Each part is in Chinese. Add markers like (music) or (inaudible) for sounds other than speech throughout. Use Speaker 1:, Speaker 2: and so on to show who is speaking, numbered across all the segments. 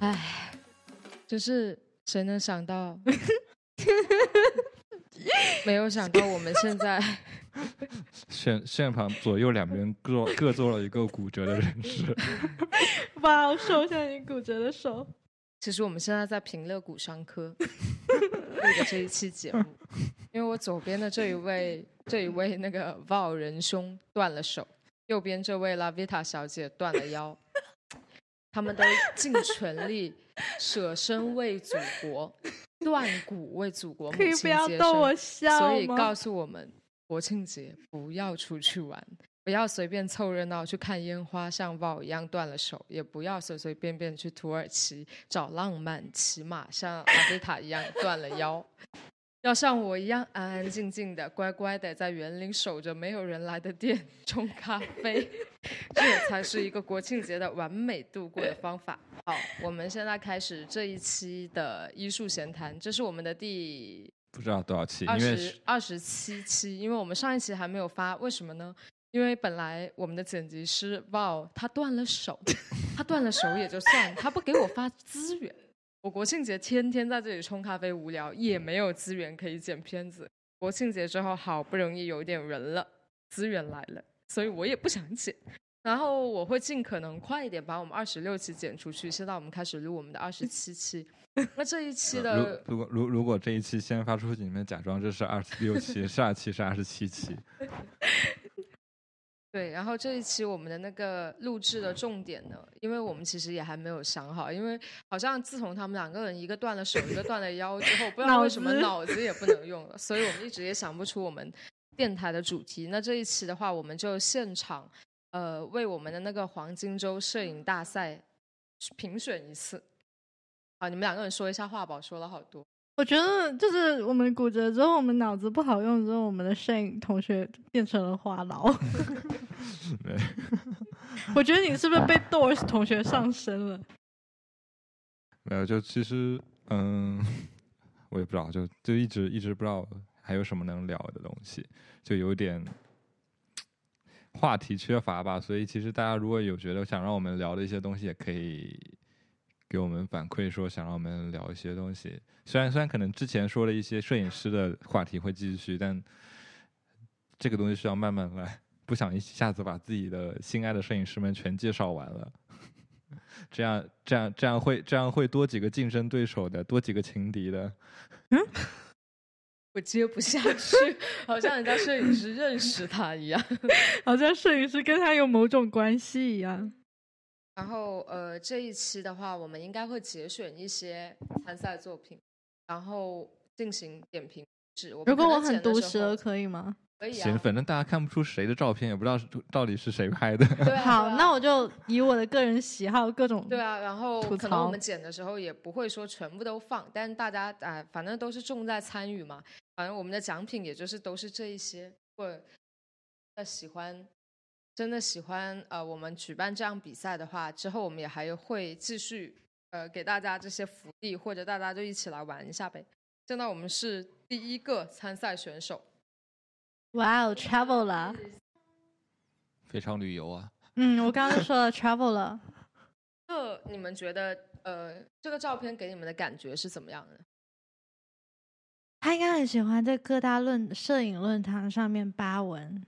Speaker 1: 唉，就是谁能想
Speaker 2: (laughs)
Speaker 1: 到，没有想到我们现在
Speaker 3: 现现场左右两边各各做了一个骨折的人士，
Speaker 2: 哇，我受像你骨折的手。
Speaker 1: 其实我们现在在平乐骨伤科录的这一期节目，因为我左边的这一位这一位那个 Val 仁兄断了手，右边这位 La Vita 小姐断了腰，他们都尽全力舍身为祖国，断骨为祖国母
Speaker 2: 可以
Speaker 1: 亲
Speaker 2: 不要
Speaker 1: 接
Speaker 2: 逗
Speaker 1: 生
Speaker 2: 我笑
Speaker 1: 所以
Speaker 2: 吗
Speaker 1: 告诉我们，国庆节不要出去玩，不要随便凑热闹去看烟花，像 Val 一样断了手，也不要随随便便去土耳其找浪漫，骑马像阿贝塔一样断了腰。要像我一样安安静静的、乖乖的在园林守着没有人来的店冲咖啡，这才是一个国庆节的完美度过的方法。好，我们现在开始这一期的医术闲谈，这是我们的第
Speaker 3: 不知道多少期，因
Speaker 1: 二
Speaker 3: 为
Speaker 1: 十
Speaker 3: 呃是
Speaker 1: 二十七期，因为我们上一期还没有发，为什么呢？因为本来我们的剪辑师 Wow 他断了手，他断了手也就算，了，他不给我发资源。我国庆节天天在这里冲咖啡无聊，也没有资源可以剪片子。国庆节之后好不容易有一点人了，资源来了，所以我也不想剪。然后我会尽可能快一点把我们二十六期剪出去。现在我们开始录我们的二十七期，那这一期的
Speaker 3: 呃如如果如如果这一期先发出去，你们假装这是二十六期， (laughs) 下一期是二十七期，
Speaker 1: 对，然后这一期我们的那个录制的重点呢，因为我们其实也还没有想好，因为好像自从他们两个人一个断了手，一个断了腰之后，不知道
Speaker 2: 脑
Speaker 1: 为什么
Speaker 2: 子
Speaker 1: 脑子也不能用了，所以我们一直也想不出我们电台的主题。那这一期的话，我们就现场呃为我们的那个黄金周摄影大赛评选一次。好，你们两个人说一下话吧，我说了好多。
Speaker 2: 我觉得就是我们骨折之后，我们脑子不好用之后，我们的摄影同学变成了话痨。
Speaker 1: (laughs)
Speaker 3: 对，
Speaker 2: 我觉得你是不是被 Doors 同学上身了？
Speaker 3: 没有，就其实，嗯，我也不知道，就就一直一直不知道还有什么能聊的东西，就有点话题缺乏吧。所以其实大家如果有觉得想让我们聊的一些东西，也可以给我们反馈说想让我们聊一些东西。虽然虽然可能之前说了一些摄影师的话题会继续，但这个东西需要慢慢来，不想一下子把自己的心爱的摄影师们全介绍完了。这样这样这样会这样会多几个竞争对手的，多几个情敌的。
Speaker 1: 我接不下去， (laughs) 好像人家摄影师认识他一样。
Speaker 2: 好像摄影师跟他有某种关系一样。
Speaker 1: 然后呃，这一期的话，我们应该会节选一些参赛作品，然后进行点评制。我们
Speaker 2: 如果
Speaker 1: 可
Speaker 2: 我
Speaker 1: 能
Speaker 2: 很
Speaker 1: 剪的
Speaker 2: 毒
Speaker 1: 时
Speaker 2: 舌，
Speaker 1: 候
Speaker 2: 可以吗？
Speaker 1: 可以
Speaker 3: 行，
Speaker 1: 啊。
Speaker 3: 反正大家看不出谁的照片，也不知道是到底是谁拍的。 (laughs)
Speaker 1: 对啊
Speaker 2: 好，那
Speaker 1: 我
Speaker 2: 我就以我的个人喜好各种
Speaker 1: 对啊，然后
Speaker 2: 吐
Speaker 1: 可能我
Speaker 2: 槽
Speaker 1: 们剪的时候也不会说全部都放，但大家啊、反正都是重在参与嘛。反正我们的奖品也就是都是这一些。如果呃喜欢，真的喜欢呃我们举办这样比赛的话，之后我们也还会继续呃给大家这些福利，或者大家就一起来玩一下呗。现在我们是第一个参赛选手，
Speaker 2: 哇哦，travel 了。
Speaker 3: 非常旅游啊，
Speaker 2: 嗯，我刚刚就说了 travel 了。
Speaker 1: 这你们觉得呃这个照片给你们的感觉是怎么样的？
Speaker 2: 他应该很喜欢在各大论摄影论坛上面扒文、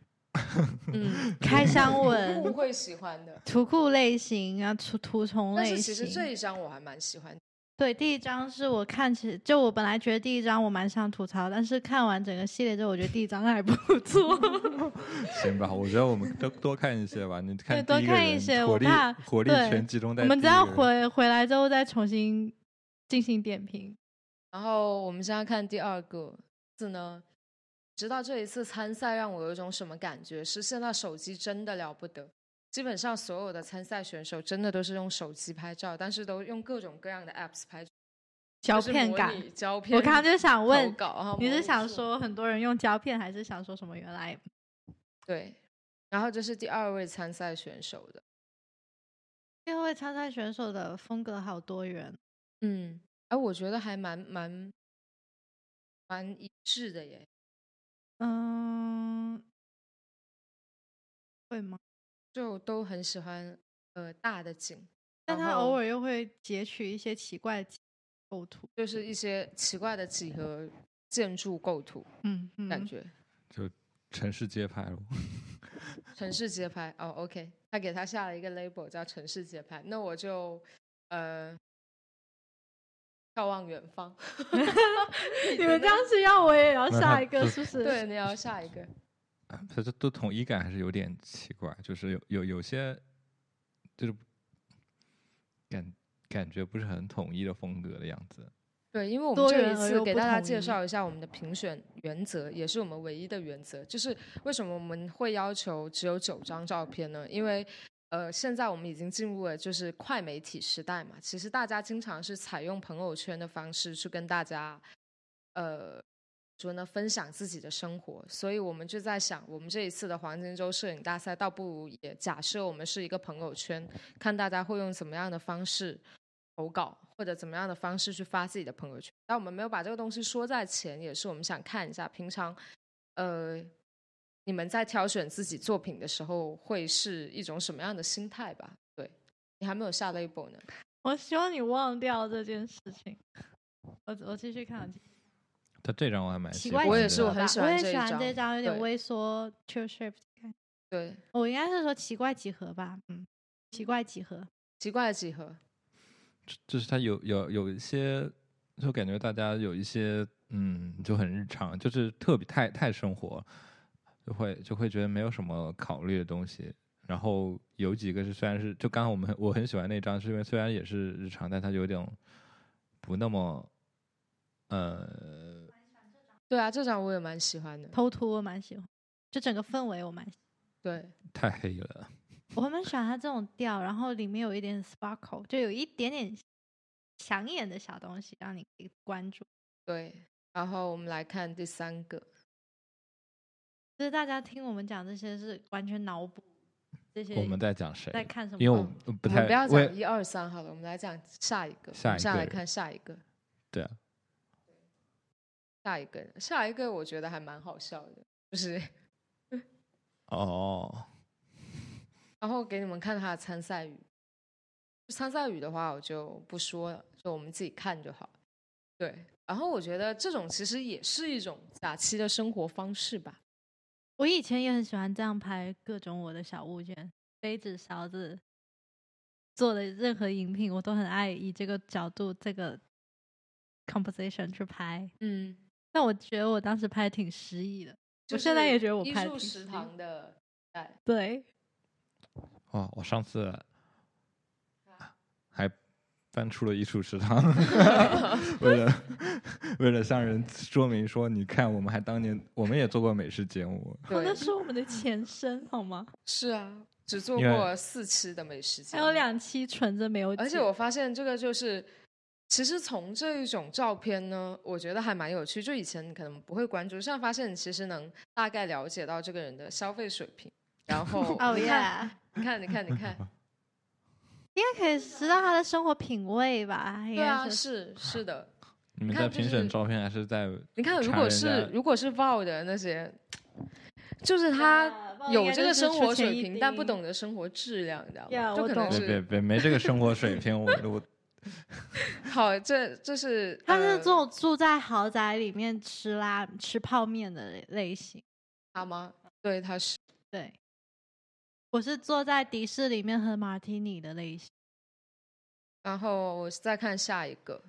Speaker 1: 嗯， (laughs)
Speaker 2: 开箱
Speaker 1: 我
Speaker 2: 文、
Speaker 1: 会喜欢的。
Speaker 2: 图库类型啊、图图虫
Speaker 1: 但
Speaker 2: 类
Speaker 1: 是其
Speaker 2: 型。
Speaker 1: 实这一张我还蛮喜欢的，
Speaker 2: 对，第一张是我看起，就我本来觉得第一张我蛮想吐槽，但是看完整个系列之后，我觉得第一张还不错。
Speaker 3: (laughs) 行吧，我觉得我们多多看一些吧。你看
Speaker 2: 对多
Speaker 3: 第个
Speaker 2: 看一
Speaker 3: 人
Speaker 2: 些
Speaker 3: 火
Speaker 2: 我
Speaker 3: 力
Speaker 2: 怕
Speaker 3: 火力
Speaker 2: 对
Speaker 3: 全集中在
Speaker 2: 我们
Speaker 3: 第
Speaker 2: 只
Speaker 3: 一
Speaker 2: 要
Speaker 3: 个人
Speaker 2: 回回来之后再重新进行点评。
Speaker 1: 然后我们现在看第二个字呢，直到这一次参赛让我有一种什么感觉？是现在手机真的了不得，基本上所有的参赛选手真的都是用手机拍照，但是都用各种各样的 apps 拍照，
Speaker 2: 胶片感，
Speaker 1: 就是模拟胶片。
Speaker 2: 我刚刚就想问
Speaker 1: 投，稿啊，
Speaker 2: 你
Speaker 1: 模
Speaker 2: 是
Speaker 1: 拟
Speaker 2: 想
Speaker 1: 素
Speaker 2: 说很多人用胶片，还是想说什么？原来
Speaker 1: 对？然后这是第二位参赛选手的，
Speaker 2: 第二位参赛选手的风格好多元，
Speaker 1: 嗯，哎，我觉得还蛮蛮蛮一致的耶，
Speaker 2: 嗯，会吗？
Speaker 1: 就都很喜欢呃大的景，
Speaker 2: 但
Speaker 1: 然
Speaker 2: 他偶
Speaker 1: 后
Speaker 2: 尔嗯又会截取一些奇怪的构图，
Speaker 1: 就是一些奇怪的几何建筑构图
Speaker 2: 嗯嗯，
Speaker 1: 感觉，
Speaker 3: 城市街拍 (laughs) 咯。
Speaker 1: 城市街拍哦，OK，他给他下了一个 label 叫城市街拍，那我就呃眺望远方。
Speaker 2: 你们这样子要我也要
Speaker 3: 那
Speaker 2: 下
Speaker 3: 他
Speaker 2: 一个
Speaker 3: 就是
Speaker 2: 不是？
Speaker 1: 对，你要下一个，
Speaker 3: 它这都统一感还是有点奇怪，就是有有有些就是感感觉不是很统一的风格的样子。
Speaker 1: 对，因为我们
Speaker 2: 多
Speaker 1: 这
Speaker 2: 元
Speaker 1: 一
Speaker 2: 而
Speaker 1: 次
Speaker 2: 又
Speaker 1: 给
Speaker 2: 不
Speaker 1: 大家
Speaker 2: 统
Speaker 1: 介
Speaker 2: 一
Speaker 1: 绍一下我们的评选原则，也是我们唯一的原则，就是为什么我们会要求只有九张照片呢？因为呃，现在我们已经进入了就是快媒体时代嘛，其实大家经常是采用朋友圈的方式去跟大家呃说呢分享自己的生活，所以我们就在想，我们这一次的黄金周摄影大赛，倒不如也假设我们是一个朋友圈，看大家会用怎么样的方式投稿，或者怎么样的方式去发自己的朋友圈。但我们没有把这个东西说在前，也是我们想看一下平常，呃，你们在挑选自己作品的时候会是一种什么样的心态吧？对你还没有下 label 呢，
Speaker 2: 我希望你忘掉这件事情。我我继续看，
Speaker 3: 但这张我还蛮
Speaker 2: 奇
Speaker 3: 喜
Speaker 2: 怪
Speaker 3: 欢
Speaker 2: 一
Speaker 1: 我
Speaker 3: 的，
Speaker 1: 也是，我
Speaker 2: 吧
Speaker 1: 很喜
Speaker 2: 我
Speaker 1: 欢
Speaker 2: 也
Speaker 1: 这一
Speaker 2: 喜欢
Speaker 1: 张，
Speaker 2: 这张，有点
Speaker 1: 对
Speaker 2: 微缩 true shape。
Speaker 1: 对，
Speaker 2: 我应该是说奇怪几何吧，嗯，奇怪几何。
Speaker 1: 奇怪的几何，
Speaker 3: 就就是它有有有一些，就感觉大家有一些嗯，就很日常，就是特别太太生活，就会就会觉得没有什么考虑的东西。然后有几个是虽然是就刚刚我们我很喜欢那张，是因为虽然也是日常，但它有点不那么呃
Speaker 1: 对啊，这张我也蛮喜欢的，
Speaker 2: 偷图我蛮喜欢，就整个氛围我蛮喜
Speaker 1: 对。
Speaker 3: 太黑了。
Speaker 2: 我还蛮喜欢它这种调，然后里面有一点 sparkle，就有一点点抢眼的小东西让你可以关注。
Speaker 1: 对，然后我们来看第三个，
Speaker 2: 就是大家听我们讲这些是完全脑补这些
Speaker 3: 我们在讲谁？
Speaker 2: 在看什么，
Speaker 3: 因为
Speaker 2: 嗯
Speaker 3: 我不
Speaker 1: 我们
Speaker 3: 太
Speaker 1: 不要
Speaker 3: 我也
Speaker 1: 讲一二三好了，我们来讲下一个，
Speaker 3: 下
Speaker 1: 我们
Speaker 3: 一
Speaker 1: 下
Speaker 3: 个
Speaker 1: 来
Speaker 3: 人
Speaker 1: 看下一个，
Speaker 3: 对啊，
Speaker 1: 下一个人，下一个我觉得还蛮好笑的，就是
Speaker 3: 哦，
Speaker 1: 然后给你们看他的参赛语，参赛语的话我就不说了，就我们自己看就好。对，然后我觉得这种其实也是一种假期的生活方式吧。
Speaker 2: 我以前也很喜欢这样拍各种我的小物件，杯子、勺子做的任何饮品，我都很爱以这个角度、这个 composition 去拍。
Speaker 1: 嗯，
Speaker 2: 但我觉得我当时拍得挺失意的，
Speaker 1: 就
Speaker 2: 我现在
Speaker 1: 是
Speaker 2: 也觉得我
Speaker 1: 艺
Speaker 2: 拍得
Speaker 1: 术
Speaker 2: 挺
Speaker 1: 食
Speaker 2: 失意
Speaker 1: 堂
Speaker 2: (laughs)
Speaker 1: 的，哎，
Speaker 2: 对， (laughs)
Speaker 3: 哇！哦我上次还搬出了艺术
Speaker 1: (laughs)
Speaker 3: 食堂，为了为了向人说明说，你看我们还当年我们也做过美食节目，
Speaker 2: 我那
Speaker 1: 对，
Speaker 2: 是我们的前身，好吗？
Speaker 1: 是啊，只做
Speaker 3: 因为
Speaker 1: 过四期的美食节
Speaker 2: 还有
Speaker 1: 目
Speaker 2: 两期存着没有剪，
Speaker 1: 而且我发现这个就是，其实从这一种照片呢，我觉得还蛮有趣。就以前你可能不会关注，现在发现你其实能大概了解到这个人的消费水平。然后
Speaker 2: (laughs) 哦
Speaker 1: 你
Speaker 2: 耶，
Speaker 1: 看，
Speaker 2: yeah
Speaker 1: 你看，你看，你
Speaker 3: (laughs)
Speaker 1: 看，
Speaker 2: 应该可以知道他的生活品味吧？应
Speaker 1: 对
Speaker 2: 该
Speaker 1: 啊，
Speaker 2: 是
Speaker 1: 是是的。
Speaker 3: 你们
Speaker 1: 看
Speaker 3: 在
Speaker 1: 就
Speaker 3: 评
Speaker 1: 是
Speaker 3: 审照片还是在
Speaker 1: 你看，如
Speaker 3: 查
Speaker 1: 果
Speaker 3: 人
Speaker 1: 是
Speaker 3: 家
Speaker 1: 如果是 VO 的那些，就是他
Speaker 2: 啊那应
Speaker 1: 有
Speaker 2: 该
Speaker 1: 这
Speaker 2: 就
Speaker 1: 个
Speaker 2: 是
Speaker 1: 生
Speaker 2: 出
Speaker 1: 活
Speaker 2: 钱
Speaker 1: 水
Speaker 2: 一
Speaker 1: 平，但不
Speaker 2: 丁
Speaker 1: 懂得生活质量，你知道
Speaker 2: Yeah，
Speaker 1: 吗？就
Speaker 2: 我
Speaker 1: 可能
Speaker 2: 懂
Speaker 3: 别别
Speaker 1: 是
Speaker 3: 别没这个生活水
Speaker 1: (laughs)
Speaker 3: 平，我我
Speaker 1: 好，这这是
Speaker 2: (laughs) 他是
Speaker 1: 呃
Speaker 2: 这种住在豪宅里面吃拉吃泡面的类类型。
Speaker 1: 他吗？对，他是。
Speaker 2: 对，我是坐在迪士里面喝马提尼的类型。
Speaker 1: 然后我再看下一个。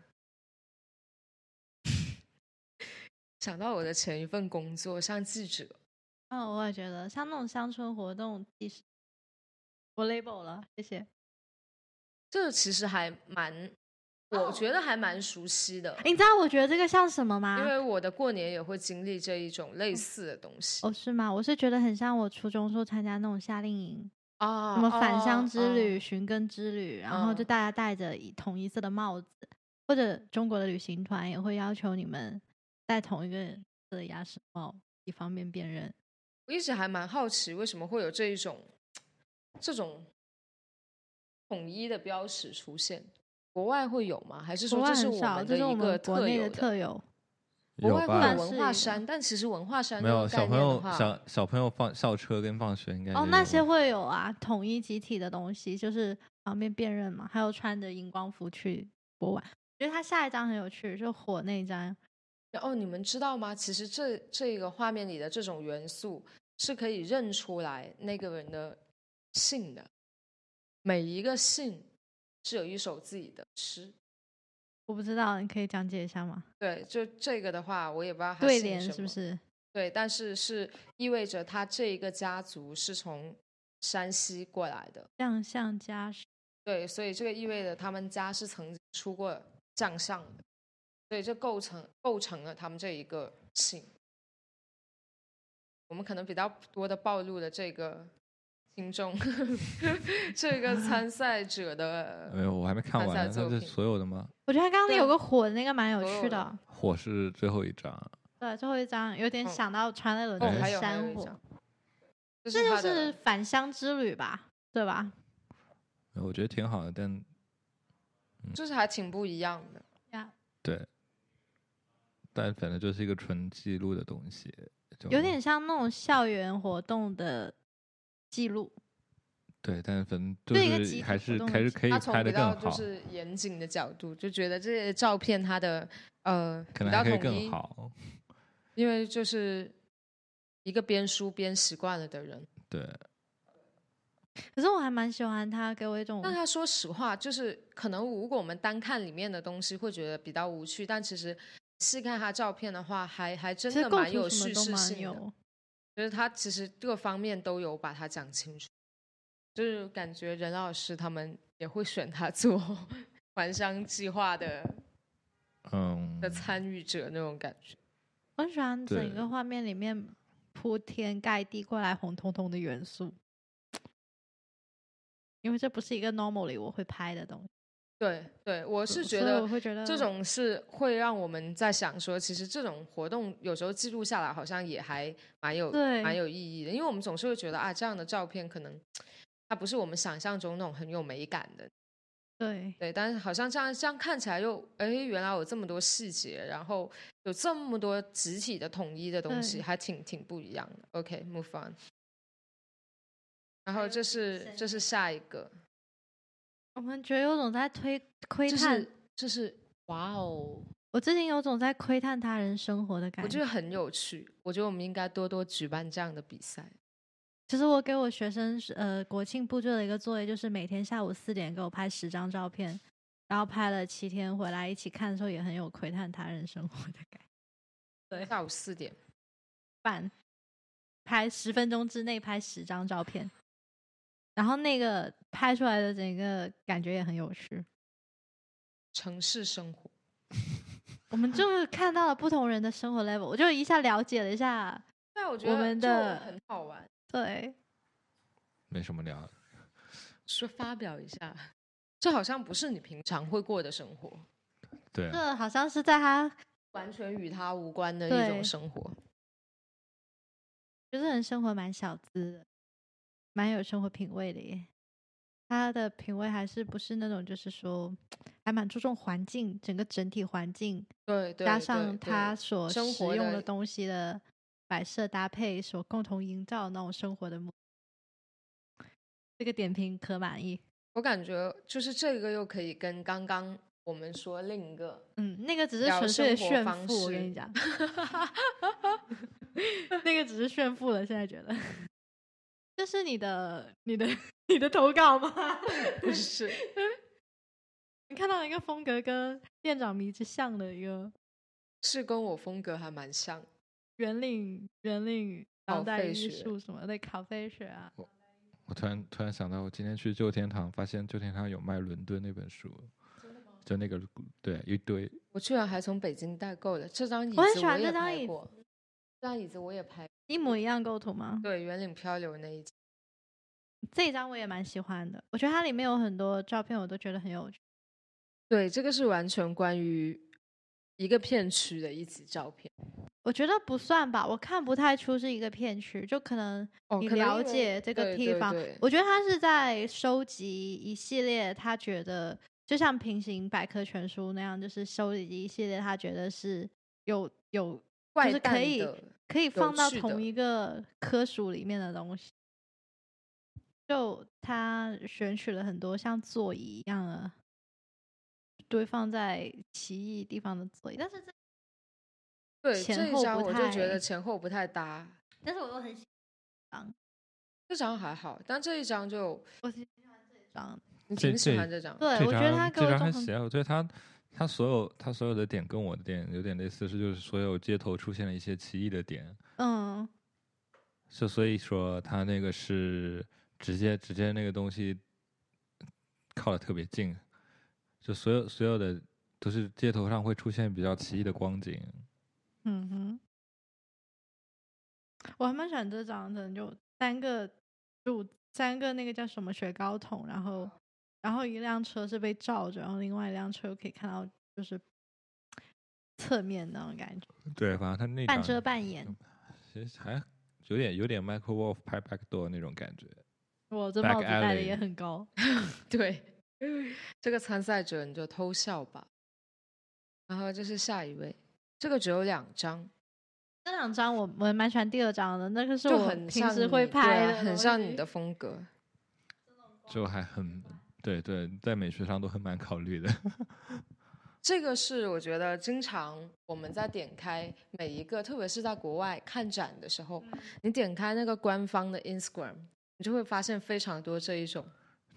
Speaker 1: 想到我的前一份工作，像记者，
Speaker 2: 嗯、我也觉得像那种乡村活动，其实我 label 了，谢谢。
Speaker 1: 这其实还蛮，我
Speaker 2: 哦哎
Speaker 1: 觉得还蛮熟悉的，
Speaker 2: 你知道我觉得这个像什么吗嗯
Speaker 1: 因？为我的过年也会经历这一种类似的东西
Speaker 2: 哦，是吗？我是觉得很像我初中时候参加那种夏令营，
Speaker 1: 啊，
Speaker 2: 什么返乡
Speaker 1: 哦
Speaker 2: 之旅、，寻根之旅，然后就
Speaker 1: 嗯
Speaker 2: 大家戴着一同一色的帽子，或者中国的旅行团也会要求你们戴同一个色的鸭舌帽，以方便辨认。
Speaker 1: 我一直还蛮好奇，为什么会有这一种这种统一的标识出现？国外会有吗？还是
Speaker 2: 国
Speaker 1: 说
Speaker 2: 外
Speaker 1: 这是
Speaker 2: 很
Speaker 1: 我
Speaker 2: 少，
Speaker 1: 们
Speaker 2: 这
Speaker 1: 的
Speaker 2: 是我
Speaker 1: 一个
Speaker 2: 们国
Speaker 1: 特
Speaker 2: 内
Speaker 1: 有
Speaker 2: 的特有。
Speaker 1: 国
Speaker 3: 有
Speaker 1: 外会
Speaker 3: 吧
Speaker 1: 有
Speaker 2: 算？
Speaker 1: 文
Speaker 2: 是
Speaker 1: 化
Speaker 2: 一个
Speaker 1: 山，但其实文化山
Speaker 3: 没
Speaker 1: 这
Speaker 3: 有
Speaker 1: 个概
Speaker 3: 小朋
Speaker 1: 念的
Speaker 3: 友
Speaker 1: 话
Speaker 3: 小小朋友放校车跟放学应该
Speaker 2: 哦，
Speaker 3: 也
Speaker 2: 那
Speaker 3: 有
Speaker 2: 些
Speaker 3: 吧
Speaker 2: 会有啊，统一集体的东西，就是方便辨认嘛，还有穿着荧光服去博物馆。我觉得他下一张很有趣，就火那一张，
Speaker 1: 然哦后你们知道吗？其实这这个画面里的这种元素是可以认出来那个人的姓的，每一个姓是有一首自己的诗。
Speaker 2: 我不知道，你可以讲解一下吗？
Speaker 1: 对，就这个的话，我也不知道他
Speaker 2: 对
Speaker 1: 姓
Speaker 2: 联
Speaker 1: 什
Speaker 2: 是不
Speaker 1: 么
Speaker 2: 是？
Speaker 1: 对，但是是意味着他这一个家族是从山西过来的，
Speaker 2: 亮相加持
Speaker 1: 对，所以这个意味着他们家是曾经出过将相的，所以这构成构成了他们这一个姓。我们可能比较多的暴露了这个听众， (laughs) 这个参赛者
Speaker 4: 没
Speaker 1: 的
Speaker 4: 有，我还没看
Speaker 1: 参
Speaker 4: 完
Speaker 1: 赛
Speaker 4: 呢，
Speaker 1: 作
Speaker 4: 它是
Speaker 1: 品
Speaker 4: 所有的吗？
Speaker 2: 我觉得他刚刚
Speaker 1: 对
Speaker 2: 有个火的那个蛮有
Speaker 1: 所有
Speaker 2: 趣
Speaker 1: 的
Speaker 2: 的，哦
Speaker 4: 火是最后一张，
Speaker 2: 对，最后一张有点
Speaker 1: 嗯
Speaker 2: 想到川内伦
Speaker 1: 哦，
Speaker 2: 的
Speaker 1: 还有还有
Speaker 2: 山
Speaker 1: 一
Speaker 2: 火，
Speaker 1: 张，这
Speaker 2: 这就
Speaker 1: 他的
Speaker 2: 是返乡之旅吧，对吧？
Speaker 4: 我觉得挺好的，但
Speaker 1: 就是还挺不一样的。
Speaker 2: 呀，
Speaker 4: 对，但反正就是一个纯记录的东西，就
Speaker 2: 有点像那种校园活动的记录，
Speaker 4: 对，但反正就
Speaker 2: 对一个集
Speaker 4: 是
Speaker 2: 体
Speaker 4: 还
Speaker 2: 活
Speaker 4: 是
Speaker 2: 动的
Speaker 4: 还是
Speaker 2: 体
Speaker 4: 可以
Speaker 1: 他从
Speaker 4: 拍的
Speaker 1: 比
Speaker 4: 更
Speaker 1: 较
Speaker 4: 好，
Speaker 1: 就是严谨的角度，就觉得这些照片它的呃
Speaker 4: 可
Speaker 1: 比
Speaker 4: 能
Speaker 1: 较
Speaker 4: 还可以
Speaker 1: 统
Speaker 4: 更
Speaker 1: 一，
Speaker 4: 好，
Speaker 1: 因为就是一个边梳边习惯了的人。
Speaker 4: 对，
Speaker 2: 可是我还蛮喜欢他，给我一种
Speaker 1: 但他说实话，就是可能如果我们单看里面的东西，会觉得比较无趣，但其实细看他照片的话，还还真
Speaker 2: 其实
Speaker 1: 的
Speaker 2: 构
Speaker 1: 蛮
Speaker 2: 图
Speaker 1: 有
Speaker 2: 什
Speaker 1: 叙
Speaker 2: 么都
Speaker 1: 事
Speaker 2: 蛮
Speaker 1: 性的。
Speaker 2: 有，
Speaker 1: 就是他其实各方面都有把它讲清楚，就是感觉任老师他们也会选他做 (laughs) 还乡计划的
Speaker 4: 嗯
Speaker 1: 的，参与者那种感觉。
Speaker 2: 我很喜欢整
Speaker 4: 对
Speaker 2: 个画面里面铺天盖地过来红彤彤的元素，因为这不是一个 normally 我会拍的东西，
Speaker 1: 对对，我是
Speaker 2: 所
Speaker 1: 觉
Speaker 2: 以
Speaker 1: 得
Speaker 2: 我会觉得
Speaker 1: 这种是会让我们在想说，其实这种活动有时候记录下来，好像也还蛮有
Speaker 2: 对
Speaker 1: 蛮有意义的，因为我们总是会觉得啊，这样的照片可能它不是我们想象中那种很有美感的，
Speaker 2: 对
Speaker 1: 对，但是好像这样这样看起来又哎，原来有这么多细节，然后有这么多集体的统一的东西，
Speaker 2: 对
Speaker 1: 还挺挺不一样的。OK，move、on。然
Speaker 2: 还
Speaker 1: 后
Speaker 2: 有
Speaker 1: 这是
Speaker 2: 生
Speaker 1: 这是下一个，
Speaker 2: 我们觉得有种在推窥
Speaker 1: 就
Speaker 2: 探
Speaker 1: 是就是哇哦。
Speaker 2: 我最近有种在窥探他人生活的感
Speaker 1: 我
Speaker 2: 觉。
Speaker 1: 觉得很有趣，我觉得我们应该多多举办这样的比赛。
Speaker 2: 其实我给我学生是呃国庆布置了一个作业，就是每天下午四点给我拍十张照片，然后拍了七天回来一起看的时候，也很有窥探他人生活的感觉。对
Speaker 1: 下午四点，
Speaker 2: 半拍十分钟之内拍十张照片，然后那个拍出来的整个感觉也很有趣。
Speaker 1: 城市生活，
Speaker 2: 我们
Speaker 1: (laughs)
Speaker 2: 就是看到了不同人的生活 level，我就一下了解了一下。
Speaker 1: 对啊，我觉
Speaker 2: 我
Speaker 1: 得
Speaker 2: 们
Speaker 1: 就
Speaker 2: 的
Speaker 1: 很好玩，
Speaker 2: 对，
Speaker 4: 没什么聊的，
Speaker 1: 说发表一下，这好像不是你平常会过的生活，
Speaker 4: 对啊，
Speaker 2: 这好像是在他
Speaker 1: 完全与他无关的一
Speaker 2: 对
Speaker 1: 种生活。
Speaker 2: 觉得人生活蛮小资的，蛮有生活品味的耶。他的品味还是不是那种，就是说，还蛮注重环境，整个整体环境，
Speaker 1: 对对，
Speaker 2: 加
Speaker 1: 对对
Speaker 2: 上他所使
Speaker 1: 生活
Speaker 2: 用
Speaker 1: 的
Speaker 2: 的东西的摆设搭配，所共同营造的那种生活的模。这个点评可满意？
Speaker 1: 我感觉就是这个又可以跟刚刚我们说另一
Speaker 2: (laughs)
Speaker 1: 个，
Speaker 2: 嗯，那个只是
Speaker 1: 聊
Speaker 2: 纯粹的
Speaker 1: 生活
Speaker 2: 炫
Speaker 1: 方
Speaker 2: 富，我跟你
Speaker 1: 式
Speaker 2: 讲， (laughs) 那个只是炫富了。现在觉得，这是你的、你的、你的投稿吗？ (laughs)
Speaker 1: 不是
Speaker 2: 你看到一个风格跟店长迷之像的一个
Speaker 1: 是跟我风格还蛮像。
Speaker 2: 圆领圆领当
Speaker 1: 烤
Speaker 2: 代
Speaker 1: 费哦
Speaker 2: 艺
Speaker 1: 雪
Speaker 2: 术什么的咖啡雪啊，
Speaker 4: 我突然突然想到，我今天去旧天堂，发现旧天堂有卖《伦敦》那本书，就那个对一堆，
Speaker 1: 我居然还从北京代购的这张椅子，
Speaker 2: 我很喜欢这
Speaker 1: 也
Speaker 2: 张
Speaker 1: 拍
Speaker 2: 椅
Speaker 1: 过，这张椅子我也拍过，
Speaker 2: 一模一样构图吗？
Speaker 1: 对，圆领漂流那一集。
Speaker 2: 这一张我也蛮喜欢的，我觉得它里面有很多照片，我都觉得很有趣。
Speaker 1: 对，这个是完全关于一个片区的一集照片。
Speaker 2: 我觉得不算吧，我看不太出是一个片区，就可能
Speaker 1: 哦，
Speaker 2: 你
Speaker 1: 可能
Speaker 2: 了
Speaker 1: 因为
Speaker 2: 解这个
Speaker 1: 对
Speaker 2: 地
Speaker 1: 对
Speaker 2: 方
Speaker 1: 对
Speaker 2: 我觉得他是在收集一系列他觉得，就像平行百科全书那样，就是收集一系列他觉得是有有
Speaker 1: 怪
Speaker 2: 是可
Speaker 1: 诞
Speaker 2: 以
Speaker 1: 的
Speaker 2: 可以
Speaker 1: 有
Speaker 2: 放到
Speaker 1: 趣
Speaker 2: 同
Speaker 1: 的
Speaker 2: 一个科属里面的东西。就他选取了很多像座椅一样的堆放在奇异地方的座椅，但是这
Speaker 1: 对
Speaker 2: 前
Speaker 1: 这一
Speaker 2: 后
Speaker 1: 张
Speaker 2: 不
Speaker 1: 我就觉得
Speaker 2: 太
Speaker 1: 前后不太搭，
Speaker 2: 但是我又很喜欢
Speaker 1: 这张还好，但这一张就
Speaker 2: 我挺喜欢这一张，
Speaker 1: 你
Speaker 3: 这
Speaker 1: 挺喜
Speaker 3: 这
Speaker 1: 欢这张，
Speaker 2: 对
Speaker 3: 这
Speaker 2: 我觉得他
Speaker 3: 张
Speaker 2: 给我
Speaker 3: 这张
Speaker 2: 一种
Speaker 3: 很
Speaker 2: 很
Speaker 3: 邪恶，我觉得他他所有他所有的点跟我的点有点类似，是就是所有街头出现了一些奇异的点，
Speaker 2: 嗯，
Speaker 3: 就所以说他那个是直接直接那个东西靠的特别近，就所有所有的都是街头上会出现比较奇异的光景，
Speaker 2: 嗯哼，我还蛮喜欢这张的，就三个柱，三个那个叫什么雪糕筒，然后然后一辆车是被罩着，然后另外一辆车可以看到就是侧面那种感觉，
Speaker 3: 对，反正他那
Speaker 2: 半
Speaker 3: 张
Speaker 2: 遮半掩。
Speaker 3: 其实还有点有点 Michael Wolf 拍 Back Door 那种感觉，
Speaker 2: 我这
Speaker 3: Back
Speaker 2: 帽子戴的
Speaker 3: alley
Speaker 2: 也很高，
Speaker 1: 对，这个参赛者你就偷笑吧。然后这是下一位，这个只有两张，
Speaker 2: 这两张我我蛮喜欢第二张的，那个是
Speaker 1: 就
Speaker 2: 我
Speaker 1: 很
Speaker 2: 平
Speaker 1: 像
Speaker 2: 时会
Speaker 1: 你对啊
Speaker 2: 拍的，
Speaker 1: 很像你的。风格。
Speaker 3: 就还很
Speaker 2: 哦
Speaker 3: 对对，在美学上都很蛮考虑的。 (laughs)
Speaker 1: 这个是我觉得经常我们在点开每一个，特别是在国外看展的时候，
Speaker 2: 嗯
Speaker 1: 你点开那个官方的 Instagram，你就会发现非常多这一种。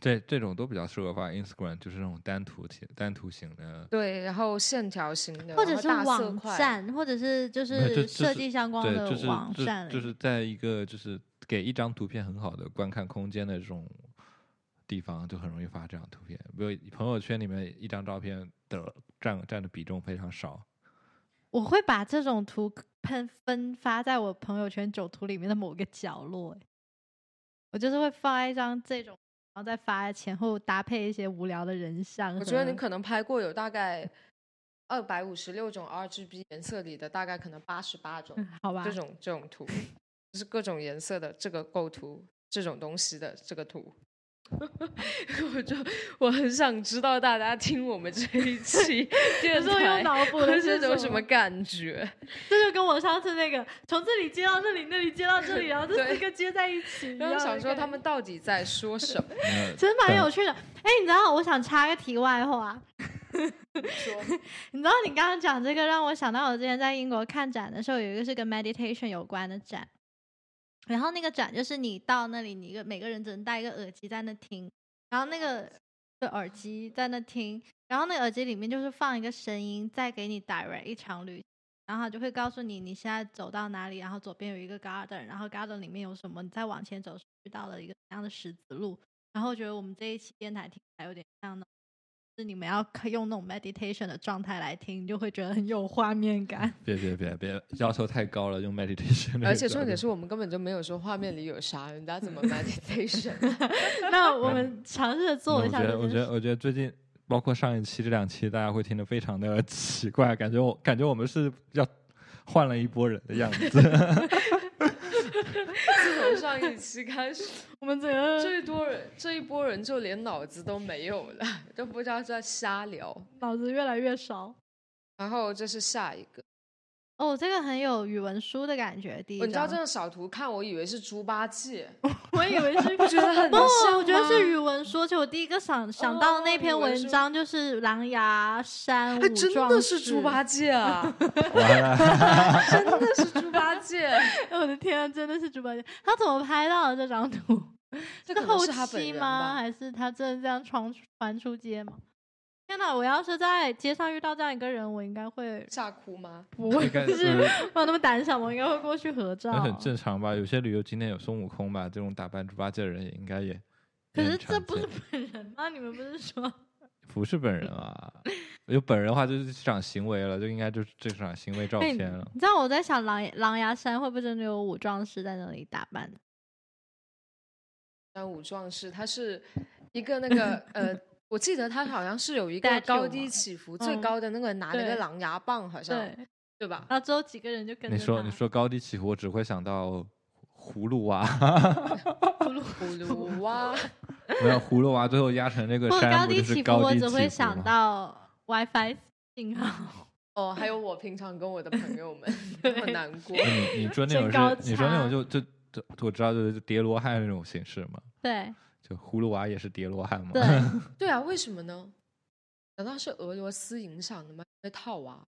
Speaker 3: 这这种都比较适合发 Instagram，就是那种单图体单图型的，
Speaker 1: 对，然后线条型的，
Speaker 2: 或
Speaker 1: 然
Speaker 2: 者
Speaker 1: 后
Speaker 2: 是
Speaker 1: 大色
Speaker 2: 网
Speaker 1: 块，
Speaker 2: 站，或者是就
Speaker 3: 没有就是就是
Speaker 2: 设计相关
Speaker 3: 对，
Speaker 2: 的
Speaker 3: 就是
Speaker 2: 网
Speaker 3: 就
Speaker 2: 站，
Speaker 3: 就是在一个就是给一张图片很好的观看空间的这种地方，就很容易发这样的图片。比如朋友圈里面一张照片的占占的比重非常少，
Speaker 2: 我会把这种图喷分发在我朋友圈九图里面的某个角落、欸，我就是会发一张这种，然后再发前后搭配一些无聊的人像和。
Speaker 1: 我觉得你可能拍过有大概二百五十六种 RGB 颜色里的，大概可能八十八种
Speaker 2: (laughs) 好吧
Speaker 1: 这，种这种图，就是各种颜色的这个构图，这种东西的这个图。 (laughs) 我就我很想知道大家听我们这一期电
Speaker 2: (laughs) 有时候用
Speaker 1: 台
Speaker 2: 脑补的
Speaker 1: 会
Speaker 2: 是
Speaker 1: 是种
Speaker 2: 什
Speaker 1: 什么感觉？
Speaker 2: 这就跟我上次那个从这里接到这里，那里接到这里，然后这
Speaker 1: 对
Speaker 2: 四个接在一起一样的
Speaker 1: (laughs) 然
Speaker 2: 感
Speaker 1: 后想
Speaker 2: 觉。
Speaker 1: 说他们到底在
Speaker 2: (laughs)
Speaker 1: 说什么？
Speaker 3: 呃
Speaker 2: 真蛮
Speaker 3: 但
Speaker 2: 有趣的。哎，你知道我想插个题外话，
Speaker 1: 说
Speaker 2: 你知道你刚刚讲这个，让我想到我之前在英国看展的时候，有一个是跟 meditation 有关的展，然后那个展就是你到那里，你一个每个人只能戴一个耳机在那听，然后那个的耳机在那听，然后那个耳机里面就是放一个声音，再给你 direct 一场旅。然后它就会告诉你你现在走到哪里，然后左边有一个 garden，然后 garden 里面有什么，你再往前走是遇到了一个怎样的十字路。然后我觉得我们这一期电台听起来有点像那种，就是你们要可用那种 meditation 的状态来听，你就会觉得很有画面
Speaker 3: (laughs)
Speaker 2: 感。
Speaker 3: 别别别别，要求太高了，用 meditation (laughs) 那
Speaker 1: 而
Speaker 3: 个
Speaker 1: 且
Speaker 3: 角
Speaker 1: 重点
Speaker 3: 度
Speaker 1: 是我们根本就没有说画面里有啥，人家
Speaker 2: (laughs)
Speaker 1: 怎么 meditation？啊
Speaker 2: 那我们尝试着做
Speaker 3: 那
Speaker 2: 一下这件事。
Speaker 3: 我觉得，我觉得，我觉得最近包括上一期、这两期，大家会听得非常的 (laughs) 奇怪，感觉我感觉我们是要换了一波人的样子。
Speaker 1: 自从上一期开始，
Speaker 2: 我们整个
Speaker 1: 这一波人这一波人就连脑子都没有了，都不知道在瞎聊。
Speaker 2: 脑子越来越少。
Speaker 1: 然后这是下一个，
Speaker 2: 哦，这个很有语文书的感觉。第一
Speaker 1: 我哦
Speaker 2: 张，
Speaker 1: 你知道这个小图看，我以为是猪八戒，
Speaker 2: (laughs) 我以为
Speaker 1: (laughs)
Speaker 2: 是
Speaker 1: 不觉得很
Speaker 2: 不，
Speaker 1: 像
Speaker 2: 我觉得
Speaker 1: 吗哦
Speaker 2: 是语文说，就我第一个想想到那篇文章就是《狼牙山
Speaker 1: 还
Speaker 2: 五
Speaker 1: 真
Speaker 2: 壮
Speaker 1: 的
Speaker 2: 士
Speaker 1: 是》，猪八戒啊， (laughs)
Speaker 3: 完了，
Speaker 1: 真的是猪八戒。
Speaker 2: (laughs) (laughs) 我的天啊，真的是猪八戒！他怎么拍到的这张图？
Speaker 1: 这
Speaker 2: 是
Speaker 1: 可能
Speaker 2: 后
Speaker 1: 是他本
Speaker 2: 期
Speaker 1: 人
Speaker 2: 吗？
Speaker 1: 吧？
Speaker 2: 还是他真的这样传传出街吗？天哪！我要是在街上遇到这样一个人，我应该会
Speaker 1: 吓哭吗？
Speaker 2: (laughs) 不会
Speaker 3: 应该
Speaker 2: 就是
Speaker 3: 是
Speaker 2: 没有那么胆小吗？我应该会过去合照
Speaker 3: 那。很正常吧？有些旅游景点有孙悟空吧，这种打扮猪八戒的人也应该也。
Speaker 2: 可
Speaker 3: 也
Speaker 2: 是
Speaker 3: 很
Speaker 2: 这
Speaker 3: 常
Speaker 2: 不是
Speaker 3: 见
Speaker 2: 本人吗？你们不是说
Speaker 3: 不是本人啊？有本人的话就是这场行为了，就应该就是这场行为照
Speaker 2: 哎
Speaker 3: 片了。
Speaker 2: 你知道我在想狼狼牙山会不会真的有武装师在那里打扮？
Speaker 1: 三五壮士，他是一个那
Speaker 2: (laughs)
Speaker 1: 个呃。我记得他好像是有一个
Speaker 2: Statue
Speaker 1: 高低
Speaker 2: 嘛
Speaker 1: 起伏最
Speaker 2: 嗯
Speaker 1: 高的那个拿那
Speaker 2: 对
Speaker 1: 个狼牙棒，好像
Speaker 2: 对，
Speaker 1: 对
Speaker 2: (laughs)
Speaker 1: 吧？
Speaker 2: 然后之后几个人就跟着
Speaker 3: 你说
Speaker 2: 他
Speaker 3: 你说高低起伏，我只会想到葫芦娃，
Speaker 1: 葫芦娃，
Speaker 3: 没有葫芦娃最后压成那个
Speaker 2: 或者
Speaker 3: 山，
Speaker 2: 哦高
Speaker 3: 不
Speaker 2: 低
Speaker 3: 就是
Speaker 2: 起伏，我
Speaker 3: 低
Speaker 2: 只
Speaker 3: 起
Speaker 2: 会
Speaker 3: 伏
Speaker 2: 想
Speaker 3: 吗
Speaker 2: 到 WiFi 信号。 (laughs)
Speaker 1: 哦，还有我平常跟我的朋友们那么难过，
Speaker 3: 你你说那种
Speaker 2: 身高
Speaker 3: 是，你说那
Speaker 2: 差
Speaker 3: 种就就就我知道就是叠罗汉那种形式嘛。
Speaker 2: 对，
Speaker 4: 就葫芦娃也是叠罗汉嘛。
Speaker 3: (laughs)
Speaker 2: 对
Speaker 1: 对啊，为什么呢？难道是俄罗斯影响的吗？因为套娃，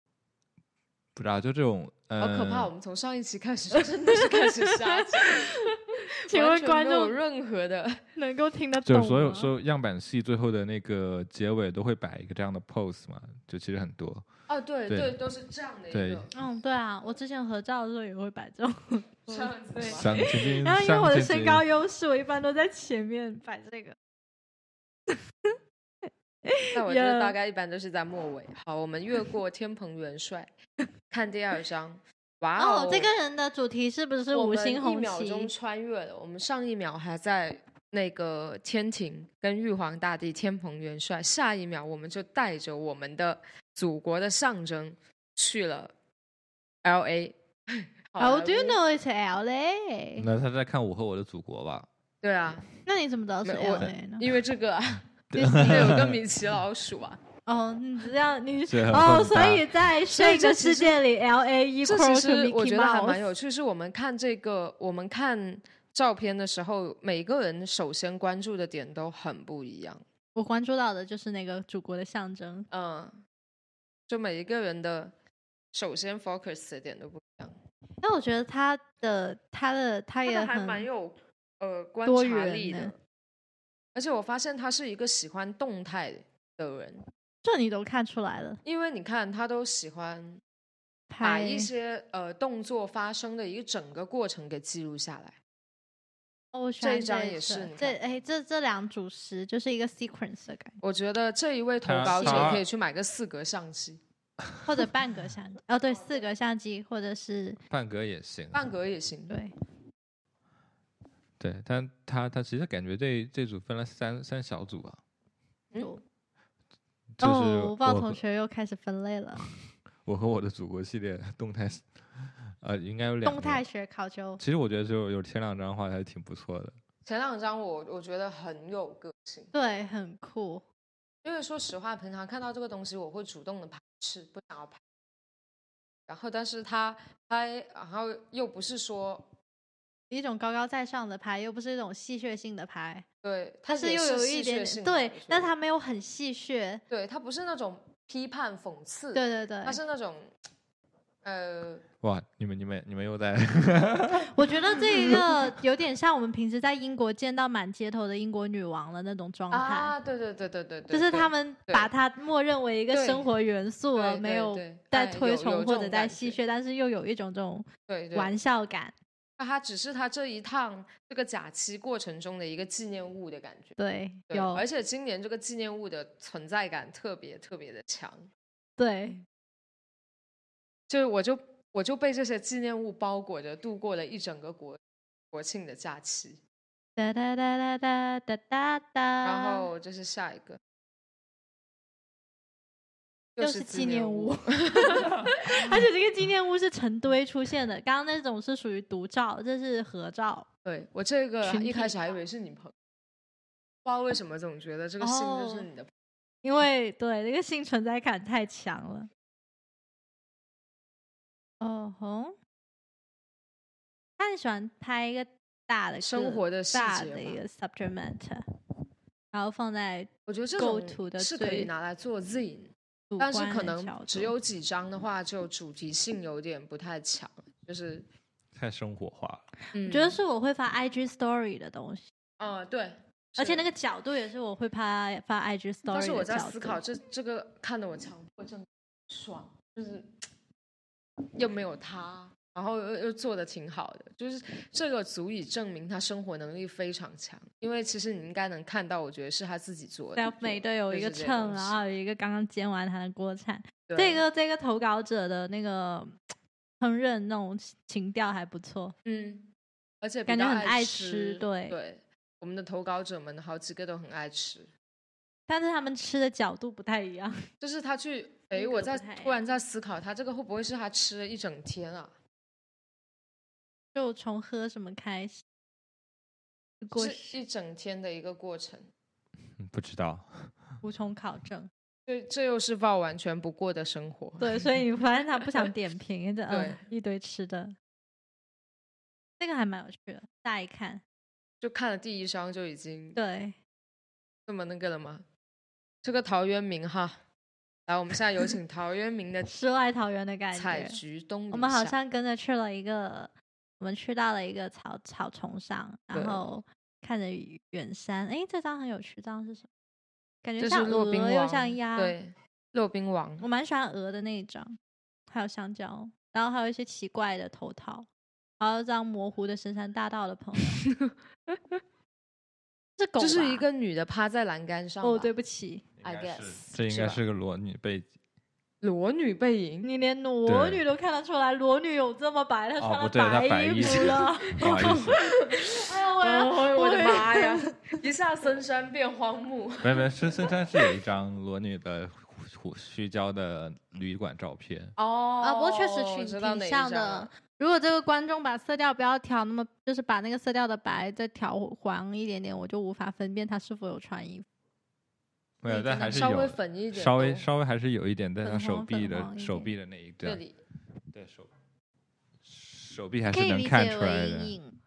Speaker 4: 不知道就这种，嗯、
Speaker 1: 好可
Speaker 3: 呃
Speaker 1: 怕！我们从上一期开始就真的是开始瞎
Speaker 2: (laughs)
Speaker 1: 讲，
Speaker 2: 请
Speaker 1: 完
Speaker 2: 问
Speaker 1: 全
Speaker 2: 观
Speaker 1: 没有
Speaker 2: 众
Speaker 1: 任何
Speaker 2: (laughs)
Speaker 1: 的
Speaker 2: 能够听得懂
Speaker 4: 就
Speaker 2: 吗？
Speaker 4: 是所有所有样板戏最后的那个结尾都会摆一个这样的 pose 嘛，就其实很多。
Speaker 1: 啊，对
Speaker 4: 对
Speaker 1: 都是这样的一
Speaker 4: 对
Speaker 1: 个
Speaker 2: 嗯，对啊，我之前合照的时候也会摆这种
Speaker 1: 这样子吗。
Speaker 4: 想听
Speaker 2: (laughs)
Speaker 4: 听，
Speaker 2: 然后因为
Speaker 4: 想
Speaker 2: 我的
Speaker 4: 听
Speaker 2: 身
Speaker 4: 听
Speaker 2: 高优势，我一般都在前面摆这个。
Speaker 1: 那我觉得大
Speaker 2: Yeah
Speaker 1: 概一般都是在末尾。好，我们越过天蓬元帅， (laughs) 看第二章。哇
Speaker 2: 哦，这个人的主题是不是
Speaker 1: 我
Speaker 2: 五
Speaker 1: 们
Speaker 2: 星
Speaker 1: 一
Speaker 2: 红
Speaker 1: 秒钟
Speaker 2: 旗？
Speaker 1: 穿越了，我们上一秒还在那个天庭跟玉皇大帝、天蓬元帅，下一秒我们就带着我们的祖国的象征去了 L A。 (laughs)
Speaker 2: 哦，Do you
Speaker 1: 呢？
Speaker 2: know it's LA？
Speaker 4: 那他在看《我和我的祖国》吧？
Speaker 1: 对啊， (laughs)
Speaker 2: 那你怎么知道是
Speaker 1: 没有我
Speaker 2: LA 呢？
Speaker 1: 因为这个、啊，
Speaker 2: 对
Speaker 1: 那有个米奇老鼠
Speaker 2: (laughs)
Speaker 1: 啊，
Speaker 2: 哦，你知
Speaker 1: (laughs)
Speaker 2: 道你
Speaker 4: 这很
Speaker 2: 哦，
Speaker 4: 混
Speaker 2: 所
Speaker 4: 搭
Speaker 2: 以在
Speaker 1: 所以
Speaker 2: 这
Speaker 1: 这
Speaker 2: 个
Speaker 1: 其实
Speaker 2: 世界里
Speaker 1: 这
Speaker 2: ，LA equal
Speaker 1: 其
Speaker 2: to
Speaker 1: 实我
Speaker 2: Mickey
Speaker 1: 觉得还蛮
Speaker 2: Mouse。
Speaker 1: 有趣，是我们看这个，我们看照片的时候，每个人首先关注的点都很不一样。
Speaker 2: 我关注到的就是那个祖国的象征。
Speaker 1: 嗯，就每一个人的首先 focus 的点都不一样，
Speaker 2: 但我觉得他的他的他
Speaker 1: 他
Speaker 2: 也
Speaker 1: 的还
Speaker 2: 很
Speaker 1: 蛮有呃观
Speaker 2: 多
Speaker 1: 察
Speaker 2: 元
Speaker 1: 力的
Speaker 2: 呢，
Speaker 1: 而且我发现他是一个喜欢动态的人，
Speaker 2: 这你都看出来了，
Speaker 1: 因为你看他都喜欢把
Speaker 2: 拍
Speaker 1: 一些呃动作发生的一个整个过程给记录下来。
Speaker 2: 哦，我喜
Speaker 1: 这
Speaker 2: 欢
Speaker 1: 一张也
Speaker 2: 个
Speaker 1: 是你
Speaker 2: 这
Speaker 1: 看
Speaker 2: 哎这这两组十就是一个 sequence 的感觉，
Speaker 1: 我觉得这一位投
Speaker 4: 他
Speaker 1: 稿者
Speaker 4: 他
Speaker 1: 可以去买个四格相机，
Speaker 2: 或者半个相机哦对四个相机或者是
Speaker 4: 半格也行，
Speaker 1: 半格也行。
Speaker 2: 对
Speaker 4: 对，但他他其实感觉这这组分了三三小组啊，
Speaker 1: 嗯
Speaker 2: 组
Speaker 4: 就是
Speaker 2: 哦
Speaker 4: 我
Speaker 2: 我豹同
Speaker 4: 和
Speaker 2: 学又开始分类了，
Speaker 4: 我和我的祖国系列动态，呃，应该有两
Speaker 2: 动
Speaker 4: 个
Speaker 2: 态。学考究
Speaker 4: 其实我觉得就有前两张画还挺不错的，
Speaker 1: 前两张我我觉得很有个性，
Speaker 2: 对很酷，
Speaker 1: 因为说实话，平常看到这个东西，我会主动的排斥，不想要拍。然后，但是他拍，然后又不是说
Speaker 2: 一种高高在上的拍，又不是一种戏谑性的拍，
Speaker 1: 对，
Speaker 2: 它
Speaker 1: 他
Speaker 2: 是又有一点点对，但他没有很戏谑，
Speaker 1: 对他不是那种批判讽刺，
Speaker 2: 对，对对
Speaker 1: 他，是那种呃，
Speaker 4: 哇！你们你们你们又在 (laughs)
Speaker 2: 我觉得这
Speaker 1: (laughs)
Speaker 2: 一个有点像我们平时在英国见到满街头的英国女王的那种状态，
Speaker 1: 啊，对对对对对对，
Speaker 2: 就是
Speaker 1: 对
Speaker 2: 他们
Speaker 1: 对
Speaker 2: 把它默认为一个
Speaker 1: 对
Speaker 2: 生活元素
Speaker 1: 对
Speaker 2: 而
Speaker 1: 对
Speaker 2: 没有
Speaker 1: 对哎
Speaker 2: 在推
Speaker 1: 有有
Speaker 2: 崇
Speaker 1: 这
Speaker 2: 或者
Speaker 1: 种
Speaker 2: 在
Speaker 1: 感
Speaker 2: 戏
Speaker 1: 觉
Speaker 2: 谑，但是又有一种这种
Speaker 1: 对对
Speaker 2: 玩笑感。
Speaker 1: 那它只是它这一趟这个假期过程中的一个纪念物的感觉。
Speaker 2: 对，
Speaker 1: 对，
Speaker 2: 有
Speaker 1: 而且今年这个纪念物的存在感特别特别的强，
Speaker 2: 对，
Speaker 1: 就是我就我就被这些纪念物包裹着度过了一整个国国庆的假期。
Speaker 2: 哒哒哒哒哒哒哒哒。
Speaker 1: 然
Speaker 2: 啊
Speaker 1: 后这是下一个，
Speaker 2: 又是
Speaker 1: 是
Speaker 2: 纪念
Speaker 1: 物
Speaker 2: 物，而且这个纪念物是成堆出现的，刚刚那种是属于独照，这是合照。
Speaker 1: (laughs) 对我这个
Speaker 2: 群
Speaker 1: 一开
Speaker 2: 体
Speaker 1: 始还以为是你朋友，不知道为什么总觉得这个信就是
Speaker 2: 哦
Speaker 1: 你的朋友。
Speaker 2: 因为对那个性存在感太强了。哦吼，他很喜欢拍一个大的
Speaker 1: 生
Speaker 2: 个
Speaker 1: 活的细
Speaker 2: 大
Speaker 1: 节
Speaker 2: 的一
Speaker 1: 吧
Speaker 2: 个 subject matter，然后放在
Speaker 1: 我觉得这
Speaker 2: 构
Speaker 1: 种
Speaker 2: 图的
Speaker 1: 是可
Speaker 2: 最
Speaker 1: 以拿来做 zine。
Speaker 2: 主
Speaker 1: 但是
Speaker 2: 观
Speaker 1: 可
Speaker 2: 的角
Speaker 1: 能只
Speaker 2: 度
Speaker 1: 有几张的话，就主题性有点不太强，就是
Speaker 4: 太生活化了，
Speaker 1: 嗯
Speaker 2: 我觉得是我会发 IG story 的东西，
Speaker 1: 啊、对，
Speaker 2: 而且
Speaker 1: 是
Speaker 2: 那个角度也是我会拍发 IG story 的角度。
Speaker 1: 但是我在思考这这个看得我强迫症爽，就是又没有他，然后又又做的挺好的，就是这个足以证明他生活能力非常强，因为其实你应该能看到，我觉得是他自己做的，
Speaker 2: 在美队有一个
Speaker 1: 秤
Speaker 2: 秤，然后有一个刚刚煎完它的锅铲，这
Speaker 1: 对
Speaker 2: 个这个投稿者的那个烹饪那种情调还不错。
Speaker 1: 嗯，而且比
Speaker 2: 感觉
Speaker 1: 较
Speaker 2: 很爱吃
Speaker 1: 吃，
Speaker 2: 对
Speaker 1: 对，我们的投稿者们好几个都很爱吃。
Speaker 2: 但是他们吃的角度不太一样。 (laughs)
Speaker 1: 就是他去，
Speaker 2: 风
Speaker 1: 哎，我
Speaker 2: 格
Speaker 1: 在
Speaker 2: 不太一
Speaker 1: 突然在思考，他这个会不会是他吃了一整天啊？
Speaker 2: 就从喝什么开始，过
Speaker 1: 是一整天的一个过程，
Speaker 4: 嗯不知道。
Speaker 2: 无从考
Speaker 1: (laughs)
Speaker 2: 证。
Speaker 1: 这这又是报完全不过的生活。 (laughs)
Speaker 2: 对，所以你发现他不想点评，就
Speaker 1: 对
Speaker 2: 嗯一堆吃的，这个还蛮有趣的。乍一看，
Speaker 1: 就看了第一章就已经
Speaker 2: 对，
Speaker 1: 这么那个了吗？这个陶渊明哈，来，我们现在有请陶渊明的
Speaker 2: 世外桃源的感
Speaker 1: 采
Speaker 2: 觉。
Speaker 1: 菊东篱
Speaker 2: 我们好
Speaker 1: 下
Speaker 2: 像跟着去了一个，我们去到了一个草草丛上，
Speaker 1: 对
Speaker 2: 然后看着远山。诶，这张很有趣，这张是什么？感觉
Speaker 1: 这是
Speaker 2: 像
Speaker 1: 骆
Speaker 2: 鹅
Speaker 1: 宾
Speaker 2: 又
Speaker 1: 王，
Speaker 2: 像鸭。，
Speaker 1: 对，骆宾王
Speaker 2: 我蛮喜欢鹅的那一张，还有香蕉，然后还有一些奇怪的头套，还有一张模糊的深山大道的 (laughs) 朋友。这狗
Speaker 1: 就是一
Speaker 2: 吧
Speaker 1: 个女的趴在栏杆上吧，
Speaker 2: 哦，对不起，
Speaker 1: ，I
Speaker 3: 应该
Speaker 1: guess，
Speaker 3: 是这应该
Speaker 1: 是吧
Speaker 3: 是个裸女背景
Speaker 1: 裸女背影，
Speaker 2: 你连裸
Speaker 3: 对
Speaker 2: 女都看得出来，裸女有这么白，她
Speaker 3: 哦，不对，
Speaker 2: 穿
Speaker 3: 她
Speaker 2: 了
Speaker 3: 白
Speaker 2: 衣
Speaker 3: 衣
Speaker 2: 服
Speaker 3: 服
Speaker 2: 了。，
Speaker 3: 不好
Speaker 2: (laughs)
Speaker 3: 意思，
Speaker 2: 哎呦我要
Speaker 1: 哦，我的
Speaker 2: 也
Speaker 1: 妈呀！一下深山变荒
Speaker 2: (laughs)
Speaker 1: 漠，
Speaker 3: 没没，深深山是有一张裸女的胡虚焦的旅馆照片，
Speaker 1: 哦
Speaker 2: 啊，不过确实
Speaker 1: 我
Speaker 2: 挺
Speaker 1: 知道
Speaker 2: 挺
Speaker 1: 哪一
Speaker 2: 像
Speaker 1: 张
Speaker 2: 的
Speaker 1: 了。
Speaker 2: 如果这个观众把色调不要调那么，就是把那个色调的白再调黄一点点，我就无法分辨他是否有穿衣服。
Speaker 3: 没有，
Speaker 2: 你
Speaker 3: 但
Speaker 2: 真的
Speaker 3: 还是
Speaker 1: 稍微
Speaker 3: 有
Speaker 1: 粉一点，
Speaker 3: 稍微稍啊微还是有一点，在
Speaker 2: 粉
Speaker 3: 她手
Speaker 2: 红
Speaker 3: 臂
Speaker 2: 粉
Speaker 3: 的
Speaker 2: 黄一
Speaker 3: 手
Speaker 2: 点
Speaker 3: 臂的那一
Speaker 1: 这
Speaker 3: 段，
Speaker 1: 里
Speaker 3: 对手手臂还
Speaker 2: 可
Speaker 3: 是
Speaker 2: 以
Speaker 3: 能
Speaker 2: 理
Speaker 3: 看
Speaker 2: 解
Speaker 3: 出来
Speaker 2: 为
Speaker 3: 的
Speaker 2: 阴。影。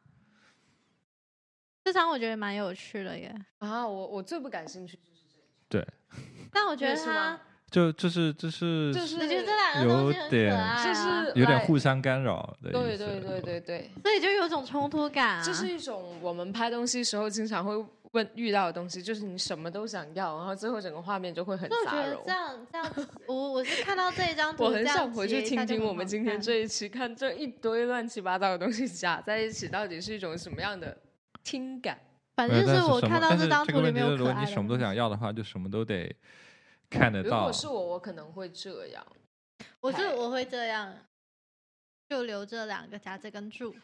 Speaker 2: 这张我觉得蛮有趣的耶，
Speaker 1: 啊，我我最不感兴趣，
Speaker 2: 但我觉
Speaker 1: 也
Speaker 2: 得
Speaker 1: 是
Speaker 2: 他
Speaker 1: 吗，
Speaker 3: 就就是就是
Speaker 1: 就是
Speaker 2: 我觉得这两个东西很
Speaker 3: 有
Speaker 2: 可
Speaker 3: 点
Speaker 2: 爱、啊，
Speaker 1: 就是
Speaker 3: 有点
Speaker 1: 来
Speaker 3: 互相干扰的意思。
Speaker 1: 对对对对对，
Speaker 2: 所以就有种冲突感啊。
Speaker 1: 这是一种我们拍东西时候经常会问遇到的东西，就是你什么都想要，然后最后整个画面就会很
Speaker 2: 所以我觉
Speaker 1: 杂
Speaker 2: 得
Speaker 1: 糅
Speaker 2: 这。样这样， (laughs) 我我是看到这一张图，
Speaker 1: 我很
Speaker 2: 这样
Speaker 1: 想回去
Speaker 2: 截一下
Speaker 1: 听
Speaker 2: 就
Speaker 1: 听
Speaker 2: 很
Speaker 1: 我们
Speaker 2: 好
Speaker 1: 今天
Speaker 2: 看
Speaker 1: 这一期看这一堆乱七八糟的东西夹在一起，到底是一种什么样的听感？
Speaker 2: 反
Speaker 3: 没有
Speaker 2: 正
Speaker 3: 呃但
Speaker 2: 就是我
Speaker 3: 什么
Speaker 2: 看到
Speaker 3: 但
Speaker 2: 这
Speaker 3: 是
Speaker 2: 张
Speaker 3: 这
Speaker 2: 图
Speaker 3: 个
Speaker 2: 里
Speaker 3: 问题
Speaker 2: 面
Speaker 3: 是
Speaker 2: 有
Speaker 3: 如
Speaker 2: 可
Speaker 3: 果
Speaker 2: 爱
Speaker 3: 你
Speaker 2: 的
Speaker 3: 什么都
Speaker 2: 东
Speaker 3: 想
Speaker 2: 西
Speaker 3: 要的话，就什么都得看得
Speaker 1: 如
Speaker 3: 到
Speaker 1: 果。是我，我可能会这样。
Speaker 2: 我是
Speaker 1: 拍
Speaker 2: 我会这样，就留这两个夹这根柱。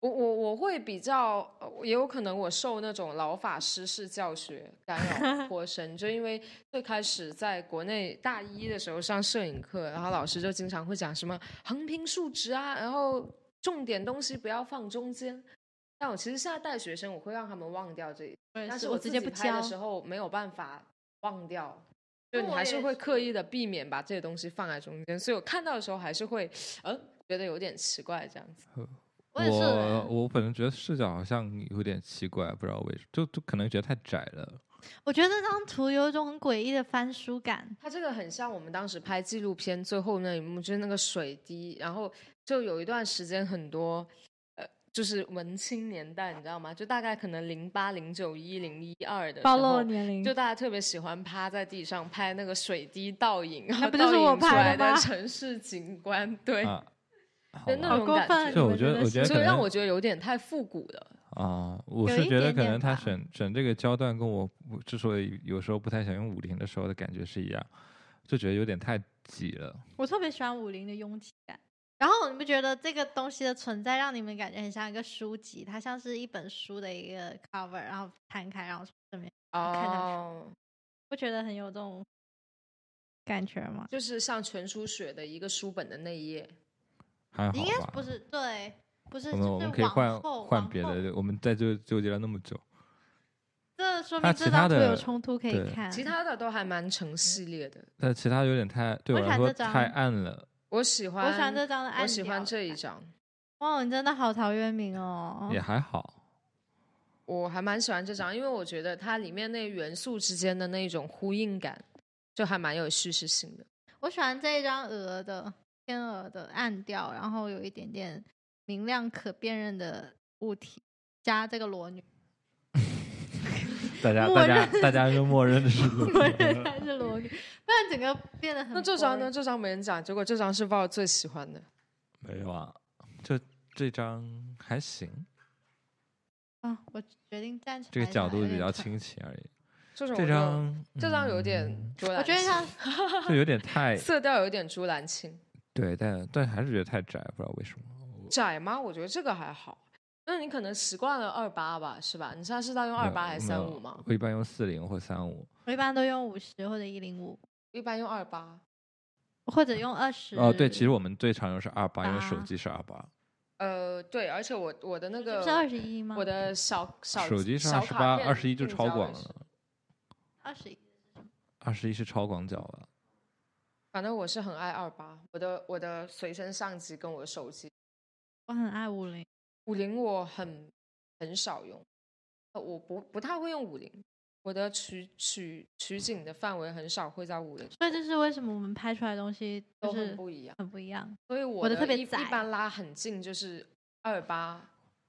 Speaker 1: 我我我会比较，呃也有可能我受那种老法师式教学干扰
Speaker 2: (laughs)
Speaker 1: 颇深，就因为最开始在国内大一的时候上摄影课，然后老师就经常会讲什么横平竖直啊，然后重点东西不要放中间。但我其实现在带学生，我会让他们忘掉这一但是
Speaker 2: 我
Speaker 1: 自
Speaker 2: 直
Speaker 1: 己
Speaker 2: 接不
Speaker 1: 拍
Speaker 2: 教
Speaker 1: 的。时候没有办法忘掉，就
Speaker 2: 那
Speaker 1: 你
Speaker 2: 我
Speaker 1: 还是
Speaker 2: 也
Speaker 1: 会刻
Speaker 2: 是
Speaker 1: 意的避免把这些东西放在中间，所以我看到的时候还是会，呃，觉得有点奇怪这样子。
Speaker 2: 我也是
Speaker 3: 我
Speaker 2: 欸，
Speaker 3: 我本人觉得视角好像有点奇怪，不知道为什么，就就可能觉得太窄了。
Speaker 2: 我觉得这张图有一种很诡异的翻书感。
Speaker 1: 它这个很像我们当时拍纪录片最后那一幕，就是那个水滴，然后就有一段时间很多。呃，就是文青年代，你知道吗？就大概可能零八、零九、一零、一二的时
Speaker 2: 暴露
Speaker 1: 候
Speaker 2: 了年龄，
Speaker 1: 就大家特别喜欢趴在地上拍那个水滴倒影，然后
Speaker 2: 不就是
Speaker 1: 倒影
Speaker 2: 我
Speaker 1: 出
Speaker 2: 拍
Speaker 1: 来
Speaker 2: 的
Speaker 1: 的
Speaker 2: 吗
Speaker 1: 城市景观，对，
Speaker 3: 啊，好
Speaker 1: 就那
Speaker 3: 吧
Speaker 1: 种
Speaker 2: 过
Speaker 1: 感
Speaker 2: 分
Speaker 1: 觉
Speaker 3: 就
Speaker 2: 你
Speaker 3: 我
Speaker 2: 们
Speaker 3: 觉得我觉
Speaker 2: 真的
Speaker 3: 得
Speaker 1: 所
Speaker 3: 可
Speaker 1: 以让
Speaker 3: 能
Speaker 1: 我觉得有点太复古了。
Speaker 3: 啊，我
Speaker 2: 有
Speaker 3: 是
Speaker 2: 一
Speaker 3: 觉得
Speaker 2: 点
Speaker 3: 可
Speaker 2: 点
Speaker 3: 能他
Speaker 2: 吧
Speaker 3: 选选这个焦段跟我我之所以有时候不太想用五零的时候的感觉是一样，就觉得有点太挤了。
Speaker 2: 我特别喜欢武林的拥挤感。然后你不觉得这个东西的存在让你们感觉很像一个书籍，它像是一本书的一个 cover，然后摊开，然后上面看上去
Speaker 1: 哦，
Speaker 2: 不觉得很有这种感觉吗？
Speaker 1: 就是像全书雪的一个书本的那一页，
Speaker 3: 还好
Speaker 2: 应该
Speaker 3: 吧
Speaker 2: 不是对，不是
Speaker 3: 我们
Speaker 2: 就
Speaker 3: 我
Speaker 2: 是
Speaker 3: 们可以
Speaker 2: 往
Speaker 3: 换
Speaker 2: 后
Speaker 3: 换
Speaker 2: 往
Speaker 3: 别
Speaker 2: 后
Speaker 3: 的，我们在这纠结了那么久。
Speaker 2: 这说
Speaker 3: 它
Speaker 2: 明
Speaker 3: 其
Speaker 2: 这
Speaker 3: 他
Speaker 2: 张图有
Speaker 3: 的
Speaker 2: 冲突可以
Speaker 3: 对
Speaker 2: 看。
Speaker 1: 其他的都还蛮成系列的。
Speaker 3: 但其他有点太对
Speaker 2: 我
Speaker 3: 我来
Speaker 2: 喜
Speaker 3: 说
Speaker 2: 欢这
Speaker 3: 太
Speaker 2: 张
Speaker 3: 暗了
Speaker 1: 我喜欢，
Speaker 2: 我喜欢这张的暗
Speaker 1: 我喜欢
Speaker 2: 调
Speaker 1: 这一
Speaker 2: 感
Speaker 1: 张，
Speaker 2: 哇，你真的好陶渊明哦
Speaker 3: 也！还好。
Speaker 1: 我还蛮喜欢这张，因为我觉得它里面那元素之间的那种呼应感，就还蛮有叙事性的。
Speaker 2: 我喜欢这一张鹅的天鹅的暗调，然后有一点点明亮可辨认的物体，加这个
Speaker 3: (laughs)
Speaker 2: 裸女， (laughs)
Speaker 3: 大家
Speaker 2: 默
Speaker 3: 大家大家就默认的是
Speaker 2: 我认还是裸女，不然整个变得很。
Speaker 1: 那这张呢？？这张没人讲，结果这张是 Val 最喜欢的。
Speaker 3: 没有啊，就这张还行，
Speaker 2: 啊，我决定站起来。
Speaker 3: 这个角度
Speaker 2: 有
Speaker 3: 比
Speaker 2: 点
Speaker 3: 较
Speaker 2: 疼。
Speaker 3: 清奇而已。
Speaker 1: 这种
Speaker 3: 这
Speaker 1: 我就
Speaker 3: 张
Speaker 1: 这张有点
Speaker 3: 嗯哎
Speaker 1: 朱兰
Speaker 2: 我
Speaker 1: 青，
Speaker 2: 觉得像
Speaker 3: 就有点太
Speaker 2: (laughs)
Speaker 1: 色调有点朱兰青
Speaker 3: 对，但但还是觉得太窄，不知道为什么。
Speaker 1: 窄吗？我觉得这个还好。那你可能习惯了二八吧，是吧？你现在是在用
Speaker 3: 没
Speaker 1: 二
Speaker 3: 有
Speaker 1: 八还是
Speaker 3: 没
Speaker 1: 三
Speaker 3: 有
Speaker 1: 五吗？
Speaker 3: 我一般用四零或三五。
Speaker 2: 我一般都用五十或者一零五，
Speaker 1: 一般用二八，
Speaker 2: 或者用二十。
Speaker 3: 哦，对，其实我们最常用是二八，因为
Speaker 2: 八
Speaker 3: 手机是二八，
Speaker 1: 呃，对，而且我我的那
Speaker 2: 这
Speaker 1: 个
Speaker 2: 不是二十一吗？
Speaker 1: 我的小小
Speaker 3: 手机是
Speaker 1: 小
Speaker 3: 二十八，
Speaker 1: 卡片
Speaker 3: 二十一就
Speaker 1: 定
Speaker 3: 超
Speaker 1: 焦的
Speaker 3: 广
Speaker 1: 是
Speaker 3: 了，
Speaker 2: 二十一。
Speaker 3: 二十一是超广角了。
Speaker 1: 反正我是很爱二八，我的我的随身相机跟我的手机，
Speaker 2: 我很爱五零，
Speaker 1: 五零我很很少用，呃我不不太会用五零，我的取取取景的范围很少会在五零，
Speaker 2: 所以这是为什么我们拍出来的东西
Speaker 1: 都
Speaker 2: 就
Speaker 1: 很
Speaker 2: 是
Speaker 1: 不一样。
Speaker 2: 很不一样。
Speaker 1: 所以我
Speaker 2: 我的特别
Speaker 1: 一一
Speaker 2: 窄
Speaker 1: 般拉很近就是二八，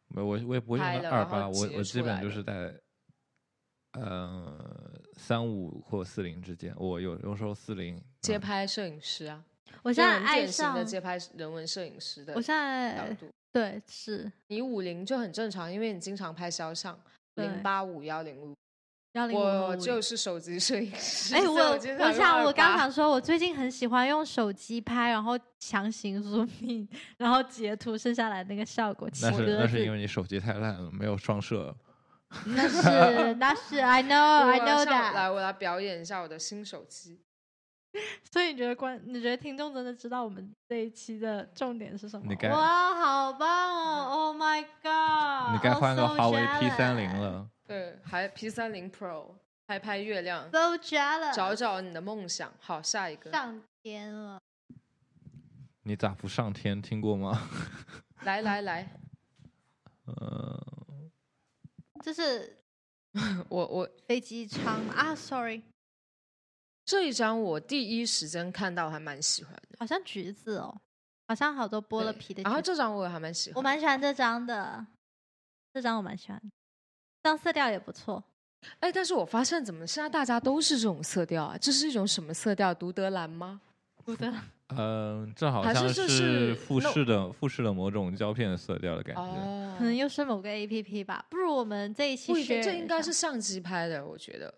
Speaker 3: 没有我我也不会
Speaker 1: 拍
Speaker 3: 用
Speaker 1: 了
Speaker 3: 到二
Speaker 1: 然
Speaker 3: 八，
Speaker 1: 后
Speaker 3: 我
Speaker 1: 截出
Speaker 3: 我基本
Speaker 1: 来
Speaker 3: 就
Speaker 1: 的
Speaker 3: 是在呃三五或四零之间，我有有时候四零嗯
Speaker 1: 街拍摄影师啊，
Speaker 2: 我现
Speaker 1: 就
Speaker 2: 在
Speaker 1: 很
Speaker 2: 爱
Speaker 1: 典型
Speaker 2: 上
Speaker 1: 的，街拍人文摄影师的
Speaker 2: 我现
Speaker 1: 角
Speaker 2: 在
Speaker 1: 度。
Speaker 2: 对是
Speaker 1: 你五零就很正常，因为你经常拍肖像，
Speaker 2: 对
Speaker 1: 零八五幺零五，
Speaker 2: 幺零五
Speaker 1: 我就是手机摄影师。(laughs)
Speaker 2: 哎，
Speaker 1: 所以
Speaker 2: 我
Speaker 1: 经
Speaker 2: 我
Speaker 1: 常用
Speaker 2: 想我刚
Speaker 1: 28
Speaker 2: 想说，我最近很喜欢用手机拍，然后强行 zoom in，然 (laughs) 后截图剩下来那个效果。
Speaker 3: 那是那是因
Speaker 2: 为
Speaker 3: 为你手机太烂了，没有双摄。
Speaker 2: 那是那是 I know
Speaker 1: 我
Speaker 2: 哦 I
Speaker 1: 要上
Speaker 2: know that。
Speaker 1: 来，我来表演一下我的新手机。
Speaker 2: 所以你觉得观你觉得听众真的知道我们这一期的重点是什么
Speaker 3: 你？该
Speaker 2: 哇，好棒哦！Oh my god！
Speaker 1: 哦
Speaker 3: 你该换个
Speaker 2: I'm so
Speaker 3: 华为 P 三零
Speaker 2: jealous，
Speaker 3: 了。
Speaker 1: 对，还 P 三零 Pro，拍拍月亮，
Speaker 2: ，so jealous，
Speaker 1: 找找你的梦想。好，下一个，
Speaker 2: 上天啊了。
Speaker 3: 你咋不上天？听过吗？ (laughs)
Speaker 1: 来来来，
Speaker 3: 呃，
Speaker 2: 就是
Speaker 1: 我我
Speaker 2: 飞机舱嘛啊，sorry，
Speaker 1: 这一张我第一时间看到还蛮喜欢的，
Speaker 2: 好像橘子哦，好像好多剥了
Speaker 1: 对
Speaker 2: 皮的橘子。
Speaker 1: 然后这张我也还蛮喜
Speaker 2: 我
Speaker 1: 欢。
Speaker 2: 蛮喜欢这张的，这张我蛮喜欢的，这张色调也不
Speaker 1: (laughs)
Speaker 2: 错。
Speaker 1: 哎，但是我发现怎么现在大家都是这种色调啊？这是一种什么色调？独德蓝吗？
Speaker 2: 不的，
Speaker 3: 嗯，这好
Speaker 1: 还
Speaker 3: 像
Speaker 1: 是这是
Speaker 3: 富
Speaker 1: 弄
Speaker 3: 士的富士的某种胶片的色调的感觉。
Speaker 1: 哦
Speaker 2: 可，能又是某个 A P P 吧。不如我们这一期
Speaker 1: 不一定，
Speaker 2: share
Speaker 1: 这
Speaker 2: 一
Speaker 1: 应该
Speaker 2: 下
Speaker 1: 是相机拍的，我觉得。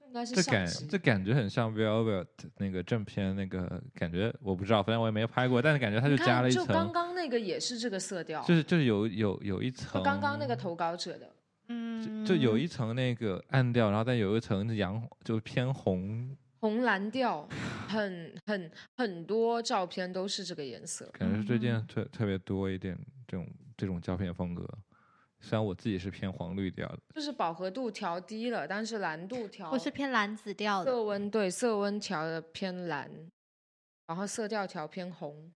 Speaker 1: 这应该是
Speaker 3: 这
Speaker 1: 相
Speaker 3: 感
Speaker 1: 机。
Speaker 3: 这感觉很像 Velvet 那个正片那个感觉，我不知道，反正我也没拍过，但是感觉它
Speaker 1: 你
Speaker 3: 加
Speaker 1: 看
Speaker 3: 了一
Speaker 1: 就刚
Speaker 3: 层，
Speaker 1: 刚那个也是这个色调，
Speaker 3: 就是就是有有有一层
Speaker 1: 就，刚刚那个投稿者的，
Speaker 2: 嗯，
Speaker 3: 就有一层那个暗调，然后但有一层洋就偏红，
Speaker 1: 红蓝调，很很很多照片都是这个颜色。
Speaker 3: 感觉是最近
Speaker 2: 嗯
Speaker 3: 特特别多一点这种这种胶片风格。虽然我自己是偏黄绿调的，
Speaker 1: 就是饱和度调低了，但是蓝度调
Speaker 2: 我是偏蓝紫调的，
Speaker 1: 色温对色温调的偏蓝，然后色调调偏红，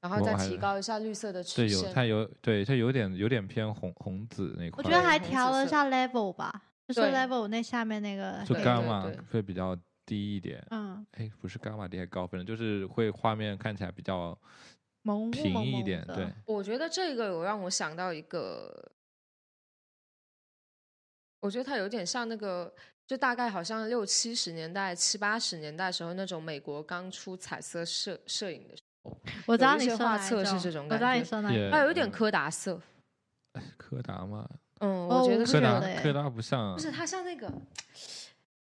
Speaker 1: 然后
Speaker 3: 我
Speaker 1: 再
Speaker 3: 还
Speaker 1: 提高一下绿色的曲
Speaker 3: 对，有
Speaker 1: 线。
Speaker 3: 它有对它有点有点偏红红紫那块
Speaker 2: 我
Speaker 3: 儿，
Speaker 2: 觉得还
Speaker 1: 红
Speaker 2: 调
Speaker 1: 紫
Speaker 2: 了一
Speaker 1: 色
Speaker 2: 下 level 吧，就是
Speaker 1: 对
Speaker 2: level 那下面那个
Speaker 3: 就
Speaker 1: 对
Speaker 3: 伽
Speaker 1: 对
Speaker 3: 马
Speaker 1: 对
Speaker 3: 会比较低一点。
Speaker 2: 嗯
Speaker 3: 哎，不是伽马低还高，反正就是会画面看起来比较
Speaker 2: 萌雾
Speaker 3: 平
Speaker 2: 蒙
Speaker 3: 一
Speaker 2: 蒙
Speaker 3: 点。
Speaker 2: 的
Speaker 3: 对，
Speaker 1: 我觉得这个有让我想到一个，我觉得它有点像那个，就大概好像六七十年代、七八十年代时候那种美国刚出彩色摄摄影的时
Speaker 2: 我知道
Speaker 1: 有一
Speaker 2: 你
Speaker 1: 些
Speaker 2: 说
Speaker 1: 画
Speaker 2: 哪一
Speaker 1: 册是
Speaker 2: 种
Speaker 1: 这种
Speaker 2: 我知道
Speaker 1: 感
Speaker 2: 你
Speaker 1: 觉
Speaker 2: 说哪一
Speaker 3: 也
Speaker 1: 候，
Speaker 2: 种
Speaker 1: 它有一点
Speaker 3: 嗯
Speaker 1: 柯达色。
Speaker 3: 柯达嘛，
Speaker 1: 嗯，
Speaker 2: 哦
Speaker 1: 我觉
Speaker 2: 我
Speaker 1: 得
Speaker 2: 知
Speaker 1: 是
Speaker 3: 柯
Speaker 1: 有
Speaker 3: 达
Speaker 2: 道的
Speaker 3: 柯达不像
Speaker 1: 不，是它像那个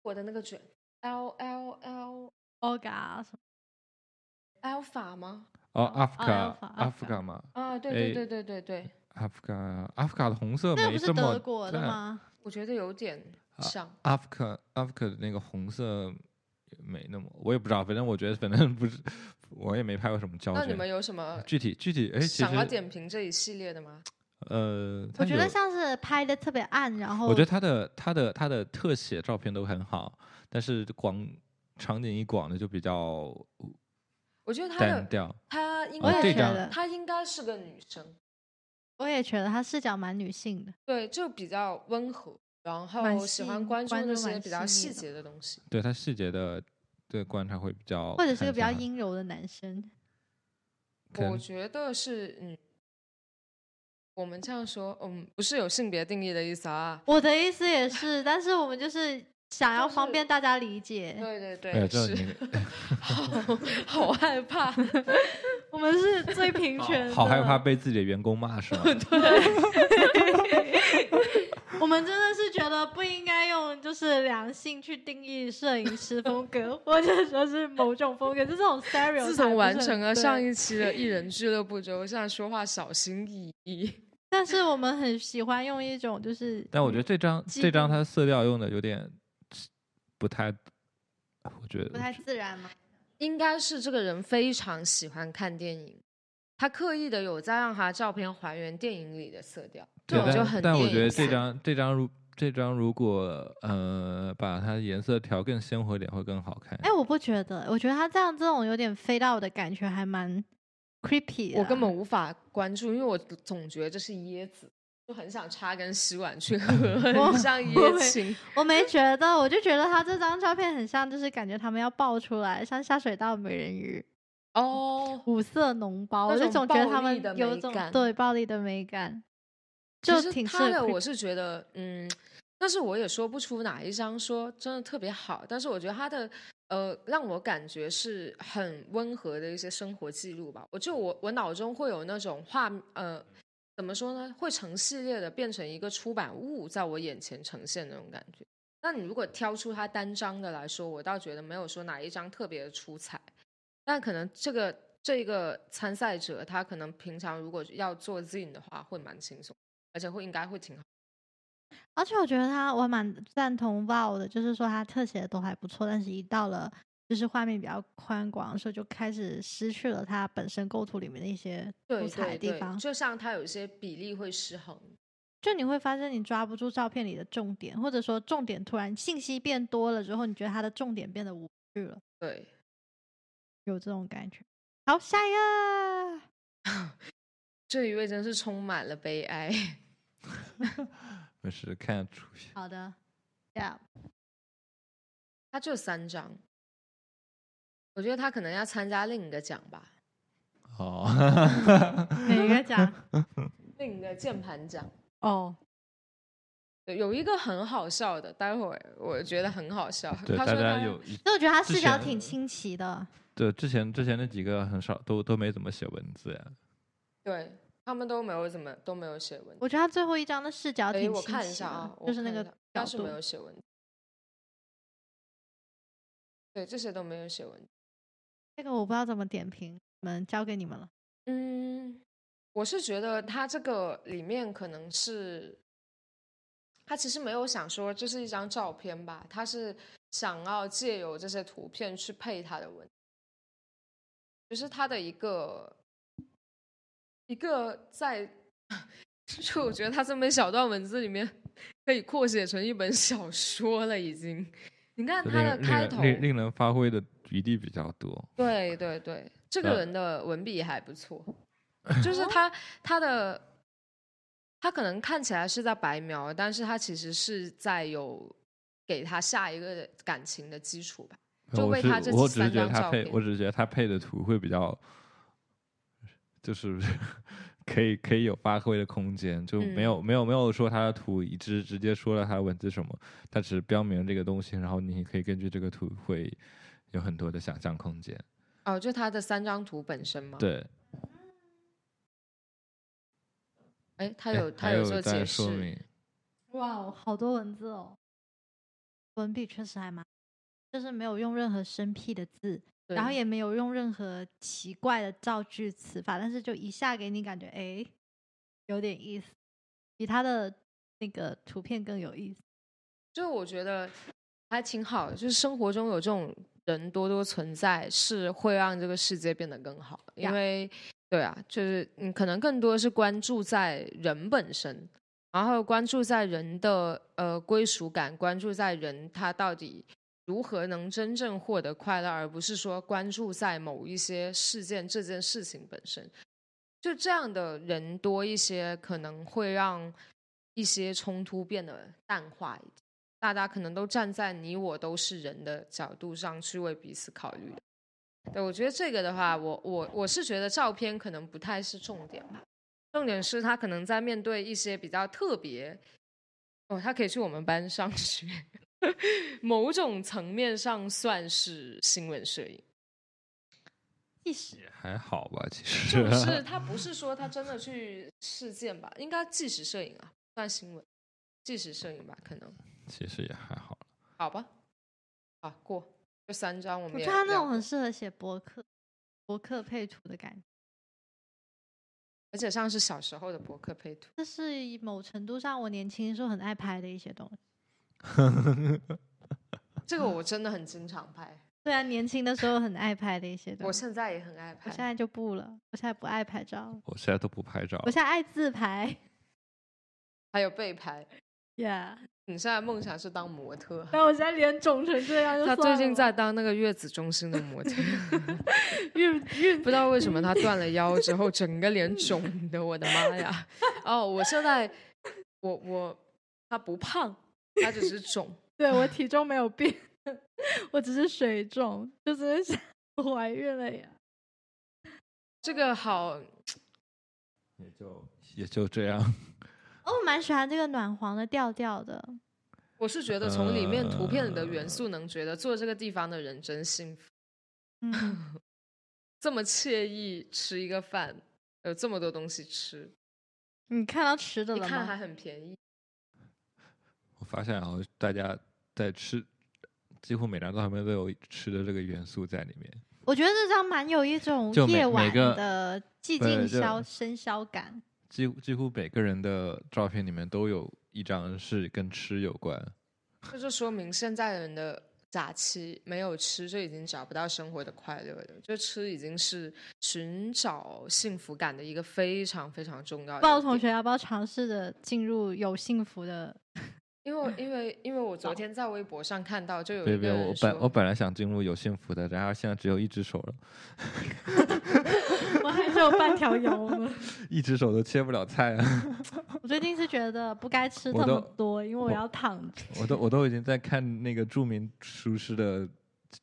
Speaker 1: 我的那个卷 L L L
Speaker 2: Oga 啊什么
Speaker 1: Alpha 吗？
Speaker 3: 哦，
Speaker 2: 哦
Speaker 3: 阿富卡
Speaker 2: ，Alpha，
Speaker 3: 阿
Speaker 2: Alpha
Speaker 3: 富卡嘛，
Speaker 1: 啊，对对
Speaker 3: 哎
Speaker 1: 对对对对，
Speaker 3: 阿富卡阿富卡的红色
Speaker 2: 那个
Speaker 3: 没
Speaker 2: 不是
Speaker 3: 这
Speaker 2: 德
Speaker 3: 么
Speaker 2: 国的
Speaker 3: 淡
Speaker 2: 吗？
Speaker 1: 我觉得有点
Speaker 3: 啊
Speaker 1: 像。
Speaker 3: 阿富卡阿富卡的那个红色没那么，我也不知道，反正我觉得反正不是，我也没拍过什么胶
Speaker 1: 那你
Speaker 3: 卷
Speaker 1: 们。有什么
Speaker 3: 具体具体哎，其
Speaker 1: 想要
Speaker 3: 实
Speaker 1: 点评这一系列的吗？
Speaker 3: 呃，它
Speaker 2: 我觉得
Speaker 3: 有
Speaker 2: 像是拍的特别暗，然后
Speaker 3: 我觉得他的他的他的特写照片都很好，但是广场景一广的就比较
Speaker 1: 我觉得它
Speaker 3: 单
Speaker 1: 的
Speaker 3: 调。
Speaker 1: 她应
Speaker 2: 我
Speaker 3: 哦
Speaker 1: 该
Speaker 2: 也
Speaker 3: 这
Speaker 2: 觉
Speaker 1: 是
Speaker 3: 张
Speaker 2: 得，
Speaker 1: 她应该是个女生，
Speaker 2: 我也觉得他视角蛮女性的。
Speaker 1: 对，就比较温和，然
Speaker 2: 蛮
Speaker 1: 后喜
Speaker 2: 细
Speaker 1: 欢
Speaker 2: 腻
Speaker 1: 关注
Speaker 2: 关
Speaker 1: 那
Speaker 2: 注
Speaker 1: 些
Speaker 2: 蛮
Speaker 1: 比较
Speaker 2: 细
Speaker 1: 细
Speaker 2: 腻的
Speaker 1: 节的东西。
Speaker 3: 对他细节的对观察会比较，
Speaker 2: 或者是个比较
Speaker 3: 阴，
Speaker 2: 阴柔的男生。
Speaker 3: 可
Speaker 1: 我
Speaker 3: 能
Speaker 1: 觉得是，嗯，我们这样说，嗯，不是有性别定义的意思啊。
Speaker 2: 我的意思也是，但是我们就是想要
Speaker 1: 就是
Speaker 2: 方便大家理解，
Speaker 1: 对对
Speaker 3: 没
Speaker 1: 对，，
Speaker 3: 有就是哎你
Speaker 1: 好好害怕。
Speaker 2: (laughs) 我们是最平权的
Speaker 3: 好害怕。被自己的员工骂是吗？
Speaker 2: (laughs) 我们真的是觉得不应该用就是良性去定义摄影师风格，或者说是某种风格，就这种 stereo。
Speaker 1: 自从完成了上
Speaker 2: 一，
Speaker 1: 一期的艺人俱乐部之后，现在说话小心翼翼。 (laughs)
Speaker 2: 但是我们很喜欢用一种就是，
Speaker 3: 但我觉得这张
Speaker 2: 基
Speaker 3: 这张
Speaker 2: 本
Speaker 3: 它色调用的有点不太，我觉得
Speaker 2: 不太自然嘛。
Speaker 1: 应该是这个人非常喜欢看电影，他刻意的有在让他照片还原电影里的色调，这
Speaker 3: 对，
Speaker 1: 种就很
Speaker 3: 但但我
Speaker 1: 电
Speaker 3: 觉得
Speaker 1: 影
Speaker 3: 这
Speaker 1: 色
Speaker 3: 张这张如这张如果呃把它颜色调更鲜活一点会更好看。
Speaker 2: 哎，我不觉得，我觉得他这样这种有点飞到的感觉还蛮 creepy 的啊。
Speaker 1: 我根本无法关注，因为我总觉得这是椰子，就很想插根吸管 (laughs) 去喝，很像野 (laughs) 情。
Speaker 2: 我没觉得，我就觉得他这张照片很像，就是感觉他们要爆出来，像下水道美人鱼。
Speaker 1: 哦，
Speaker 2: 五色脓包，
Speaker 1: 那
Speaker 2: 我就
Speaker 1: 种
Speaker 2: 总觉得
Speaker 1: 暴
Speaker 2: 他
Speaker 1: 力
Speaker 2: 们
Speaker 1: 的
Speaker 2: 有
Speaker 1: 美
Speaker 2: 种
Speaker 1: 感
Speaker 2: 对暴力的美感，
Speaker 1: 其
Speaker 2: 就
Speaker 1: 实
Speaker 2: 挺适
Speaker 1: 他的，
Speaker 2: 合。
Speaker 1: 我是觉得，嗯，但是我也说不出哪一张说真的特别好，但是我觉得他的，呃，让我感觉是很温和的一些生活记录吧。我就我我脑中会有那种画，呃，怎么说呢，会成系列的变成一个出版物，在我眼前呈现那种感觉。那你如果挑出他单张的来说，我倒觉得没有说哪一张特别的出彩。但可能这个这个参赛者，他可能平常如果要做 zin 的话，会蛮轻松，而且会应该会挺好。
Speaker 2: 而且我觉得他我还蛮赞同 Val 的，就是说他特写的都还不错，但是一到了就是画面比较宽广的时候，就开始失去了它本身构图里面的一些
Speaker 1: 对
Speaker 2: 出彩
Speaker 1: 对
Speaker 2: 的地
Speaker 1: 对
Speaker 2: 方，。
Speaker 1: 就像他有一些比例会失衡。
Speaker 2: 就你会发现你抓不住照片里的重点，或者说重点突然信息变多了之后，你觉得它的重点变得无趣了，
Speaker 1: 对，
Speaker 2: 有这种感觉。好，下一个，
Speaker 1: 这一位真是充满了悲哀。 (laughs)
Speaker 3: 我是看得出去。
Speaker 2: 好的，Yeah， (laughs)
Speaker 1: 他就三张，我觉得他可能要参加另一个奖吧，
Speaker 3: 哦， (laughs)
Speaker 2: 每个 (laughs) 奖
Speaker 1: 另一个键盘奖。
Speaker 2: 哦，
Speaker 1: 对有一个很好笑的，待会儿我觉得很好笑。
Speaker 3: 对，
Speaker 1: 他
Speaker 3: 大
Speaker 1: 说
Speaker 3: 家
Speaker 1: 他
Speaker 3: 有一
Speaker 2: 那我觉得他
Speaker 3: 之
Speaker 2: 视角
Speaker 3: 前
Speaker 2: 挺清奇的，
Speaker 3: 对之前之前那几个很少都都没怎么写文字呀。
Speaker 1: 对他们都没有怎么都没有写文字。
Speaker 2: 我觉得他最后一张的视角
Speaker 1: 哎，
Speaker 2: 挺
Speaker 1: 我
Speaker 2: 清
Speaker 1: 看一
Speaker 2: 奇
Speaker 1: 下啊
Speaker 2: 的，，
Speaker 1: 我
Speaker 2: 就是那
Speaker 1: 看
Speaker 2: 个
Speaker 1: 一下但是
Speaker 2: 角
Speaker 1: 没
Speaker 2: 度
Speaker 1: 有写文字，对，这些都没有写文字。
Speaker 2: 这个我不知道怎么点评，你们交给你们了。
Speaker 1: 嗯，我是觉得他这个里面可能是，他其实没有想说这是一张照片吧，他是想要借由这些图片去配他的文，就是他的一个一个在， (laughs) 就我觉得他这么一小段文字里面可以扩写成一本小说了，已经。你看
Speaker 3: 就
Speaker 1: 他
Speaker 3: 令
Speaker 1: 的
Speaker 3: 人令
Speaker 1: 开
Speaker 3: 人
Speaker 1: 头，
Speaker 3: 令令人发挥的余地比较多。
Speaker 1: 对对对，这个
Speaker 3: 呃
Speaker 1: 人的文笔还不错，
Speaker 2: 哦
Speaker 1: 就是他他的他可能看起来是在白描，但是他其实是在有给他下一个感情的基础吧。就
Speaker 3: 我
Speaker 1: 为
Speaker 3: 是
Speaker 1: 他这
Speaker 3: 我
Speaker 1: 次
Speaker 3: 只是
Speaker 1: 三
Speaker 3: 觉得
Speaker 1: 张
Speaker 3: 他
Speaker 1: 照
Speaker 3: 配，
Speaker 1: 片
Speaker 3: 我只是觉得他配的图会比较，就是 (laughs) 可以可以有发挥的空间，就
Speaker 1: 嗯
Speaker 3: 没有、没有没有说他的图一直直接说了他的文字什么，他只是标明这个东西，然后你可以根据这个图会有很多的想象空间。
Speaker 1: 哦，就他的三张图本身嘛。，
Speaker 3: 对，
Speaker 1: 哎，他
Speaker 3: 还
Speaker 1: 有他
Speaker 3: 还有
Speaker 1: 做
Speaker 3: 在
Speaker 1: 解
Speaker 3: 说
Speaker 1: 释，
Speaker 3: 明，
Speaker 2: 哇哦，好多文字哦，文笔确实还蛮，就是没有用任何生僻的字，
Speaker 1: 对
Speaker 2: 然后也没有用任何奇怪的造句词法，但是就一下给你感觉哎，有点意思，比他的那个图片更有意思。
Speaker 1: 就我觉得还挺好的，就是生活中有这种人多多存在，是会让这个世界变得更好。因
Speaker 2: Yeah
Speaker 1: 为，对啊，就是你可能更多是关注在人本身，然后关注在人的呃归属感，关注在人他到底如何能真正获得快乐，而不是说关注在某一些事件这件事情本身。就这样的人多一些，可能会让一些冲突变得淡化一点。大家可能都站在你我都是人的角度上去为彼此考虑的。对，我觉得这个的话，我我我是觉得照片可能不太是重点吧，重点是他可能在面对一些比较特别，哦，他可以去我们班上学， (laughs) 某种层面上算是新闻摄影，
Speaker 2: 意识
Speaker 3: 也还好吧，其实 (laughs)
Speaker 1: 就是他不是说他真的去事件吧，应该纪实摄影啊，不算新闻，纪实摄影吧，可能
Speaker 3: 其实也还好。
Speaker 1: 好吧，好过，就三张我们
Speaker 2: 我
Speaker 1: 嗯也
Speaker 2: 觉得他那
Speaker 1: 聊
Speaker 2: 种
Speaker 1: 过
Speaker 2: 很适合写博客，博客配图的感觉，
Speaker 1: 而且像是小时候的博客配图，
Speaker 2: 这是一某程度上我年轻的时候很爱拍的一些东西。
Speaker 1: 这个我真的很经常
Speaker 2: (laughs)
Speaker 1: 拍，
Speaker 2: 对啊，年轻的时候很爱拍的一些
Speaker 1: 我
Speaker 2: 东西。
Speaker 1: 现在也很爱
Speaker 2: 我
Speaker 1: 拍。
Speaker 2: 现在就不了，我现在不爱拍照了，
Speaker 3: 我现在都不拍照
Speaker 1: 哦
Speaker 2: 我，现在爱自拍。 (laughs)
Speaker 1: 还有被拍。
Speaker 2: Yeah，
Speaker 1: 你现在梦想是当模特，啊
Speaker 2: 但我现在脸肿成这样就
Speaker 1: 他
Speaker 2: 算了，
Speaker 1: 最近在当那个月子中心的模特，
Speaker 2: 孕
Speaker 1: (laughs)
Speaker 2: 孕
Speaker 1: 不知道为什么他断了腰之后，整个脸肿的，我的妈呀！哦，我现在我
Speaker 2: (laughs)
Speaker 1: 我他不胖，他只是肿。
Speaker 2: 对我体重没有变， (laughs) 我只是水肿，就是想 (laughs) 我怀孕了呀。
Speaker 1: 这个好，
Speaker 3: 也就也就这样。
Speaker 2: 哦，我蛮喜欢这个暖黄的调调的。
Speaker 1: 我是觉得从里面图片里的元
Speaker 2: 呃
Speaker 1: 素能觉得做这个地方的人真幸福，
Speaker 2: (laughs) 嗯，
Speaker 1: 这么惬意吃一个饭，有这么多东西吃，
Speaker 2: 你看到吃的
Speaker 1: 一
Speaker 2: 了
Speaker 1: 看还
Speaker 2: 吗？
Speaker 1: 很便宜。
Speaker 3: 我发现啊，大家在吃，几乎每张照片都有吃的这个元素在里面。
Speaker 2: 我觉得这张蛮有一种
Speaker 3: 就每
Speaker 2: 夜晚
Speaker 3: 每个
Speaker 2: 的寂
Speaker 3: 对
Speaker 2: 静
Speaker 3: 就
Speaker 2: 消深宵感。
Speaker 3: 几乎几乎每个人的照片里面都有一张是跟吃有关。
Speaker 1: 这就说明现在人的假期没有吃就已经找不到生活的快乐了，就吃已经是寻找幸福感的一个非常非常重要的。
Speaker 2: 不知道同，学要不要尝试着进入有幸福的？ (laughs)
Speaker 1: 因
Speaker 2: 嗯
Speaker 1: 为因为因为我昨天在微博上看到，就有
Speaker 3: 别
Speaker 1: 一个
Speaker 3: 别，我
Speaker 1: 人
Speaker 3: 本我
Speaker 1: 说，
Speaker 3: 本来想进入有幸福的，然后现在只有一只手了，
Speaker 2: 我还是有半条腰呢。 (laughs)
Speaker 3: 一只手都切不了 (laughs) 菜啊！
Speaker 2: 我最近是觉得不该吃
Speaker 3: 我
Speaker 2: 这么
Speaker 3: 都
Speaker 2: 多，因为我
Speaker 3: 我
Speaker 2: 要躺着。
Speaker 3: 我都我都已经在看那个著名厨师的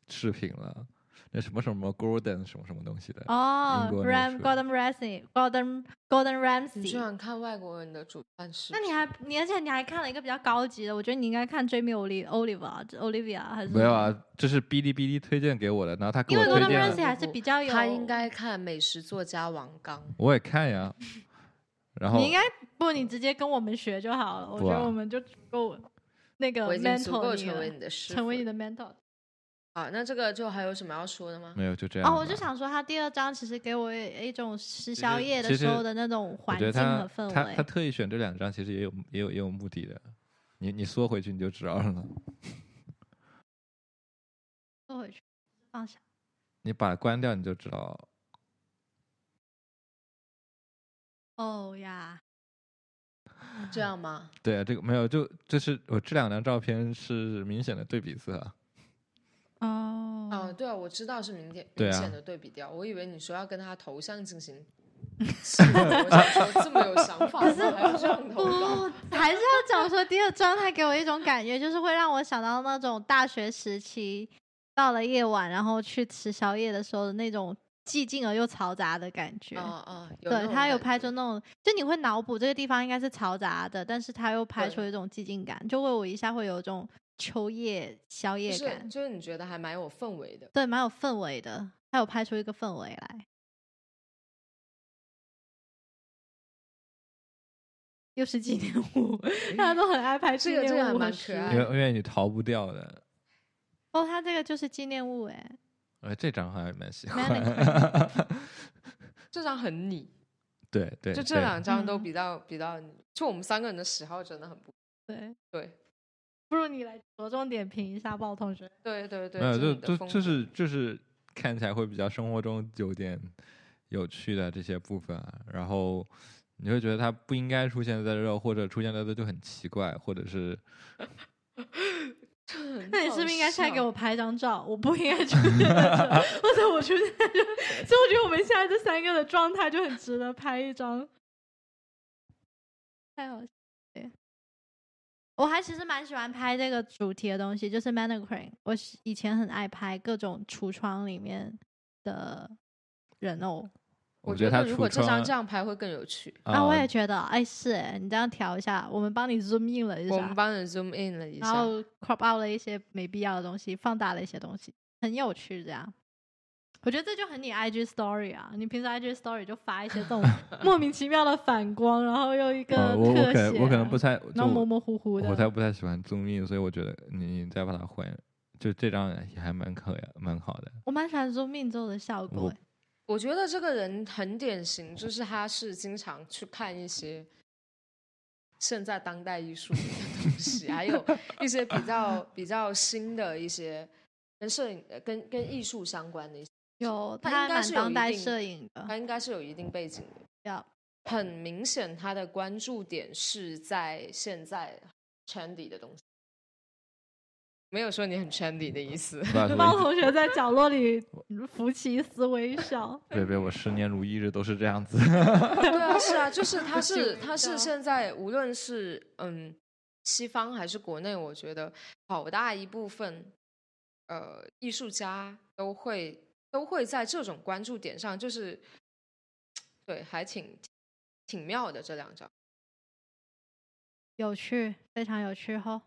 Speaker 3: 视频了，那什么什么 Gordon 什么什么东西的，
Speaker 2: 哦
Speaker 3: 英国那
Speaker 2: ，Ram
Speaker 3: 个
Speaker 2: Gordon Ramsay Gordon Gordon
Speaker 1: 你居
Speaker 2: Ramsay，
Speaker 1: 然看外国人的煮饭视
Speaker 2: 那
Speaker 1: 频，
Speaker 2: 你还你而且你还看了一个比较高级的，我觉得你应该看 Jamie Oli- Oliver Olivia 还是
Speaker 3: 没有？啊，这是哔哩哔哩推荐给我的，然后他给
Speaker 2: 因
Speaker 3: 我
Speaker 2: 为
Speaker 3: 推
Speaker 2: Gordon
Speaker 3: 荐了
Speaker 2: Ramsay 还是比较有，
Speaker 1: 他应该看美食作家王刚。
Speaker 3: 我也看呀，然后
Speaker 2: 你应该不你直接跟我们学就好了，我觉
Speaker 3: 不
Speaker 2: 得
Speaker 3: 啊
Speaker 2: 我们就足够那个
Speaker 1: 我已经足够
Speaker 2: mentor 你
Speaker 1: 成为你
Speaker 2: 了，
Speaker 1: 的师傅，
Speaker 2: 成为你的 mentor。
Speaker 1: 啊。那这个就还有什么要说的吗？
Speaker 3: 没有就这样吧。啊
Speaker 2: 哦，我就想说，他第二章其实给我一种
Speaker 3: 其
Speaker 2: 吃宵
Speaker 3: 实
Speaker 2: 夜的
Speaker 3: 其
Speaker 2: 时候
Speaker 3: 实
Speaker 2: 的那种
Speaker 3: 我
Speaker 2: 环
Speaker 3: 觉
Speaker 2: 境
Speaker 3: 得他
Speaker 2: 和氛
Speaker 3: 他他
Speaker 2: 围。
Speaker 3: 特意选这两张，其实也有也有也有目的的。你你缩回去你就知道了，
Speaker 2: 坐回去，放下。
Speaker 3: 你把它关掉你就知道
Speaker 2: 哦呀，
Speaker 1: 这样吗？
Speaker 3: 对啊，这个没有，就就是我这两张照片是明显的对比色
Speaker 2: (laughs)
Speaker 3: 啊，
Speaker 2: 哦
Speaker 1: 啊，对啊，我知道是明天
Speaker 3: 嗯对
Speaker 1: 明
Speaker 3: 啊
Speaker 1: 显的对比掉。我以为你说要跟他头像进行契合，我想
Speaker 3: (laughs)
Speaker 1: 说这么有想法，
Speaker 2: 是
Speaker 1: 我还有这样投稿？
Speaker 2: 不，哦还是要讲说第二章，它给我一种感觉，就是会让我想到那种大学时期，到了夜晚，然后去吃宵夜的时候的那种寂静而又嘈杂的感觉。
Speaker 1: 啊啊，有那
Speaker 2: 对
Speaker 1: 种
Speaker 2: 他有
Speaker 1: 感
Speaker 2: 拍
Speaker 1: 觉
Speaker 2: 出那种，就你会脑补这个地方应该是嘈杂的，但是他又拍
Speaker 1: 对
Speaker 2: 出一种寂静感，就为我一下会有一种秋夜宵
Speaker 1: 就
Speaker 2: 夜
Speaker 1: 是
Speaker 2: 感，
Speaker 1: 就是你觉得还蛮有氛围的。
Speaker 2: 对，蛮有氛围的。他有拍出一个氛围来。又是纪念物，
Speaker 3: 哎
Speaker 2: 大家都很爱拍纪
Speaker 1: 这个这
Speaker 2: 念
Speaker 1: 个还
Speaker 2: 物和
Speaker 1: 蛮
Speaker 2: 食
Speaker 1: 可
Speaker 2: 物
Speaker 1: 爱
Speaker 3: 因为
Speaker 1: 的
Speaker 3: 因为你逃不掉的。
Speaker 2: 哦，他这个就是纪念物哎，
Speaker 3: 呃，这张还蛮喜
Speaker 2: 蛮有
Speaker 3: 欢，
Speaker 1: 这张很你，
Speaker 3: (laughs) 对对，
Speaker 1: 就这
Speaker 3: 对
Speaker 1: 两张都
Speaker 2: 嗯
Speaker 1: 比较比较你，就我们三个人的喜好真的很不
Speaker 2: 对，
Speaker 1: 对。
Speaker 2: 不如你来着重点评一下鲍同学。
Speaker 1: 对对对，
Speaker 3: 没有，
Speaker 1: 这
Speaker 3: 就
Speaker 1: 你的
Speaker 3: 就
Speaker 1: 风
Speaker 3: 就
Speaker 1: 格
Speaker 3: 是就是看起来会比较生活中有点有趣的这些部分啊，然后你会觉得它不应该出现在这儿，或者出现在这就很奇怪，或者是
Speaker 1: 很
Speaker 2: (laughs) 那你
Speaker 1: 好
Speaker 2: 是不是应该现在给
Speaker 1: 笑
Speaker 2: 我拍张照？我不应该出现在这，或 (laughs) 者我出现在这，所以我觉得我们现在这三个的状态就很值得拍一张。太好笑了，对我还其实蛮喜欢拍这个主题的东西，就是 mannequin。我是以前很爱拍各种橱窗里面的人偶
Speaker 1: 我
Speaker 3: 觉得它
Speaker 1: 如
Speaker 3: 橱
Speaker 1: 果这张
Speaker 3: 窗
Speaker 1: 这样拍会更有趣。
Speaker 2: 啊，我
Speaker 3: 呃
Speaker 2: 也觉得，哎，是哎，你这样调一下，我们帮你 zoom in 了一
Speaker 1: 我
Speaker 2: 下
Speaker 1: 们，帮人 zoom in 了一
Speaker 2: 然
Speaker 1: 下，
Speaker 2: 后 crop out 了一些没必要的东西，放大了一些东西，很有趣。这样，我觉得这就很你 IG story 啊，你平时 IG story 就发一
Speaker 3: (laughs)
Speaker 2: 些这种莫名其妙的反光，然后又一个
Speaker 3: 呃我我可
Speaker 2: 特
Speaker 3: 能
Speaker 2: 写，
Speaker 3: 我可能不，太，就
Speaker 2: 然后模模糊糊的。
Speaker 3: 我才不太喜欢综艺，所以我觉得你你再把它换，就这张也还蛮可蛮好的。
Speaker 2: 我蛮喜欢 zoom in 之后的效果
Speaker 3: 我
Speaker 2: 欸，
Speaker 1: 我觉得这个人很典型，就是他是经常去看一些现在当代艺术的东西，还有一些比较比较新的一些跟摄影、呃跟跟艺术相关的一些，
Speaker 2: 有
Speaker 1: 它
Speaker 2: 它
Speaker 1: 应该
Speaker 2: 蛮
Speaker 1: 是有
Speaker 2: 当
Speaker 1: 一
Speaker 2: 代
Speaker 1: 定
Speaker 2: 摄影的，
Speaker 1: 他应该是有一定背景的。
Speaker 2: 要
Speaker 1: 很明显，他的关注点是在现在 trendy 的东西。没有说你很 trendy 的意思。
Speaker 2: 猫同学在角落里 (laughs) 扶起丝微笑。
Speaker 3: 别别，我十年如一日都是这样子。 (laughs)
Speaker 1: 对啊，是啊，就是他是他是现在无论是嗯西方还是国内，我觉得好大一部分呃艺术家都会都会在这种关注点上，就是对，还挺挺妙的这两张。
Speaker 2: 有趣，非常有趣哈、哦。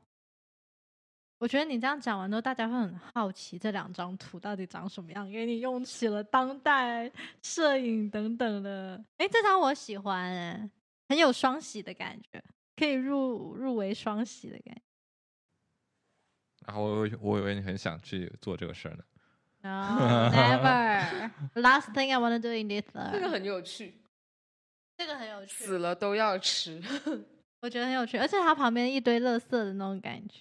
Speaker 2: 我觉得你这样讲完之后，大家会很好奇这两张图到底长什么样，因为你用起了当代摄影等等的。哎，这张我喜欢，哎，很有双喜的感觉，可以入入围双喜的感觉。
Speaker 3: 然后、啊、我我以为你很想去做这个事儿呢。
Speaker 2: No, (laughs) never. Last thing I want to do in this.
Speaker 1: (laughs) 这个很有趣，
Speaker 2: 这个很有趣，
Speaker 1: 死了都要吃。
Speaker 2: 我觉得很有趣，而且它旁边一堆垃圾的那种感觉。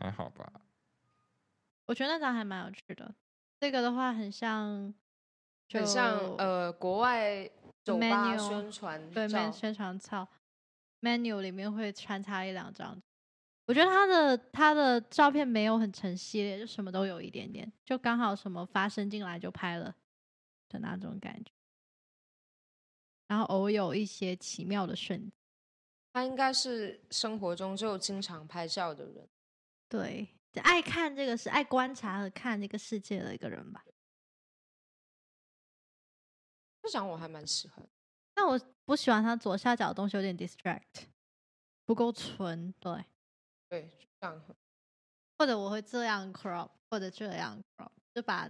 Speaker 3: 还好吧，
Speaker 2: 我觉得那张还蛮有趣的。这个的话很像，
Speaker 1: (laughs) 很像呃国外酒吧宣传
Speaker 2: 对宣传照，menu 里面会穿插一两张。我觉得他的他的照片没有很成系列，就什么都有一点点，就刚好什么发生进来就拍了的那种感觉。然后偶有一些奇妙的瞬间。
Speaker 1: 他应该是生活中就经常拍照的人。
Speaker 2: 对，爱看这个是爱观察和看这个世界的一个人吧。
Speaker 1: 这张我还蛮喜欢，
Speaker 2: 但我不喜欢它左下角的东西有点 distract，不够纯。对，
Speaker 1: 对，这样。
Speaker 2: 或者我会这样 crop，或者这样 crop，就把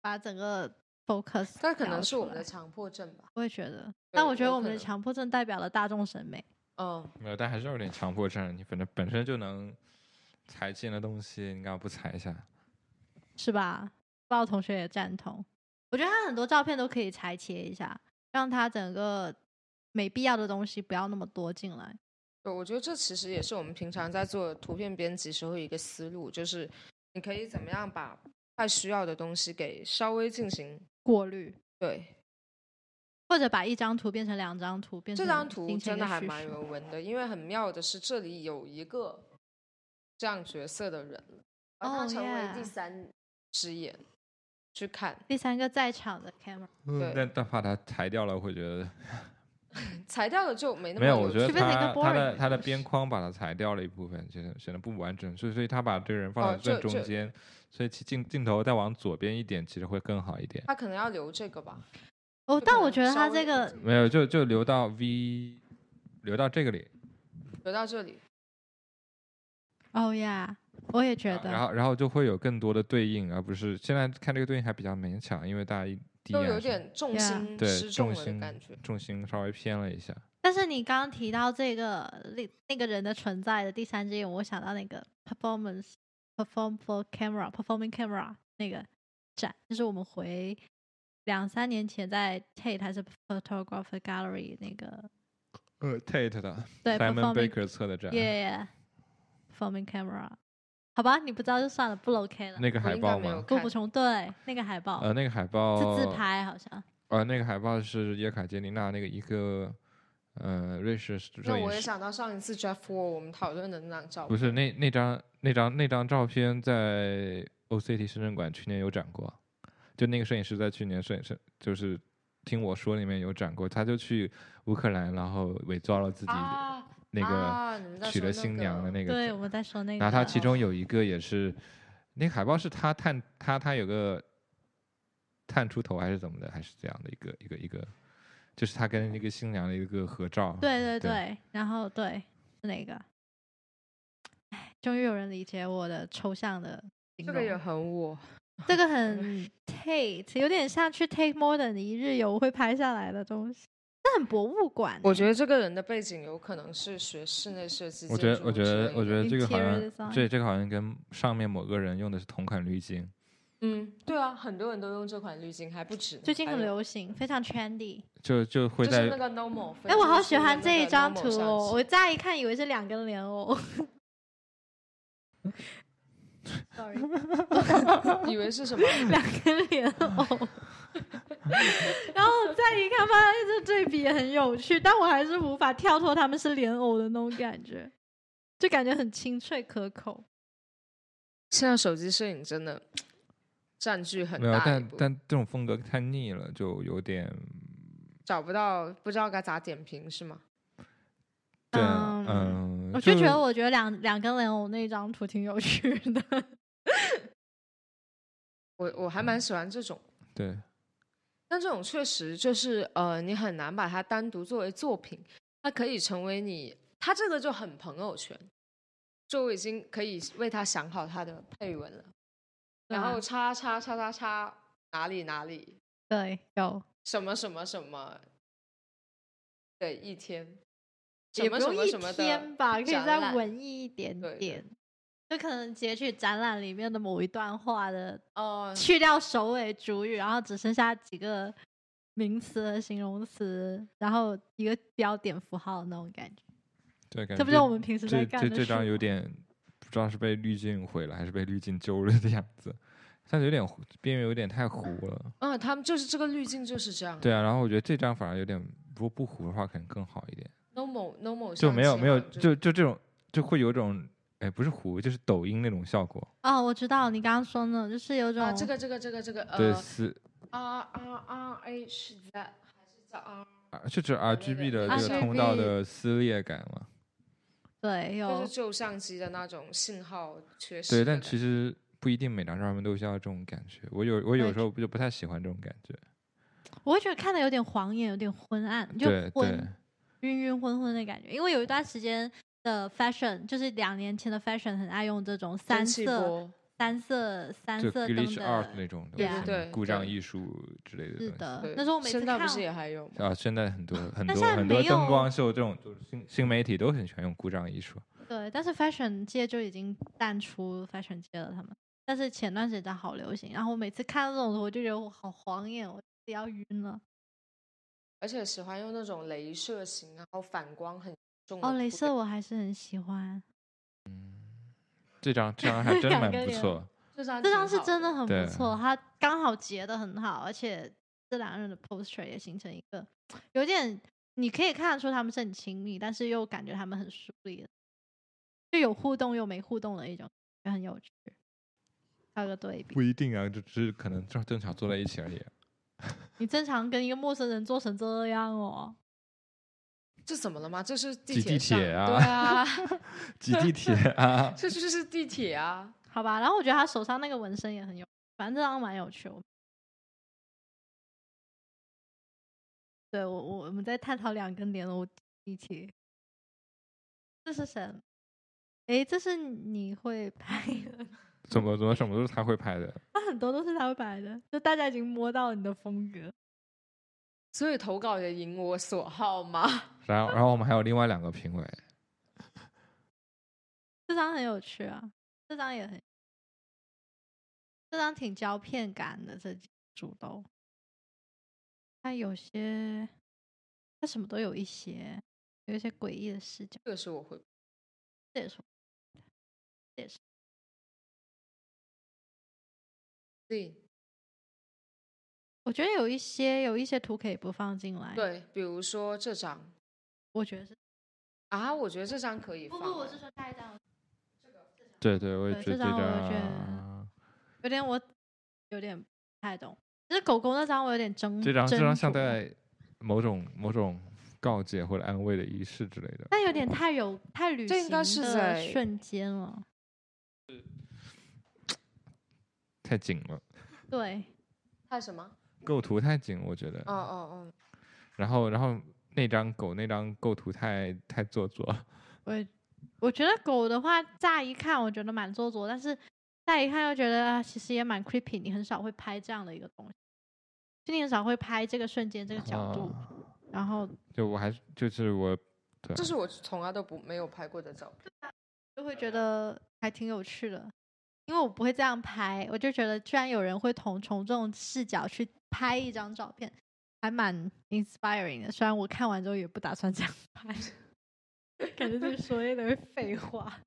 Speaker 2: 把整个 focus。
Speaker 1: 但可能是我们的强迫症吧。
Speaker 2: 我也觉得，但我觉得我们的强迫症代表了大众审美。
Speaker 1: 嗯，
Speaker 3: 没有，但还是有点强迫症。你反正本身就能。裁进的东西，你干嘛不裁一下？
Speaker 2: 是吧？包同学也赞同。我觉得他很多照片都可以裁切一下，让他整个没必要的东西不要那么多进来。
Speaker 1: 对，我觉得这其实也是我们平常在做图片编辑时候一个思路，就是你可以怎么样把不太需要的东西给稍微进行
Speaker 2: 过滤。
Speaker 1: 对，
Speaker 2: 或者把一张图变成两张图，变成
Speaker 1: 这张图真的还蛮有文的，因为很妙的是这里有一个。这样角色的人了，而
Speaker 2: 哦
Speaker 1: 他成为第三只眼、oh, 去看
Speaker 2: 第三个在场的 camera。
Speaker 1: 对，
Speaker 3: 但但怕他裁掉了，会觉得
Speaker 1: 裁掉了就没那么
Speaker 3: 没有。我觉得
Speaker 2: 他
Speaker 3: 他的他的边框把它裁掉了一部分，显显得不完整，所以所以他把这个人放在正中间，哦、所以镜镜头再往左边一点，其实会更好一点。
Speaker 1: 他可能要留这个吧？
Speaker 2: 哦，但我觉得他这个
Speaker 3: 没有，就就留到 V，留到这个里，
Speaker 1: 留到这里。
Speaker 2: 哦呀，oh、yeah, 我也觉
Speaker 1: 啊
Speaker 2: 得。
Speaker 3: 然后，然后就会有更多的对应，而不是现在看这个对应还比较勉强，因为大家一啊
Speaker 1: 都有点重心
Speaker 3: 对重
Speaker 1: 心感觉，
Speaker 3: 重心稍微偏了一下。
Speaker 2: 但是你刚刚提到这个那那个人的存在的第三只眼，我想到那个 performance perform for camera performing camera 那个展，就是我们回两三年前在 Tate 还是 Photographer Gallery 那个
Speaker 3: 呃 Tate 的
Speaker 2: 对
Speaker 3: Simon Baker 策的展。
Speaker 2: Yeah, yeah. Filming camera，好吧，你不知道就算了，不 OK 了。
Speaker 3: 那个海报吗？
Speaker 2: 顾不从对，那个海报。
Speaker 3: 呃，那个海报
Speaker 2: 是自拍好像。
Speaker 3: 呃，那个海报是叶卡捷琳娜那个一个呃瑞士
Speaker 1: 那我也想到上一次 Jeff Wall 我们讨论的那张照片。
Speaker 3: 不是那那张那张那张照片在 OCT 深圳馆去年有展过，就那个摄影师在去年摄影师就是听我说里面有展过，他就去乌克兰，然后伪造了自己。
Speaker 1: 啊
Speaker 3: 那
Speaker 1: 个
Speaker 3: 娶了新娘的
Speaker 1: 那
Speaker 3: 个，
Speaker 2: 对，我们在说那个。
Speaker 3: 然后他其中有一个也是，那个海报是他探他他有个探出头还是怎么的，还是这样的一个一个一个，就是他跟那个新娘的一个合照。
Speaker 2: 对对对，然后对是哪个？哎，终于有人理解我的抽
Speaker 1: (laughs)
Speaker 2: 象的。
Speaker 1: 这个也很我，
Speaker 2: 这个
Speaker 1: 嗯
Speaker 2: 很 take，有点像去 take modern 一日游会拍下来的东西。很博物馆、欸，
Speaker 1: 我觉得这个人的背景有可能是学室内设计。
Speaker 3: 我觉得，我觉得，我觉
Speaker 1: 嗯
Speaker 3: 得这个好像，这这个好像跟上面某个人用的是同款滤镜。
Speaker 1: 嗯，对啊，很多人都用这款滤镜，还不止。
Speaker 2: 最近很流行，非常 trendy。
Speaker 3: 就就会在
Speaker 1: 那个 normal。
Speaker 2: 哎，我好喜欢这一张图哦！我乍一看以为是两根莲藕，sorry，
Speaker 1: (laughs) 以为是什么？
Speaker 2: 两根莲藕。 (laughs) 然后再一看，发现这对比也很有趣，但我还是无法跳脱他们是莲藕的那种感觉。就感觉很清脆可口。
Speaker 1: 现在手机摄影真的占据很
Speaker 3: 没有，
Speaker 1: 大一
Speaker 3: 但
Speaker 1: 部
Speaker 3: 但这种风格太腻了，就有点
Speaker 1: 找不到，不知道该咋点评是吗？
Speaker 3: 对啊，
Speaker 2: 嗯
Speaker 3: 嗯，
Speaker 2: 我就觉
Speaker 3: 是
Speaker 2: 得，我觉得两两根莲藕那张图挺有趣的。 (laughs)
Speaker 1: 我我还
Speaker 3: 嗯
Speaker 1: 蛮喜欢这种，
Speaker 3: 对，
Speaker 1: 但这种确实就是呃，你很难把它单独作为作品，它可以成为你，它这个就很朋友圈，就我已经可以为它想好它的配文了，然
Speaker 2: 嗯
Speaker 1: 后叉叉叉叉叉哪里哪里
Speaker 2: 对有，
Speaker 1: 什么什么什么的一天，什
Speaker 2: 也不
Speaker 1: 么什
Speaker 2: 用
Speaker 1: 么
Speaker 2: 一
Speaker 1: 什么的
Speaker 2: 天吧，可以
Speaker 1: 展
Speaker 2: 再
Speaker 1: 览
Speaker 2: 文艺一点
Speaker 1: 对对
Speaker 2: 点。就可能截取展览里面的某一段话的，
Speaker 3: 嗯
Speaker 1: 哦，
Speaker 2: 去掉首尾主语，然后只剩下几个名词和形容词，然后一个标点符号那种感觉。
Speaker 3: 对，感觉
Speaker 2: 这不就我们平时在
Speaker 3: 这
Speaker 2: 干
Speaker 3: 这
Speaker 2: 的
Speaker 3: 这
Speaker 2: 事
Speaker 3: 张有
Speaker 2: 吗
Speaker 3: 点不知道是被滤镜毁了，还是被滤镜揪了的样子，但是有点糊边缘有点太糊了。
Speaker 1: 嗯，他们就是这个滤镜就是这样
Speaker 3: 对啊，然后我觉得这张反而有点，如果不糊的话，可能更好一点，
Speaker 1: ，normal normal
Speaker 3: 就没有没有
Speaker 1: 就
Speaker 3: 就就这种就会有种哎不是糊就是抖音那种效果，
Speaker 2: 哦，我知
Speaker 3: 嗯
Speaker 2: 道你刚刚说那种，就是有种、
Speaker 1: 啊这个这个这个这个
Speaker 3: 对
Speaker 1: 呃
Speaker 3: 是
Speaker 1: R R R H Z 还是叫 R，
Speaker 3: 啊就只
Speaker 1: 那
Speaker 3: RGB
Speaker 1: 个
Speaker 3: 的这个通道
Speaker 2: RGB
Speaker 3: 的撕裂感嘛。
Speaker 2: 对
Speaker 1: 就
Speaker 2: 有
Speaker 1: 是旧相机的那种信号缺失
Speaker 3: 对，
Speaker 1: 的感觉。
Speaker 3: 但其实不一定每张照片都需要这种感觉。我有我有
Speaker 2: 对
Speaker 3: 时候就不太喜欢这种感觉。
Speaker 2: 我会觉得看的有点晃眼，有点昏暗，就
Speaker 3: 对对
Speaker 2: 昏晕晕昏昏的感觉。因为有一段时间的 fashion，就是两年前的 fashion，很爱用这种
Speaker 1: 三
Speaker 2: 三
Speaker 1: 气
Speaker 2: 色、
Speaker 1: 波，
Speaker 2: 三色、三
Speaker 3: 就
Speaker 2: 色灯
Speaker 3: glitch art
Speaker 2: 的。
Speaker 3: 那种东
Speaker 1: 对
Speaker 3: 西
Speaker 1: 对
Speaker 3: 嘛，
Speaker 1: 对
Speaker 3: 故障
Speaker 1: 对
Speaker 3: 艺术之类的
Speaker 2: 是
Speaker 3: 东
Speaker 2: 的
Speaker 1: 对，
Speaker 2: 那时候我每次
Speaker 1: 现在
Speaker 2: 看
Speaker 1: 不是也还有吗？
Speaker 3: 西。啊，现在很多很
Speaker 2: 但
Speaker 3: 多
Speaker 2: 现在
Speaker 3: 很多
Speaker 2: 没
Speaker 3: 灯
Speaker 2: 有
Speaker 3: 光秀这种，就是新新媒体都很喜欢用故障艺术。
Speaker 2: 对，但是 fashion 界就已经淡出 fashion 界了，他们。但是前段时间好流行，然后我每次看到这种，我就觉得我好晃眼，我自己要晕了。
Speaker 1: 而且喜欢用那种镭射型，然后反光很重的
Speaker 2: 哦，
Speaker 1: 图
Speaker 2: 镭
Speaker 1: 片
Speaker 2: 射我还是很喜欢，
Speaker 3: 这张这张还真
Speaker 2: 两
Speaker 3: 蛮
Speaker 2: 个
Speaker 3: 不
Speaker 2: 脸
Speaker 3: 错，
Speaker 1: 这张
Speaker 2: 这
Speaker 1: 挺
Speaker 2: 张是
Speaker 1: 好
Speaker 2: 真的很
Speaker 3: 对
Speaker 2: 不错，它刚好结的很好，而且这两个人的 posture 也形成一个有点，你可以看得出他们是很亲密，但是又感觉他们很疏离的，就有互动又没互动的一种，也很有趣。还有个对比，
Speaker 3: 不一定啊，就只是可能正正巧坐在一起 (laughs) 而已。
Speaker 2: 你正常跟一个陌生人做成这样哦，
Speaker 1: 这怎么了吗？这是地
Speaker 3: 挤
Speaker 1: 铁
Speaker 3: 地
Speaker 1: 上
Speaker 3: 铁啊
Speaker 1: 对 (laughs) 啊，
Speaker 3: 挤地铁啊， (laughs)
Speaker 1: 这就是地铁啊。
Speaker 2: 好吧。然后我觉得他手上那个纹身也很有，反正这张蛮有趣。我对我我我们在探讨两根莲藕一起，这是什么？诶，这是你会拍的， (laughs)
Speaker 3: 怎么怎么什么都是他会拍的。
Speaker 2: 他很多都是他会拍的，就大家已经摸到你的风格。
Speaker 1: 所以投稿也引我所好吗？
Speaker 3: 然后然后我们还有另外两个评委，
Speaker 2: 这张很有趣啊，这张也很，这张挺胶片感的，这几组都，它有些，它什么都有一些，有一些诡异的视角，
Speaker 1: 这个是我会
Speaker 2: 这也是我，这也是
Speaker 1: 对
Speaker 2: 我觉得有一些有一些图可以不放进来，，
Speaker 1: 对，比如说这张
Speaker 2: 我觉得是，
Speaker 1: 啊，我觉得这张可以放。
Speaker 2: 说下一张，
Speaker 3: 对对，我也
Speaker 2: 对
Speaker 3: 觉
Speaker 2: 这
Speaker 3: 得
Speaker 2: 张我也觉嗯
Speaker 3: 张
Speaker 2: 有点我有点不太懂，其实狗狗那张我有点争，
Speaker 3: 这张这
Speaker 2: 斟
Speaker 3: 张像
Speaker 2: 酌
Speaker 3: 在某种某种告诫或者安慰的仪式之类的。
Speaker 2: 但有点太有太旅
Speaker 1: 这应
Speaker 2: 行
Speaker 1: 该是在
Speaker 2: 的瞬间了，
Speaker 3: 太紧了，
Speaker 2: 对。
Speaker 1: 看什么？
Speaker 3: 构图太紧，我觉得。
Speaker 1: 哦哦哦，
Speaker 3: 然后，然后那张狗那张构图太太做作，
Speaker 2: 我也我觉得狗的话，乍一看我觉得蛮做作，但是再一看又觉得啊其实也蛮 creepy。你很少会拍这样的一个东西，就你很少会拍这个瞬间、这个角度。
Speaker 1: 哦
Speaker 3: 啊
Speaker 2: 然后
Speaker 3: 就我还是就是我，对啊，
Speaker 1: 这是我从来都不没有拍过的照片。
Speaker 2: 就会觉得还挺有趣的，因为我不会这样拍，我就觉得居然有人会从从这种视角去拍一张照片，还蛮 inspiring 的。虽然我看完之后也不打算这样 (laughs)
Speaker 1: (laughs)
Speaker 2: 拍，感觉就是说一堆废话。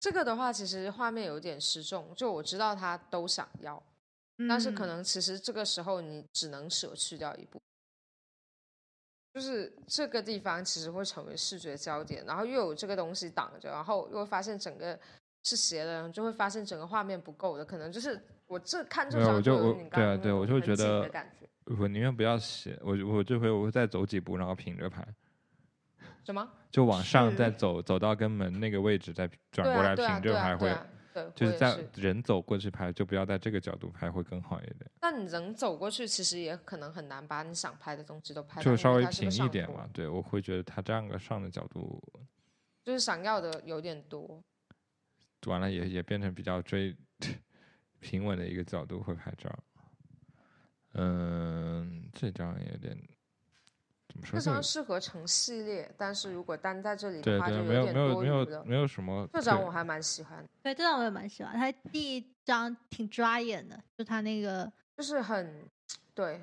Speaker 1: 这个的话，其实画面有点失重，就我知道他都想要，但是可
Speaker 2: 嗯
Speaker 1: 能其实这个时候你只能舍去掉一部，就是这个地方其实会成为视觉焦点，然后又有这个东西挡着，然后又会发现整个是斜的，然后就会发现整个画面不够的，可能就是我这看这
Speaker 3: 没有
Speaker 1: 张
Speaker 3: 我就
Speaker 1: 有
Speaker 3: 我
Speaker 1: 你刚
Speaker 3: 对啊
Speaker 1: 刚
Speaker 3: 对
Speaker 1: 那
Speaker 3: 我
Speaker 1: 种很
Speaker 3: 就觉
Speaker 1: 紧
Speaker 3: 得
Speaker 1: 的感觉
Speaker 3: 我宁愿不要写，我我这回我会再走几步，然后平着拍，
Speaker 1: 什么？
Speaker 3: 就往上再
Speaker 2: 是
Speaker 3: 走，走到跟门那个位置再转
Speaker 1: 对
Speaker 3: 过来
Speaker 1: 啊对啊
Speaker 3: 平着
Speaker 1: 对
Speaker 3: 拍
Speaker 1: 啊
Speaker 3: 会
Speaker 1: 对，啊对，
Speaker 3: 就
Speaker 1: 我
Speaker 3: 是
Speaker 1: 也
Speaker 3: 在人走过去拍，就不要在这个角度拍会更好一点，
Speaker 1: 那你人走过去，其实也可能很难把你想拍的东西都拍到，
Speaker 3: 就
Speaker 1: 因为
Speaker 3: 稍微
Speaker 1: 它是个
Speaker 3: 平一
Speaker 1: 上
Speaker 3: 点
Speaker 1: 坡
Speaker 3: 嘛。，对，我会觉得他这样个上的角度，
Speaker 1: 就是想要的有点
Speaker 3: 嗯
Speaker 1: 多。
Speaker 3: 完了也也变成比较追 (laughs) 平稳的一个角度会拍照。嗯，这张有点怎么说？
Speaker 1: 这
Speaker 3: 这
Speaker 1: 张
Speaker 3: 个
Speaker 1: 适合成系列，但是如果单在这里
Speaker 3: 对
Speaker 1: 的话，就
Speaker 3: 对，没有
Speaker 1: 点
Speaker 3: 没有
Speaker 1: 多
Speaker 3: 没
Speaker 1: 余
Speaker 3: 有
Speaker 1: 了。
Speaker 3: 没有什么
Speaker 1: 这
Speaker 3: 对。
Speaker 1: 张我还蛮喜欢的，
Speaker 2: 对，这张我也蛮喜欢。他第一张挺抓眼的，就他那个
Speaker 1: 就是很对。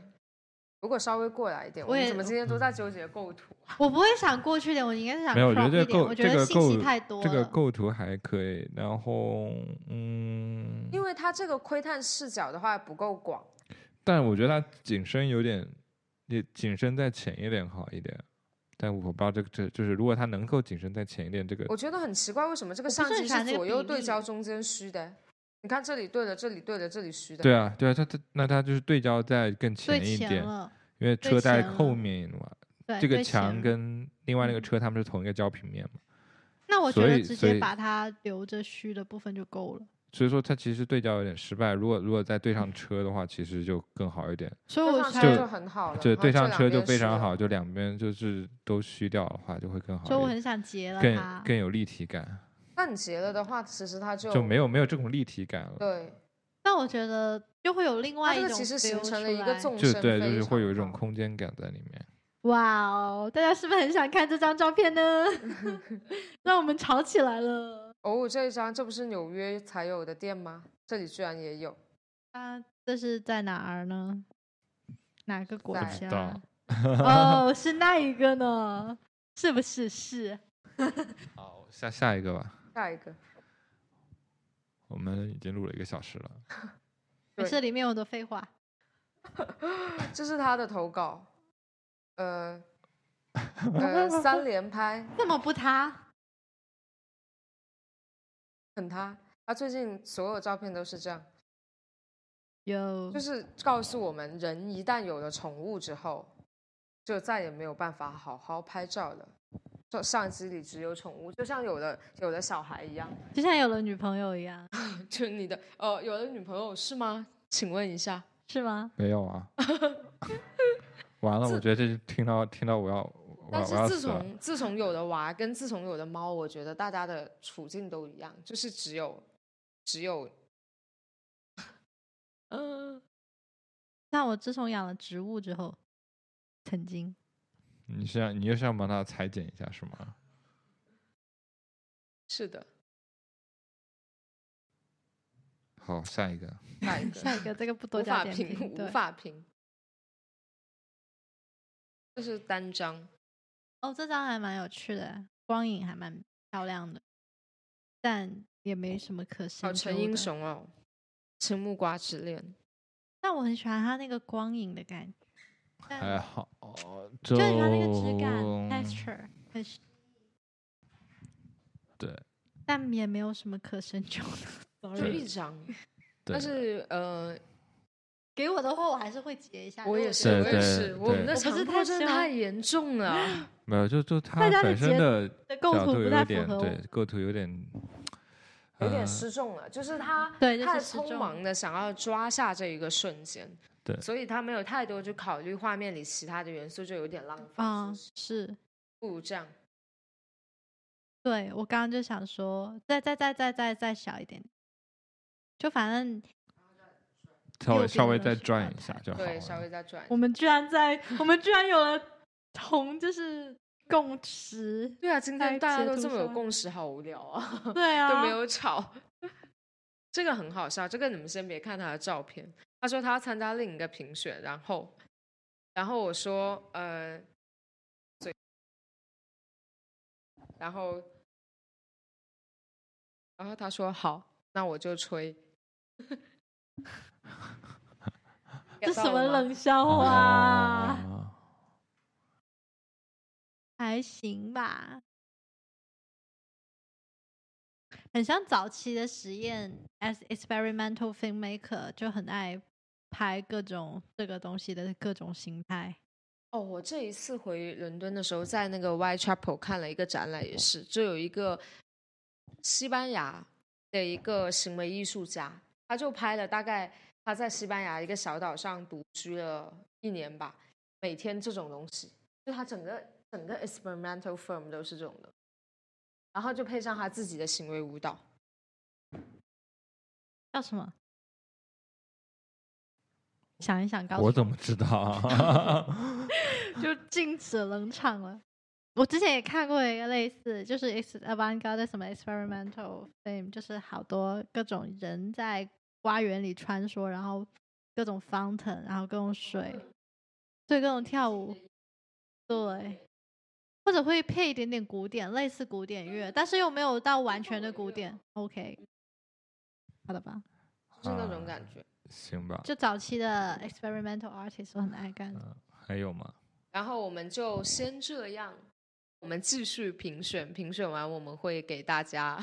Speaker 1: 如果稍微过来一点，
Speaker 2: 我
Speaker 1: 我们
Speaker 2: 也
Speaker 1: 怎么今天
Speaker 3: 嗯
Speaker 1: 都在纠结构图？
Speaker 2: 我不会想过去点，我应该是想
Speaker 3: 没有我觉得这
Speaker 2: crop 一点
Speaker 3: 够
Speaker 2: 我
Speaker 3: 这
Speaker 2: 觉得
Speaker 3: 个
Speaker 2: 信息
Speaker 3: 够
Speaker 2: 太多
Speaker 3: 这个
Speaker 2: 了。
Speaker 3: 构图还可以，然后嗯，
Speaker 1: 因为它这个窥探视角的话不够广，
Speaker 3: 但我觉得它景深有点，也景深再浅一点好一点。但我不知道这个这就是如果它能够景深再浅一点，这个
Speaker 1: 我觉得很奇怪，为什么这个
Speaker 2: 我不
Speaker 1: 相
Speaker 2: 是很
Speaker 1: 机
Speaker 2: 喜欢那
Speaker 1: 是
Speaker 2: 个
Speaker 1: 左
Speaker 2: 比
Speaker 1: 右对
Speaker 2: 例
Speaker 1: 焦，中间虚的？你看这里对了，这里对了，这里虚的。
Speaker 3: 对啊对啊，它它那它就是对焦再更
Speaker 2: 对
Speaker 3: 前一
Speaker 2: 前
Speaker 3: 点，
Speaker 2: 了，
Speaker 3: 因为
Speaker 2: 对
Speaker 3: 车在
Speaker 2: 前了
Speaker 3: 后面嘛，
Speaker 2: 对
Speaker 3: 这个
Speaker 2: 对前
Speaker 3: 墙
Speaker 2: 了
Speaker 3: 跟另外那个
Speaker 2: 嗯
Speaker 3: 车他们是同一个焦平面嘛，
Speaker 2: 那我觉
Speaker 3: 所
Speaker 2: 得
Speaker 3: 以
Speaker 2: 直
Speaker 3: 所
Speaker 2: 接
Speaker 3: 以
Speaker 2: 把它留着虚的部分就够了。
Speaker 3: 所以说它其实对焦有点失败。如果如果再对上车的话，其实就更好一点。
Speaker 2: 所以
Speaker 1: 对
Speaker 2: 我
Speaker 1: 上
Speaker 2: 才
Speaker 1: 车
Speaker 3: 就
Speaker 1: 就很好了，
Speaker 3: 就
Speaker 1: 然后
Speaker 3: 对
Speaker 1: 这
Speaker 3: 上
Speaker 1: 两
Speaker 3: 车就
Speaker 1: 边
Speaker 3: 非
Speaker 1: 虚
Speaker 3: 常
Speaker 1: 了
Speaker 3: 好，就两边就是都虚掉的话，就会更好一
Speaker 2: 所以
Speaker 3: 点，
Speaker 2: 我很想截了它
Speaker 3: 更。更有立体感，
Speaker 1: 但你截了的话，其实它就
Speaker 3: 就没有没有这种立体感了。
Speaker 1: 对，
Speaker 2: 但我觉得就会有另
Speaker 1: 它
Speaker 2: 外
Speaker 1: 这个
Speaker 2: 一种
Speaker 1: 其实
Speaker 2: feel
Speaker 1: 形成了一
Speaker 2: 出
Speaker 1: 个
Speaker 2: 来
Speaker 1: 纵
Speaker 3: 就
Speaker 1: 深，
Speaker 3: 对，就是会有一种
Speaker 1: 空。
Speaker 3: 空间感在里面。
Speaker 2: 哇哦，大家是不是很想看这张照片
Speaker 1: (laughs)
Speaker 2: 呢？让我们吵起来了。
Speaker 1: 哦，这一张这不是纽约才有的店吗？这里居然也有，
Speaker 2: 啊，这是在哪儿呢？哪个国
Speaker 1: 在
Speaker 3: 不知道
Speaker 2: 家？
Speaker 1: (laughs)
Speaker 2: 哦，是那一个呢？是不是？是。
Speaker 3: 好，下下一个吧，
Speaker 1: 下一个
Speaker 3: 我们已经录了一个小时了。
Speaker 2: 没
Speaker 1: 对
Speaker 2: 事，里面有很多废话。
Speaker 1: 这是他的投稿，呃呃，三连拍
Speaker 2: 这么不塌？
Speaker 1: 很他，他最近所有照片都是这样，
Speaker 2: 有
Speaker 1: 就，是告诉我们，人一旦有了宠物之后，就再也没有办法好好拍照了。就相机里只有宠物，就像有了有了小孩一样， (laughs)
Speaker 2: 就像有了女朋友一样，
Speaker 1: 就你的呃有了女朋友是吗？请问一下，
Speaker 2: 是吗？
Speaker 3: 没有啊，完了，我觉得这是听到听到我要我
Speaker 1: 但
Speaker 3: 要我要
Speaker 1: 是自
Speaker 3: 死了。
Speaker 1: 从自从有了娃跟自从有了猫，我觉得大家的处境都一样，就是只有只有，嗯、
Speaker 2: 那我自从养了植物之后，曾经
Speaker 3: 你是想你又想把它裁剪一下是吗？
Speaker 1: 是的，
Speaker 3: 好，下一个，
Speaker 1: 下一
Speaker 2: 下
Speaker 1: 个
Speaker 2: 一个这个不多
Speaker 1: 无
Speaker 2: 加
Speaker 1: 法
Speaker 2: 点
Speaker 1: 评
Speaker 2: 评，
Speaker 1: 无
Speaker 2: 对。
Speaker 1: 法评，这是单张，
Speaker 2: 哦，这张还蛮有趣的，光影还蛮漂亮的，但也没什么可深
Speaker 1: 好
Speaker 2: 究
Speaker 1: 陈英
Speaker 2: 的。
Speaker 1: 雄哦，《青木瓜之恋》
Speaker 2: 但我很喜欢它那个光影的感觉，但
Speaker 3: 还好，哦就
Speaker 2: 就是它那个质感 texture 很是，
Speaker 3: 对
Speaker 2: 但也没有什么可深究 (laughs) 的。
Speaker 1: 就
Speaker 2: Sorry，
Speaker 1: 一张，
Speaker 3: 对
Speaker 1: 但是呃，
Speaker 2: 给我的话我还是会截一下。
Speaker 1: 我
Speaker 2: 因为
Speaker 1: 也是，
Speaker 2: 觉
Speaker 1: 我
Speaker 2: 得
Speaker 1: 也
Speaker 3: 对
Speaker 1: 是，我们
Speaker 3: 对
Speaker 1: 的
Speaker 2: 我不
Speaker 1: 强
Speaker 2: 是
Speaker 1: 迫
Speaker 2: 太
Speaker 1: 症
Speaker 2: 喜欢
Speaker 1: 太严重了，
Speaker 3: 没有，就就
Speaker 2: 大
Speaker 3: 它
Speaker 2: 家的
Speaker 3: 本身
Speaker 2: 节
Speaker 3: 的
Speaker 2: 的构
Speaker 3: 角度
Speaker 2: 图不
Speaker 3: 有
Speaker 2: 太
Speaker 3: 一点
Speaker 2: 符合
Speaker 3: 对
Speaker 2: 我。
Speaker 3: 构图有点
Speaker 1: 有点
Speaker 3: 呃
Speaker 1: 失重了，就是他
Speaker 2: 嗯对，就
Speaker 1: 太
Speaker 2: 是失
Speaker 1: 匆
Speaker 2: 重
Speaker 1: 忙的想要抓下这一个瞬间，
Speaker 3: 对
Speaker 1: 所以他没有太多去考虑画面里其他的元素，就有点浪费。
Speaker 2: 啊、
Speaker 1: 是不是
Speaker 2: 是。
Speaker 1: 不如这样，
Speaker 2: 对，我刚刚就想说，再再再再再再小一点，就反正
Speaker 3: 稍
Speaker 2: 右
Speaker 3: 微
Speaker 2: 边
Speaker 3: 稍微
Speaker 2: 的
Speaker 3: 再
Speaker 2: 是
Speaker 3: 转
Speaker 2: 吧
Speaker 3: 一下
Speaker 2: 它
Speaker 3: 就好啊
Speaker 1: 对，稍
Speaker 3: 了
Speaker 1: 微再转一
Speaker 2: 我
Speaker 1: 下。
Speaker 2: 们居然在，我们居然有了同就是共识，
Speaker 1: 对啊，今
Speaker 2: 在
Speaker 1: 天大家
Speaker 2: 截
Speaker 1: 都
Speaker 2: 图
Speaker 1: 这么有
Speaker 2: 上
Speaker 1: 共识，好无聊啊，
Speaker 2: 对啊，
Speaker 1: 都没有吵。 (laughs) 这个很好笑，这个你们先别看他的照片。他说他要参加另一个评选，然后，然后我说，呃，最，然后，然后他说好，那我就吹。
Speaker 2: 这
Speaker 1: get 到
Speaker 2: 什么
Speaker 3: 哦
Speaker 2: 哦
Speaker 1: 了吗
Speaker 2: 啊冷笑话？
Speaker 3: 啊
Speaker 2: 还行吧，很像早期的实验，as experimental filmmaker 就很爱拍各种这个东西的各种形态。
Speaker 1: 哦，我这一次回伦敦的时候，在那个 Whitechapel 看了一个展览，也是，就有一个西班牙的一个行为艺术家，他就拍了大概他在西班牙一个小岛上独居了一年吧，每天这种东西，就他整个整个 experimental film 都是这种的，然后就配上他自己的行为舞蹈，
Speaker 2: 叫什么？想一想，告诉
Speaker 3: 我怎么知道 (laughs) 啊？
Speaker 1: (laughs)
Speaker 2: 就禁止冷场了。我之前也看过一个类似，就是 ex avant-garde 什么 experimental film，就是好多各种人在花园里穿梭，然后各种 fountain，然后各种水，对，各种跳舞，对，或者会配一点点古典，类似古典乐，但是又没有到完全的古典。OK，好的吧，
Speaker 1: 就是那种感觉。
Speaker 3: 行吧，嗯
Speaker 2: 就早期的 experimental artist 我很爱干的。
Speaker 3: 还有吗？
Speaker 1: 然后我们就先这样，我们继续评选，评选完我们会给大家，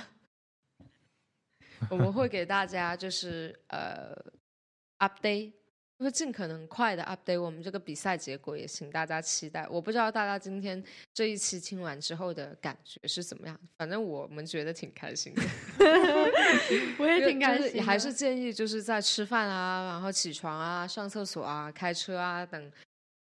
Speaker 1: 我们会给大家就是呃 update，会尽可能快的 update 我们这个比赛结果，也请大家期待。我不知道大家今天这一期听完之后的感觉是怎么样，反正我们觉得挺开心的。
Speaker 2: 我也挺开
Speaker 1: 就是
Speaker 2: 心的。
Speaker 1: 还是建议就是在吃饭啊，然后起床啊、上厕所啊、开车啊等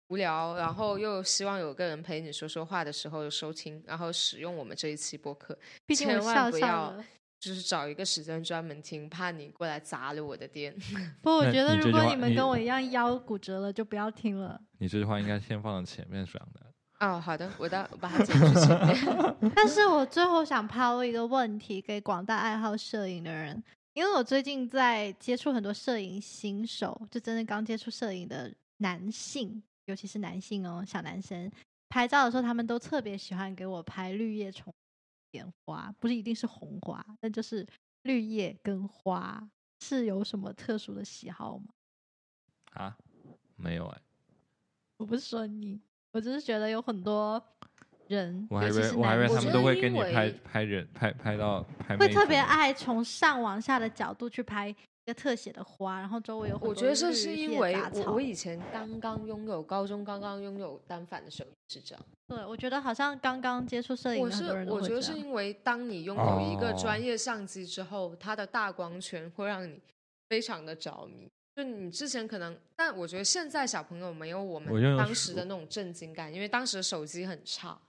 Speaker 1: 无聊，然后又希望有个人陪你说说话的时候收听，然后使用我们这一期播客，
Speaker 2: 毕竟我
Speaker 1: 千
Speaker 2: 笑
Speaker 1: 万不
Speaker 2: 笑
Speaker 1: 要
Speaker 2: 了。
Speaker 1: 就是找一个时间专门听，怕你过来砸了我的店。 (laughs)
Speaker 2: 不，我
Speaker 3: 那
Speaker 2: 觉得
Speaker 3: 你这
Speaker 2: 如
Speaker 3: 句
Speaker 2: 果
Speaker 3: 话
Speaker 2: 你们
Speaker 3: 你
Speaker 2: 跟我一样腰骨折了，就不要听了。
Speaker 3: 你这句话应该先放到前面讲的。
Speaker 1: 哦，好的，我到我把它剪去前面。
Speaker 3: 嗯
Speaker 2: 但是我最后想抛一个问题给广大爱好摄影的人，因为我最近在接触很多摄影新手，就真的刚接触摄影的男性，尤其是男性哦，小男生拍照的时候，他们都特别喜欢给我拍绿叶重点花，不是一定是红花，但就是绿叶跟花是有什么特殊的喜好吗？
Speaker 3: 啊？没有哎，
Speaker 2: 我不是说你，我只是觉得有很多人，
Speaker 3: 我还以
Speaker 2: 尤其
Speaker 3: 为
Speaker 2: 是
Speaker 3: 我还以
Speaker 2: 男
Speaker 3: 为他
Speaker 2: 生
Speaker 3: 们都会给你
Speaker 1: 我觉得因
Speaker 3: 拍
Speaker 1: 为
Speaker 3: 拍人拍拍到拍
Speaker 2: 会
Speaker 3: 妹
Speaker 2: 特
Speaker 3: 子
Speaker 2: 别
Speaker 3: 吗
Speaker 2: 爱从上往下的角度去拍一个特写的花，然后周围有
Speaker 1: (laughs)
Speaker 2: 很
Speaker 1: 我
Speaker 2: 多
Speaker 1: 觉得这
Speaker 2: 绿
Speaker 1: 是因
Speaker 2: 叶
Speaker 1: 为
Speaker 2: 杂
Speaker 1: 我
Speaker 2: 草
Speaker 1: 我以前刚刚拥有高中刚刚拥有单反的时候是这样。
Speaker 2: 对我觉得好像刚刚接触摄影
Speaker 1: 我
Speaker 2: 的
Speaker 1: 是
Speaker 2: 很多人都
Speaker 1: 我
Speaker 2: 会
Speaker 1: 觉得
Speaker 2: 这
Speaker 1: 是
Speaker 2: 样。
Speaker 1: 因为当你拥有一个
Speaker 3: 哦
Speaker 1: 专业相机之后，它的大光圈会让你非常的着迷。就你之前可能，但我觉得现在小朋友没有我
Speaker 3: 我
Speaker 1: 们
Speaker 3: 拥有
Speaker 1: 当
Speaker 3: 手
Speaker 1: 时的那种震惊感，因为当时的手机很差。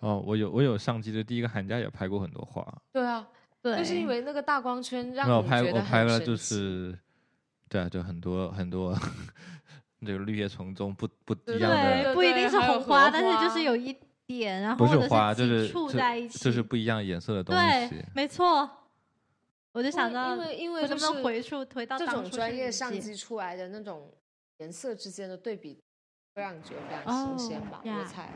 Speaker 3: 哦，我有我有相机的第一个寒假也拍过很多花，
Speaker 1: 对啊，
Speaker 2: 对，
Speaker 1: 就是因为那个大光圈让
Speaker 3: 那我
Speaker 1: 你
Speaker 3: 拍
Speaker 1: 觉
Speaker 3: 我
Speaker 1: 得
Speaker 3: 拍
Speaker 1: 很
Speaker 3: 了
Speaker 1: 神
Speaker 3: 就
Speaker 1: 奇
Speaker 3: 是，对啊，就很多很多 (laughs) 这个绿叶丛中不不
Speaker 1: 对
Speaker 3: 一样的，
Speaker 1: 对
Speaker 2: 不一定是
Speaker 1: 还有
Speaker 2: 红
Speaker 1: 荷
Speaker 2: 花，但是
Speaker 1: 花
Speaker 2: 就是有一点，然后
Speaker 3: 不
Speaker 2: 或者
Speaker 3: 花，就
Speaker 2: 几
Speaker 3: 是
Speaker 2: 处
Speaker 3: 就
Speaker 2: 在一起，
Speaker 3: 就是不一样颜色的东西
Speaker 2: 对。，没错。我就
Speaker 1: 因
Speaker 2: 想
Speaker 1: 为
Speaker 2: 到，
Speaker 1: 因为因
Speaker 2: 我
Speaker 1: 为就
Speaker 2: 能不
Speaker 1: 是
Speaker 2: 能回溯回到
Speaker 1: 这
Speaker 2: 当
Speaker 1: 种
Speaker 2: 初
Speaker 1: 专
Speaker 2: 摄
Speaker 1: 业
Speaker 2: 影
Speaker 1: 相
Speaker 2: 界
Speaker 1: 机出来的那种颜色之间的对比，会让你觉得非
Speaker 2: 哦
Speaker 1: 常新鲜吧？
Speaker 2: 呀
Speaker 1: 我猜。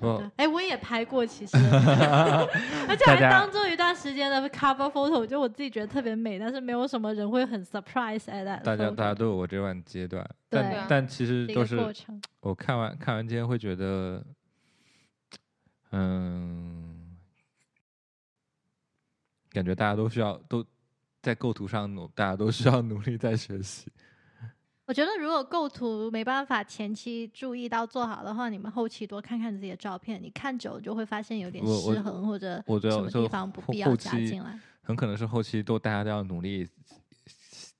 Speaker 3: 哦，
Speaker 2: 哎，我也拍过，其
Speaker 3: (laughs)
Speaker 2: 实， (laughs) 而且还
Speaker 3: 大家
Speaker 2: 当做一段时间的 cover photo，就我自己觉得特别美，但是没有什么人会很 surprise at that。
Speaker 3: 大家大家都有过这段阶段，但
Speaker 2: 对啊
Speaker 3: 但其实
Speaker 2: 一
Speaker 3: 都
Speaker 2: 个
Speaker 3: 是
Speaker 2: 过程，
Speaker 3: 我看完看完今天会觉得，嗯，感觉大家都需要都在构图上努，大家都需要努力在学习。
Speaker 2: 我觉得如果构图没办法前期注意到做好的话，你们后期多看看自己的照片，你看久了就会发现有点
Speaker 3: 我我
Speaker 2: 失衡或者
Speaker 3: 我觉得
Speaker 2: 什么
Speaker 3: 就
Speaker 2: 地方不
Speaker 3: 后
Speaker 2: 必要
Speaker 3: 后
Speaker 2: 加
Speaker 3: 期
Speaker 2: 进来。
Speaker 3: 很可能是后期都大家都要努力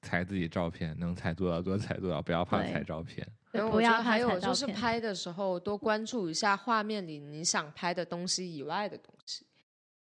Speaker 3: 裁自己照片，能裁多少多裁多少，不要怕
Speaker 2: 对
Speaker 3: 裁照片。
Speaker 2: 对
Speaker 1: 然后
Speaker 2: 不
Speaker 1: 我觉
Speaker 2: 要
Speaker 1: 得
Speaker 2: 怕
Speaker 1: 还
Speaker 2: 踩
Speaker 1: 有
Speaker 2: 照
Speaker 1: 就是
Speaker 2: 片
Speaker 1: 拍的时候多关注一下画面里你想拍的东西以外的东西，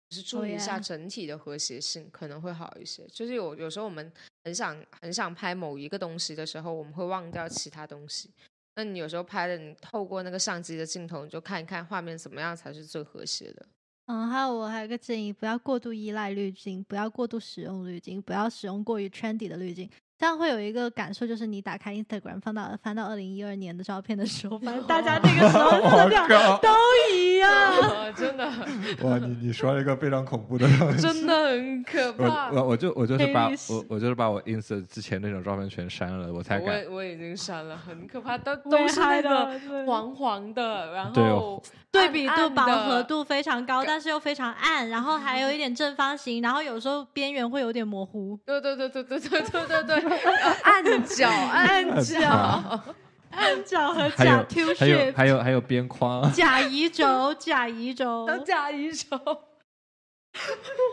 Speaker 1: 就是注
Speaker 2: 哦
Speaker 1: 意一下
Speaker 2: 呀
Speaker 1: 整体的和谐性，可能会好一些。就是有有时候我们很想很想拍某一个东西的时候，我们会忘掉其他东西。那你有时候拍的，你透过那个相机的镜头，你就看一看画面怎么样才是最和谐的。
Speaker 2: 嗯，还有我还有个建议，不要过度依赖滤镜，不要过度使用滤镜，不要使用过于 trendy 的滤镜。这样会有一个感受，就是你打开 Instagram 翻到翻到二零一二年的照片的时候，发现大家这个时候的量
Speaker 4: 靠！
Speaker 2: 都一样。
Speaker 1: 啊 (laughs) 真的
Speaker 4: (laughs)
Speaker 1: (laughs)
Speaker 4: 哇，你你说了一个非常恐怖的东
Speaker 2: (laughs)
Speaker 4: 西。
Speaker 1: 真的很可
Speaker 4: 我
Speaker 1: 怕。
Speaker 4: 我我就我就是
Speaker 2: 黑
Speaker 4: 把
Speaker 2: 历史
Speaker 4: 我我就是把我 ins 之前那种照片全删了，我才
Speaker 1: 我
Speaker 4: 敢
Speaker 1: 也我已经删了，很可怕，都
Speaker 2: 危
Speaker 1: 都是那
Speaker 2: 害
Speaker 1: 个
Speaker 2: 的对
Speaker 1: 黄黄的，然
Speaker 4: 对
Speaker 1: 后
Speaker 2: 对
Speaker 1: 暗
Speaker 2: 比
Speaker 1: 暗
Speaker 2: 度饱
Speaker 1: 的
Speaker 2: 和度非常高，但是又非常暗，然后还有一点正方形，然后有时候边缘会有点模糊。
Speaker 1: 对对对对对对对对对，呃按 (laughs) 角
Speaker 2: 哎
Speaker 1: 按角，
Speaker 2: 按角和
Speaker 3: 啊还
Speaker 2: (laughs) 假
Speaker 3: 有
Speaker 2: Q
Speaker 3: 还有
Speaker 2: shape，
Speaker 3: 还有还有边框，
Speaker 2: 假移轴，假移轴。
Speaker 1: 都假一手。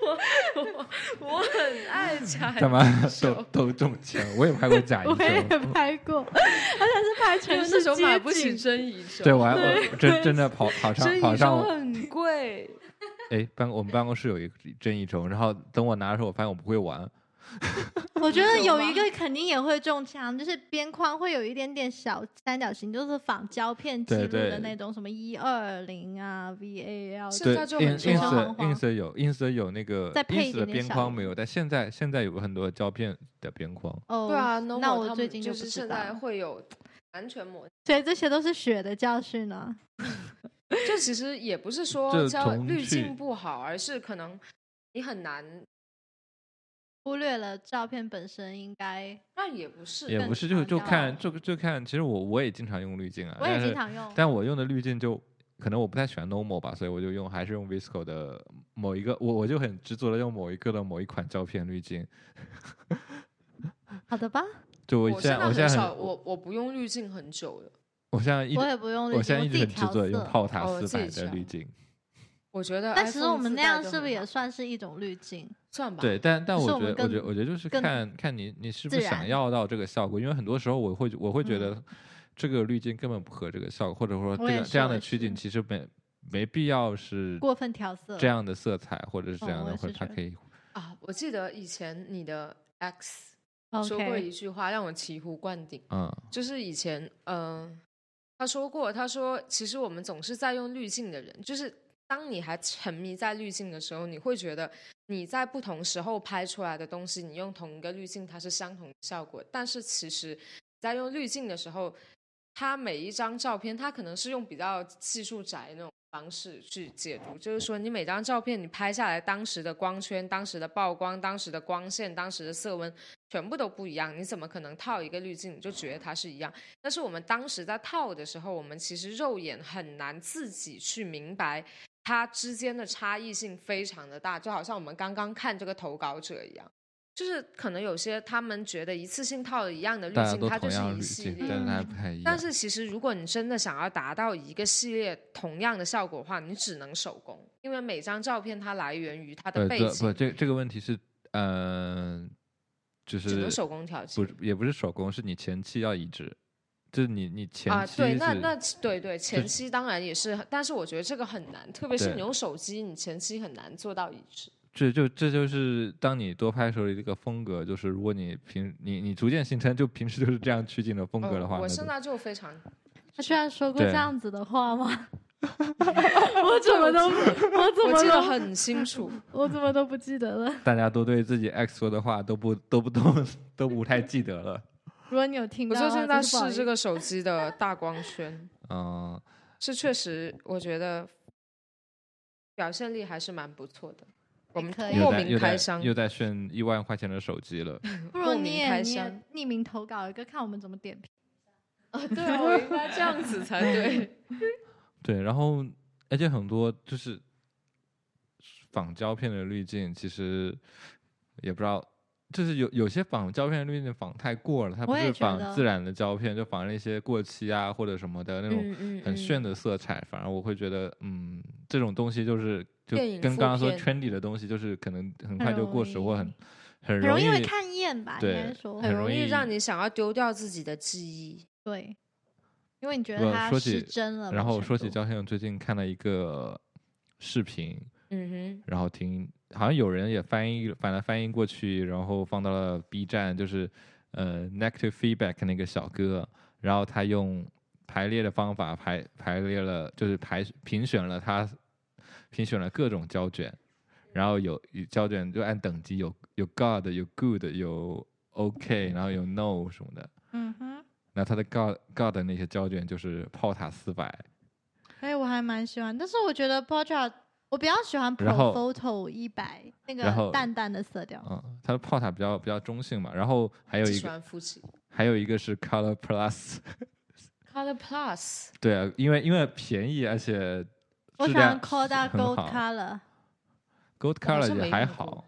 Speaker 1: 我我我很爱假
Speaker 3: 干嘛
Speaker 1: 一
Speaker 3: 都
Speaker 1: 手，
Speaker 3: 都中枪？我也拍过假一
Speaker 2: 我也
Speaker 3: 周，
Speaker 2: 拍过，而且是
Speaker 1: 因
Speaker 2: 拍城
Speaker 1: 为那
Speaker 2: 市
Speaker 1: 时候买不
Speaker 2: 街
Speaker 1: 起
Speaker 2: 景。
Speaker 1: 真 (laughs) 一手，
Speaker 3: 对我还我真真的跑跑上
Speaker 1: 真
Speaker 3: 跑
Speaker 1: 一
Speaker 3: 上
Speaker 1: 手
Speaker 3: 我
Speaker 1: 很贵，
Speaker 3: 哎办我们办公室有一个真一周，然后等我拿的时候，我发现我不会玩，
Speaker 2: (laughs) 我觉得
Speaker 1: 有
Speaker 2: 有
Speaker 1: 吗
Speaker 2: 一个肯定也会中枪，就是边框会有一点点小三角形，就是仿胶片记
Speaker 3: 对
Speaker 2: 录的
Speaker 3: 对
Speaker 2: 那种，什么一二零啊，VAL
Speaker 1: 是
Speaker 3: 对
Speaker 1: 它就很
Speaker 3: ，ins
Speaker 1: 重要
Speaker 3: ins
Speaker 2: 黄
Speaker 3: ins 有 ins 有那个
Speaker 2: 再配一
Speaker 3: ins 的
Speaker 2: 点点
Speaker 3: 边
Speaker 2: 小
Speaker 3: 框没有，但现在现在有很多胶片的边框，
Speaker 2: 哦，
Speaker 1: 对啊，
Speaker 2: 那
Speaker 1: Nomo
Speaker 2: 我
Speaker 1: 他
Speaker 2: 最
Speaker 1: 们
Speaker 2: 近
Speaker 1: 就
Speaker 2: 不
Speaker 1: 是
Speaker 2: 知
Speaker 1: 现
Speaker 2: 道
Speaker 1: 在
Speaker 2: 了，
Speaker 1: 会有完全
Speaker 2: (laughs)
Speaker 1: 模拟，
Speaker 2: 所以这些都是血的教训啊呢。
Speaker 1: 就其实也不是说
Speaker 3: 这
Speaker 1: 叫
Speaker 3: 从
Speaker 1: 滤
Speaker 3: 去
Speaker 1: 镜不好，而是可能你很难，
Speaker 2: 忽略了照片本身应该，
Speaker 1: 那也不是，
Speaker 3: 也
Speaker 2: 更
Speaker 3: 不是就就
Speaker 2: 强
Speaker 3: 看
Speaker 2: 调
Speaker 3: 就就看，其实我我也经常用滤镜啊，
Speaker 2: 我也
Speaker 3: 但
Speaker 2: 经
Speaker 3: 是
Speaker 2: 常用。
Speaker 3: 但我用的滤镜就可能我不太喜欢 normal 吧，所以我就用还是用 visco 的某一个，我我就很执着的用某一个的某一款胶片滤镜，
Speaker 2: 好的吧，
Speaker 3: 就我
Speaker 1: 我
Speaker 3: 现在
Speaker 1: 很
Speaker 3: 现在
Speaker 1: 少，
Speaker 3: 很
Speaker 1: 我我不用滤镜很久了。
Speaker 3: 我现在一直
Speaker 2: 我也不用滤镜，
Speaker 3: 我现在一
Speaker 2: 自
Speaker 3: 直
Speaker 2: 己
Speaker 3: 很执
Speaker 2: 调
Speaker 3: 着地
Speaker 2: 色。
Speaker 3: 用泡塔
Speaker 1: 哦
Speaker 3: 四
Speaker 1: 自己
Speaker 3: 百的
Speaker 1: 调
Speaker 3: 滤镜，
Speaker 1: 我觉得 iPhone 自带就很好，
Speaker 2: 但其实我们那样是不是也算是一种滤
Speaker 3: 嗯
Speaker 2: 镜？
Speaker 1: 算吧？
Speaker 3: 对，但但
Speaker 2: 可
Speaker 3: 我觉
Speaker 2: 是我们
Speaker 3: 得我觉得
Speaker 2: 更
Speaker 3: 我觉得就是
Speaker 2: 更
Speaker 3: 看看你你是不
Speaker 2: 自
Speaker 3: 是想
Speaker 2: 然
Speaker 3: 要到这个效果，因为很多时候我会我会觉
Speaker 2: 嗯
Speaker 3: 得这个滤镜根本不合这个效果，或者说
Speaker 2: 我也
Speaker 3: 这个
Speaker 2: 是
Speaker 3: 这样
Speaker 2: 我
Speaker 3: 的
Speaker 2: 也
Speaker 3: 取景
Speaker 2: 是
Speaker 3: 其实没没必要是
Speaker 2: 过分调色，
Speaker 3: 这样的色彩或者是这
Speaker 2: 嗯
Speaker 3: 样
Speaker 2: 我
Speaker 3: 的，
Speaker 2: 也
Speaker 3: 或
Speaker 2: 是
Speaker 3: 者它
Speaker 2: 觉
Speaker 3: 可以
Speaker 1: 啊，我记得以前你的 X 说过
Speaker 2: OK，
Speaker 1: 一句话让我醍醐灌顶，
Speaker 3: 嗯
Speaker 1: 就是以前嗯、呃他说过，他说其实我们总是在用滤镜的人，就是当你还沉迷在滤镜的时候，你会觉得你在不同时候拍出来的东西，你用同一个滤镜它是相同的效果，但是其实你在用滤镜的时候，它每一张照片，它可能是用比较技术宅那种方式去解读，就是说你每张照片你拍下来当时的光圈、当时的曝光、当时的光线、当时的色温，全部都不一样，你怎么可能套一个滤镜你就觉得它是一样？但是我们当时在套的时候，我们其实肉眼很难自己去明白它之间的差异性非常的大，就好像我们刚刚看这个投稿者一样，就是可能有些他们觉得一次性套了一样的滤
Speaker 3: 大家
Speaker 1: 镜，
Speaker 3: 都
Speaker 1: 它就
Speaker 3: 同
Speaker 1: 是
Speaker 3: 样
Speaker 1: 一
Speaker 3: 滤
Speaker 1: 系
Speaker 3: 镜，
Speaker 1: 列。
Speaker 3: 但是它
Speaker 2: 嗯
Speaker 3: 不太一样。
Speaker 1: 但是其实，如果你真的想要达到一个系列同样的效果的话，你只能手工，因为每张照片它来源于它的
Speaker 3: 呃，
Speaker 1: 背
Speaker 3: 这不
Speaker 1: 景，
Speaker 3: 这这个问题是嗯、就
Speaker 1: 只
Speaker 3: 是
Speaker 1: 能手工调
Speaker 3: 不
Speaker 1: 制。
Speaker 3: 是也不是手工，是你前期要移植，就是你你前
Speaker 1: 啊，
Speaker 3: 期是、
Speaker 1: 对，那那对对，前期当然也是，但是我觉得这个很难，特别是
Speaker 3: 对
Speaker 1: 你用手机，你前期很难做到一致。
Speaker 3: 这就这就是当你多拍时候的一个风格，就是如果你平你你逐渐形成就平时就是这样取景的风格的
Speaker 1: 嗯
Speaker 3: 话，
Speaker 1: 我
Speaker 3: 那
Speaker 1: 现
Speaker 3: 就
Speaker 1: 在就非
Speaker 2: (laughs)
Speaker 1: 常，
Speaker 2: 他居然说过
Speaker 3: 对
Speaker 2: 这样子的话 (laughs) 吗？我怎么都，我怎
Speaker 1: 我
Speaker 2: 么
Speaker 1: 记得
Speaker 2: 都，
Speaker 1: 很清
Speaker 2: (laughs)
Speaker 1: 楚，
Speaker 2: 我怎么都不记得了。
Speaker 3: 大家都对自己 X 说的话都不都不都都不太记得了。
Speaker 2: 如果你有听
Speaker 1: 我
Speaker 2: 到的
Speaker 1: 就
Speaker 2: 话，
Speaker 1: 正在
Speaker 2: 真是不好
Speaker 1: 试这
Speaker 2: 意思，
Speaker 1: 个手机的大光圈，
Speaker 3: 嗯，
Speaker 1: 是确实，我觉得表现力还是蛮不错的。我们
Speaker 2: 可以
Speaker 1: 莫
Speaker 3: 又在
Speaker 1: 名
Speaker 3: 又
Speaker 1: 开
Speaker 3: 在
Speaker 1: 伤，
Speaker 3: 又在炫一万块钱的手机了。
Speaker 2: 不如
Speaker 1: 莫
Speaker 2: 你
Speaker 1: 名
Speaker 2: 也
Speaker 1: 开
Speaker 2: 你也
Speaker 1: 箱
Speaker 2: 匿名投稿一个，看我们怎么点 (laughs) 评。哦
Speaker 1: 对，我应该这样子才对。
Speaker 3: 对，然后而且很多就是仿胶片的滤镜，其实也不知道，就是有有些仿胶片的滤镜仿太过了，它不
Speaker 2: 我也
Speaker 3: 是
Speaker 2: 觉
Speaker 3: 仿
Speaker 2: 得
Speaker 3: 自然的胶片，就仿了一些过期啊或者什么的那种
Speaker 1: 嗯 (laughs)
Speaker 3: 很炫的色彩，反而我会觉得，嗯，这种东西就是就
Speaker 1: 电影
Speaker 3: 跟
Speaker 1: 负
Speaker 3: 刚刚说
Speaker 1: 片
Speaker 3: trendy 的东西，就是可能很
Speaker 2: 很
Speaker 3: 快就
Speaker 2: 容
Speaker 3: 过时或很
Speaker 2: 易
Speaker 3: 很
Speaker 2: 很
Speaker 3: 容
Speaker 2: 容易
Speaker 3: 易
Speaker 2: 会看厌吧？应该
Speaker 3: 对
Speaker 2: 说
Speaker 3: 很
Speaker 1: 很容
Speaker 3: 容
Speaker 1: 易
Speaker 3: 易
Speaker 1: 让你想要丢掉自己的记忆。
Speaker 2: 对，因为你觉
Speaker 3: 不
Speaker 2: 得它
Speaker 3: 说
Speaker 2: 失
Speaker 3: 起
Speaker 2: 真了。
Speaker 3: 然
Speaker 2: 某
Speaker 3: 后
Speaker 2: 程
Speaker 3: 说起
Speaker 2: 度
Speaker 3: 胶片，我最近看了一个视频，
Speaker 1: 嗯
Speaker 3: 然后听好像有人也翻译反了翻译过去，然后放到了 B 站，就是呃 negative feedback 那个小哥，然后他用排列的方法排排列了，就是排评选了他评选了各种胶卷，然后有有胶卷就按等级有有 God 有 Good 有 OK，然后有 No 什么的。
Speaker 2: 嗯哼，
Speaker 3: 那它的 God God 的那些胶卷就是炮塔四百，
Speaker 2: 哎，我还蛮喜欢，但是我觉得 Portrait 我比较喜欢 Pro
Speaker 3: 然后
Speaker 2: Photo 一百那
Speaker 3: 然后
Speaker 2: 个淡淡的色调。
Speaker 3: 嗯，它的炮塔比较比较中性嘛。然后还有
Speaker 1: 只
Speaker 3: 一
Speaker 1: 喜
Speaker 3: 个
Speaker 1: 欢夫妻
Speaker 3: 还有一个是 Color Plus， (laughs)
Speaker 1: Color Plus，
Speaker 3: 对啊，因为因为便宜，而且
Speaker 2: 我
Speaker 3: 质
Speaker 2: 喜
Speaker 3: 量
Speaker 2: 欢 Kodak
Speaker 3: 很
Speaker 2: Gold
Speaker 3: 好
Speaker 2: Color，
Speaker 3: Gold
Speaker 1: 好像
Speaker 3: Color
Speaker 1: 没
Speaker 3: 也还
Speaker 1: 用过
Speaker 3: 好，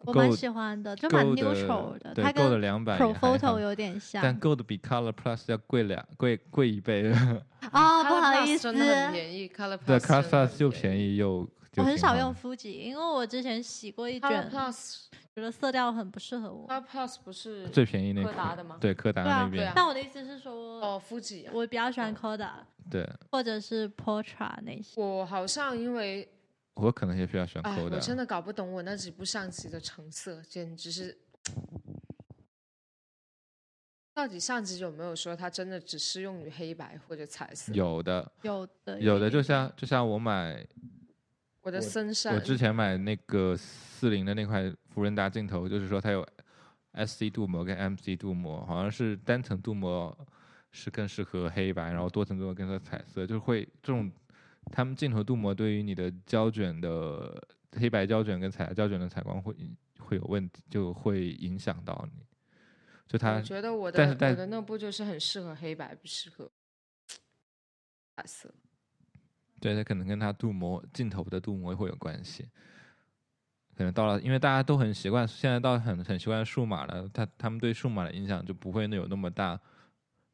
Speaker 2: 我蛮
Speaker 3: Gold-
Speaker 2: 喜欢的，就蛮
Speaker 3: Gold 的
Speaker 2: neutral 的，
Speaker 3: 对
Speaker 2: 它
Speaker 3: Gold
Speaker 2: 跟
Speaker 3: 两百
Speaker 2: Pro Photo 有点像。
Speaker 3: 但 Gold 比 Color Plus 要贵两贵贵一 (laughs) 倍，
Speaker 2: 哦，不
Speaker 1: Color
Speaker 2: 好
Speaker 1: Plus
Speaker 2: 意思，
Speaker 1: 真的很便宜，Color Plus
Speaker 3: 对 Color
Speaker 1: 真的
Speaker 3: Plus
Speaker 1: 很
Speaker 3: 又
Speaker 1: 宜。
Speaker 3: 便宜又
Speaker 2: 我很少用
Speaker 3: 用，
Speaker 2: Fuji，因为我之前洗过一
Speaker 1: Color
Speaker 2: 卷，
Speaker 1: Plus
Speaker 2: 觉得色调很不适合我。
Speaker 1: Color Plus 不是
Speaker 3: 最便宜那
Speaker 1: 柯达
Speaker 3: 款
Speaker 1: 的吗
Speaker 3: 对，柯达
Speaker 2: 对啊
Speaker 3: 那边
Speaker 1: 啊
Speaker 2: 但我的意思是说，
Speaker 1: 哦，夫妻、
Speaker 2: 我比较喜
Speaker 1: 哦
Speaker 2: 欢 Kodak
Speaker 3: 对，
Speaker 2: 或者是 Portra 那些。
Speaker 1: 我好像因为
Speaker 3: 我可能也比较喜欢
Speaker 1: 哎，我真
Speaker 3: Gold，
Speaker 1: 的搞不懂我那几部相机的成色，简直是。到底相机有没有说它真的只适用于黑白或者彩色？
Speaker 3: 有的
Speaker 2: 有的
Speaker 3: 有的
Speaker 2: 一
Speaker 3: 就
Speaker 2: 点
Speaker 3: 像就像我买
Speaker 1: 我的
Speaker 3: 我
Speaker 1: 森
Speaker 3: 我
Speaker 1: 山，
Speaker 3: 之前买那个四零的那块福仁达镜头，就是说它有 SC 镀膜跟 MC 镀膜，好像是单层镀膜是更适合黑白，然后多层镀膜更适合彩色，就是会这种他们镜头镀膜对于你的胶卷的黑白胶卷跟彩胶卷的采光会会有问题，就会影响到你。就它
Speaker 1: 我觉得我的
Speaker 3: 但是但
Speaker 1: 我的那部就是很适合黑白，不适合彩色。
Speaker 3: 对，它可能跟它镀膜镜头的镀膜会有关系。可能到了，因为大家都很习惯，现在到很很习惯数码了，他他们对数码的影响就不会有那么大，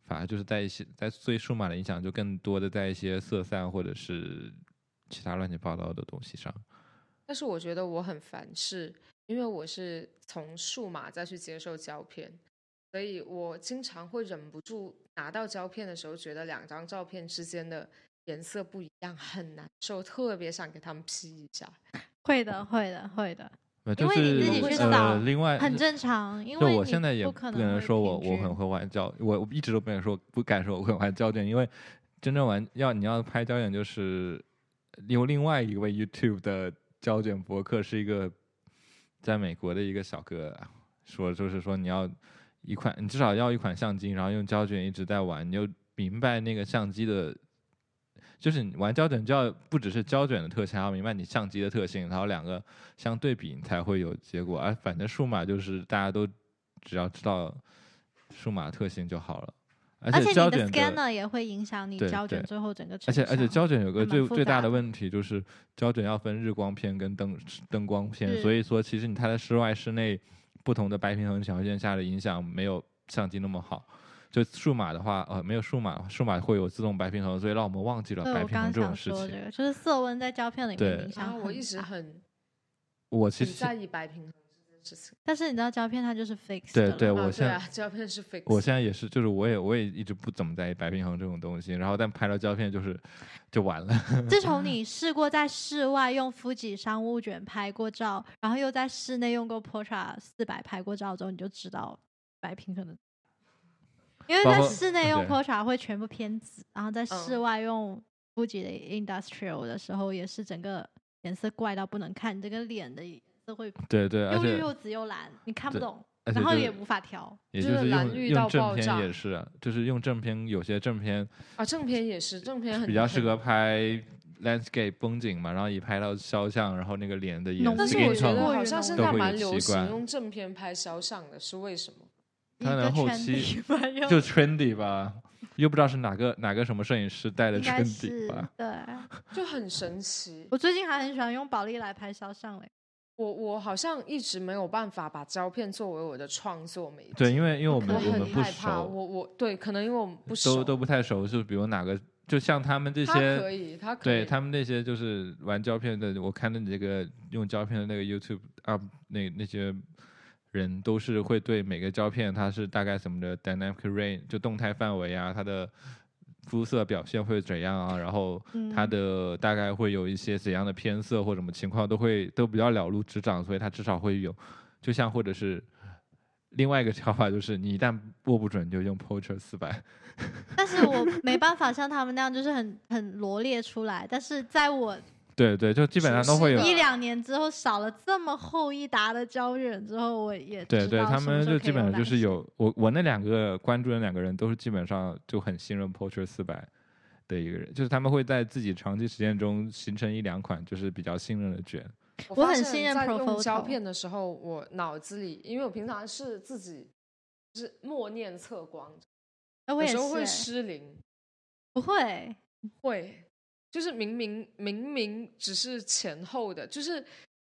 Speaker 3: 反而就是在一些在对数码的影响就更多的在一些色散或者是其他乱七八糟的东西上。
Speaker 1: 但是我觉得我很烦，是因为我是从数码再去接受胶片，所以我经常会忍不住拿到胶片的时候，觉得两张照片之间的颜色不一样，很难受，特别想给他们 P 一
Speaker 3: 啊
Speaker 1: 下。
Speaker 2: 会的，会的，会的，
Speaker 3: 呃
Speaker 2: 因
Speaker 3: 就
Speaker 2: 为
Speaker 3: 是
Speaker 2: 你
Speaker 1: 自己去
Speaker 3: 呃，
Speaker 2: 扫
Speaker 3: 另外
Speaker 2: 很正常。因
Speaker 3: 就
Speaker 2: 为
Speaker 3: 我
Speaker 2: 你
Speaker 3: 现在也
Speaker 2: 不
Speaker 3: 不
Speaker 2: 可
Speaker 3: 能
Speaker 2: 会
Speaker 3: 说我
Speaker 2: 平
Speaker 3: 我很
Speaker 2: 均
Speaker 3: 会玩胶，我我一直都没有说不敢说我会玩胶卷，因为真正玩要你要拍胶卷，就是有另外一位 YouTube 的胶卷博客是一个在美国的一个小哥啊说，就是说你要一款，你至少要一款相机，然后用胶卷一直在玩，你就明白那个相机的。就是你玩胶卷就要不只是胶卷的特性，还要明白你相机的特性，然后两个相对比，你才会有结果。而反正数码就是大家都只要知道数码特性就好了，而
Speaker 2: 而
Speaker 3: 且
Speaker 2: 你
Speaker 3: 胶
Speaker 2: 的
Speaker 3: 卷的，
Speaker 2: scanner 也会影响你
Speaker 3: 对
Speaker 2: 胶
Speaker 3: 对
Speaker 2: 卷最后整个
Speaker 3: 而
Speaker 2: 成
Speaker 3: 且而且
Speaker 2: 像
Speaker 3: 胶卷有个
Speaker 2: 还蛮
Speaker 3: 最
Speaker 2: 复
Speaker 3: 最大
Speaker 2: 杂
Speaker 3: 的
Speaker 2: 的
Speaker 3: 问题就是胶卷要分日光片跟灯灯光片，
Speaker 2: 是
Speaker 3: 所以说其实你它在室外室内不同的白平衡条件下的影响没有相机那么好。就数码的话，呃，没有数码，数码会有自动白平衡，所以让我们忘记了
Speaker 2: 对，
Speaker 3: 白
Speaker 2: 我
Speaker 3: 平衡
Speaker 2: 刚
Speaker 3: 这
Speaker 2: 想
Speaker 3: 种事
Speaker 2: 说
Speaker 3: 情。
Speaker 2: 这个，就是色温在胶片里面
Speaker 3: 对
Speaker 2: 影响
Speaker 1: 然
Speaker 2: 很
Speaker 1: 后
Speaker 2: 大。
Speaker 1: 我一直很
Speaker 3: 我其
Speaker 1: 很
Speaker 3: 实
Speaker 1: 在意白平衡这件事情。
Speaker 2: 但是你知道胶片它就是 fixed
Speaker 3: 对
Speaker 2: 的
Speaker 3: 对，
Speaker 2: 了
Speaker 1: 啊
Speaker 3: 我
Speaker 1: 对
Speaker 3: 现在、
Speaker 1: 啊，胶片是 fix。
Speaker 3: 我现在也是，就是我也我也一直不怎么在意白平衡这种东西，然后但拍了胶片就是就完了。 (laughs)
Speaker 2: 自从你试过在室外用 Fuji 商务卷拍过照，然后又在室内用过 Portra 四百拍过照之后，你就知道白平衡的。因为
Speaker 3: 包
Speaker 2: 在
Speaker 3: 括嗯
Speaker 2: 室内用
Speaker 3: 对
Speaker 2: Portra 会全部偏紫，然后在室
Speaker 1: 嗯
Speaker 2: 外用 Fuji 的 Industrial 的时候，也是整个颜色怪到不能看，你这个脸的颜色会
Speaker 3: 对对，而
Speaker 2: 又绿
Speaker 3: 且
Speaker 2: 又紫又蓝，你看不
Speaker 3: 对
Speaker 2: 懂，
Speaker 3: 而且
Speaker 2: 然后
Speaker 3: 就是
Speaker 2: 也无法调。
Speaker 3: 也
Speaker 1: 就
Speaker 3: 就是是
Speaker 1: 蓝
Speaker 3: 用
Speaker 1: 绿
Speaker 3: 用
Speaker 1: 到爆
Speaker 3: 正片
Speaker 1: 炸
Speaker 3: 也是啊，就是用正片，有些正片
Speaker 1: 啊，正片也是，正片很
Speaker 3: 比较适
Speaker 1: 很
Speaker 3: 合拍 landscape 风景嘛，然后一拍到肖像，然后那个脸的颜
Speaker 2: 浓
Speaker 3: 色
Speaker 1: 但是
Speaker 2: 给
Speaker 1: 我
Speaker 2: 你
Speaker 1: 觉
Speaker 2: 看
Speaker 1: 得
Speaker 2: 过
Speaker 1: 好
Speaker 2: 于
Speaker 1: 像
Speaker 2: 浓
Speaker 1: 现
Speaker 3: 都
Speaker 1: 在
Speaker 3: 会有
Speaker 1: 蛮流
Speaker 3: 习
Speaker 1: 行
Speaker 3: 惯
Speaker 1: 用正片拍肖像的，是为什么？
Speaker 2: 一
Speaker 3: 当然
Speaker 2: 个
Speaker 3: 后
Speaker 2: 圈
Speaker 3: 期
Speaker 2: 底吧又
Speaker 3: 就 trendy 吧，又不知道是哪个哪个什么摄影师带的
Speaker 2: 应该
Speaker 3: trendy
Speaker 2: 是
Speaker 3: 吧。
Speaker 2: 对。
Speaker 1: 就很神奇。
Speaker 2: 我最近还很喜欢用宝丽来拍肖像嘞，
Speaker 3: (laughs)
Speaker 1: 我我好像一直没有办法把胶片作为我的创作媒介。
Speaker 3: 对，因为因为我
Speaker 1: 可
Speaker 3: 们
Speaker 1: 能
Speaker 3: 我
Speaker 1: 很
Speaker 3: 们不
Speaker 1: 害怕，
Speaker 3: 熟，
Speaker 1: 我我对，可能因为我们不熟，
Speaker 3: 都都不太熟，就比如哪个，就像他们这
Speaker 1: 他
Speaker 3: 些
Speaker 1: 可以，他可以，
Speaker 3: 对他们那些就是玩胶片的，我看到你这个用胶片的那个 YouTube up 那那些人都是会对每个胶片它是大概什么的 dynamic range 就动态范围啊，它的肤色表现会怎样啊，然后它
Speaker 2: 嗯
Speaker 3: 的大概会有一些怎样的偏色或什么情况都会都比较了如指掌，所以它至少会有，就像或者是。另外一个想法就是，你一旦握不准，你就用 Portrait 四百。
Speaker 2: 但是我没办法像他们那样，就是很很罗列出来。但是在我
Speaker 3: 对 (laughs) 对，啊就基本上都会有
Speaker 1: 舒。
Speaker 2: 一两年之后少了这么厚一沓的胶卷之后，我也
Speaker 3: 对
Speaker 2: 知
Speaker 3: 对，
Speaker 2: 道
Speaker 3: 他
Speaker 2: 什么
Speaker 3: 们
Speaker 2: 时候
Speaker 3: 就
Speaker 2: 可
Speaker 3: 基
Speaker 2: 以
Speaker 3: 本上就是
Speaker 2: 懒
Speaker 3: 有我我那两个关注的两个人都是基本上就很信任 Portrait 四百的一个人，就是他们会在自己长期实践中形成一两款就是比较信任的卷。
Speaker 1: 我
Speaker 2: 我
Speaker 1: 发
Speaker 2: 很
Speaker 1: 现
Speaker 2: 信任
Speaker 1: 在用
Speaker 2: Profoto
Speaker 1: 胶片的时候，我脑子里，因为我平常是自己是默念测光，
Speaker 2: 哎，我
Speaker 1: 有
Speaker 2: 也
Speaker 1: 时候会
Speaker 2: 是哎，
Speaker 1: 失灵，
Speaker 2: 不会，
Speaker 1: 会，就是明明明明只是前后的，就是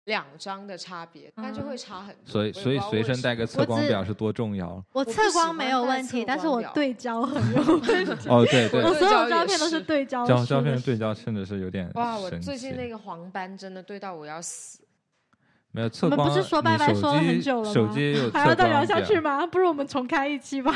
Speaker 1: 两张的差别，但就会
Speaker 2: 嗯
Speaker 1: 差很多。
Speaker 3: 所以
Speaker 1: 我也
Speaker 3: 所以
Speaker 1: 不知道
Speaker 3: 随
Speaker 1: 为
Speaker 3: 身
Speaker 1: 什
Speaker 3: 带个
Speaker 1: 么
Speaker 3: 测光
Speaker 2: 只
Speaker 3: 表是多重要？
Speaker 2: 我
Speaker 1: 不
Speaker 2: 测
Speaker 1: 喜
Speaker 2: 光
Speaker 1: 欢
Speaker 2: 没有
Speaker 1: 带
Speaker 2: 问
Speaker 1: 测
Speaker 2: 题，但是
Speaker 1: 光
Speaker 2: 我
Speaker 1: 表 (laughs)
Speaker 2: 对焦很有问题。
Speaker 3: 哦，对对
Speaker 1: 我
Speaker 2: 我所有
Speaker 1: 对焦
Speaker 2: 照
Speaker 1: 也
Speaker 2: 片都是
Speaker 1: 是
Speaker 2: 对焦
Speaker 3: 胶
Speaker 2: 出
Speaker 3: 胶片
Speaker 2: 的
Speaker 3: 对焦甚至是有点
Speaker 1: 哇，我
Speaker 3: 神
Speaker 1: 最近
Speaker 3: 奇
Speaker 1: 那个黄斑真的对到我要死。
Speaker 3: 没有测
Speaker 2: 我们
Speaker 3: 光，
Speaker 2: 不是说拜
Speaker 3: 你
Speaker 2: 拜
Speaker 3: 手
Speaker 2: 说了很
Speaker 3: 机
Speaker 2: 久了
Speaker 3: 手
Speaker 2: 吗
Speaker 3: 机也有
Speaker 2: 还
Speaker 3: 测
Speaker 2: 要再聊
Speaker 3: 光
Speaker 2: 下
Speaker 3: 表
Speaker 2: 去吗？啊不如我们重开一期吧。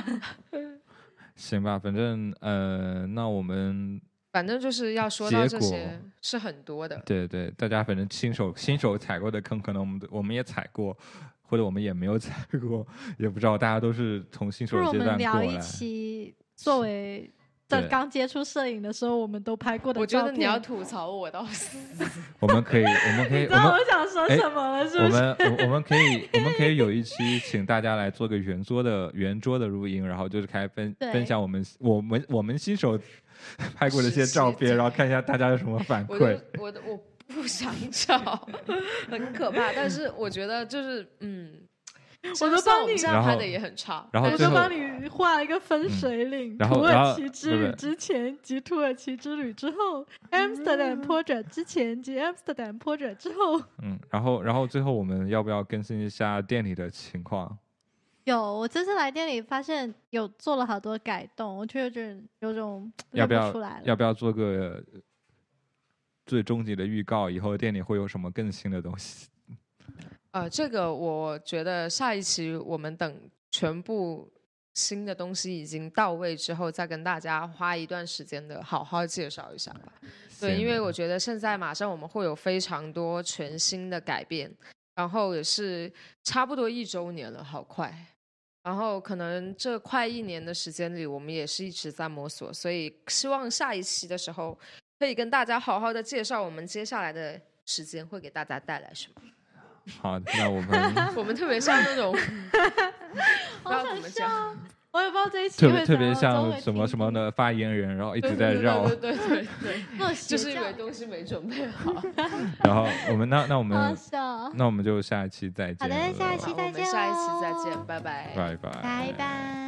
Speaker 3: 行吧，反正呃，那我们
Speaker 1: 反正就是要说到
Speaker 3: 结
Speaker 1: 这
Speaker 3: 果
Speaker 1: 些是很多的，
Speaker 3: 对对，大家反正新手新手踩过的坑，可能我们都我们也踩过，或者我们也没有 (laughs) 踩过，也不知道大家都是从新
Speaker 2: 不
Speaker 3: 手
Speaker 2: 如我
Speaker 3: 阶
Speaker 2: 们
Speaker 3: 段过
Speaker 2: 聊一
Speaker 3: 来。
Speaker 2: 期，作为在
Speaker 3: 对
Speaker 2: 刚接触摄影的时候，我们都拍过的
Speaker 1: 我觉
Speaker 2: 照
Speaker 1: 得你要
Speaker 2: 片。
Speaker 1: 吐槽我到死。
Speaker 3: 我们可以，我们可以，
Speaker 2: (laughs) 你知
Speaker 3: 我
Speaker 2: 道
Speaker 3: 们
Speaker 2: 我想说
Speaker 3: 哎
Speaker 2: 什么了，是
Speaker 3: 我
Speaker 2: 不是？
Speaker 3: 们我我们可以
Speaker 2: (laughs)
Speaker 3: 我们可以有一期请大家来做个圆桌的圆桌的录音，然后就是开分
Speaker 2: 对
Speaker 3: 分享我们我们我们新手 (laughs) 拍过的一些
Speaker 1: 时
Speaker 3: 照
Speaker 1: 期
Speaker 3: 片，然后
Speaker 1: 对
Speaker 3: 看一下大家有什么反
Speaker 1: (laughs) 我就
Speaker 3: 馈。
Speaker 1: 我的我不想找，很可怕。但是我觉得就是嗯，
Speaker 2: 我
Speaker 1: 虽
Speaker 2: 都
Speaker 1: 然
Speaker 2: 帮
Speaker 1: (laughs) 我们
Speaker 2: 你
Speaker 1: 这样
Speaker 3: 然
Speaker 1: 拍
Speaker 3: 后
Speaker 1: 的也很差，
Speaker 3: 然后
Speaker 1: 但
Speaker 2: 我
Speaker 3: 最
Speaker 1: 是
Speaker 2: 都
Speaker 3: 后
Speaker 2: 帮你画了一个分水岭，
Speaker 3: 然后
Speaker 2: 土
Speaker 3: 然后
Speaker 2: 耳其之
Speaker 3: 不
Speaker 2: 旅
Speaker 3: 是
Speaker 2: 之前及土耳其之旅之后，Amsterdam Project 之前及 Amsterdam Project 之后。
Speaker 3: 嗯，然后然后最后我们要不要更新一下店里的情况？
Speaker 2: 有，我这次来店里发现有做了好多改动，我就有点有种
Speaker 3: 要
Speaker 2: 认
Speaker 3: 不要
Speaker 2: 出来了。
Speaker 3: 要不要做个呃最终极的预告？以后店里会有什么更新的东西？
Speaker 1: 呃，这个我觉得下一期我们等全部新的东西已经到位之后，再跟大家花一段时间的好好介绍一下吧。对，
Speaker 3: 行
Speaker 1: 因为我觉得现在马上我们会有非常多全新的改变，然后也是差不多一周年了，好快。然后可能这快一年的时间里，我们也是一直在摸索，所以希望下一期的时候可以跟大家好好的介绍我们接下来的时间会给大家带来什么。
Speaker 3: 好，那我们
Speaker 1: 我们特别像那
Speaker 3: (laughs)
Speaker 1: 种，不知道怎么讲，
Speaker 2: 我也不知道这一期
Speaker 3: 特
Speaker 2: 会
Speaker 3: 别特
Speaker 2: 怎
Speaker 3: 别
Speaker 2: 么
Speaker 3: 像什么什么，的发言人，然后一
Speaker 1: 对
Speaker 3: 直
Speaker 1: 对
Speaker 3: 在
Speaker 1: 对
Speaker 3: 绕，
Speaker 1: 对对对
Speaker 3: (laughs)
Speaker 1: 对，
Speaker 2: 我会听
Speaker 1: 就是
Speaker 2: 做邪
Speaker 1: 因为
Speaker 2: 教
Speaker 1: 东西没准备 (laughs) 好。
Speaker 3: 然后我们那那我
Speaker 2: 好
Speaker 3: 们
Speaker 2: 笑。
Speaker 3: 那我们就下一期再见
Speaker 2: 好
Speaker 3: 了。
Speaker 2: 的下期
Speaker 1: 好，我
Speaker 2: 再
Speaker 1: 们
Speaker 2: 见
Speaker 1: 下一期再
Speaker 2: 喽
Speaker 1: 见，拜拜。
Speaker 3: 拜拜
Speaker 2: 拜拜。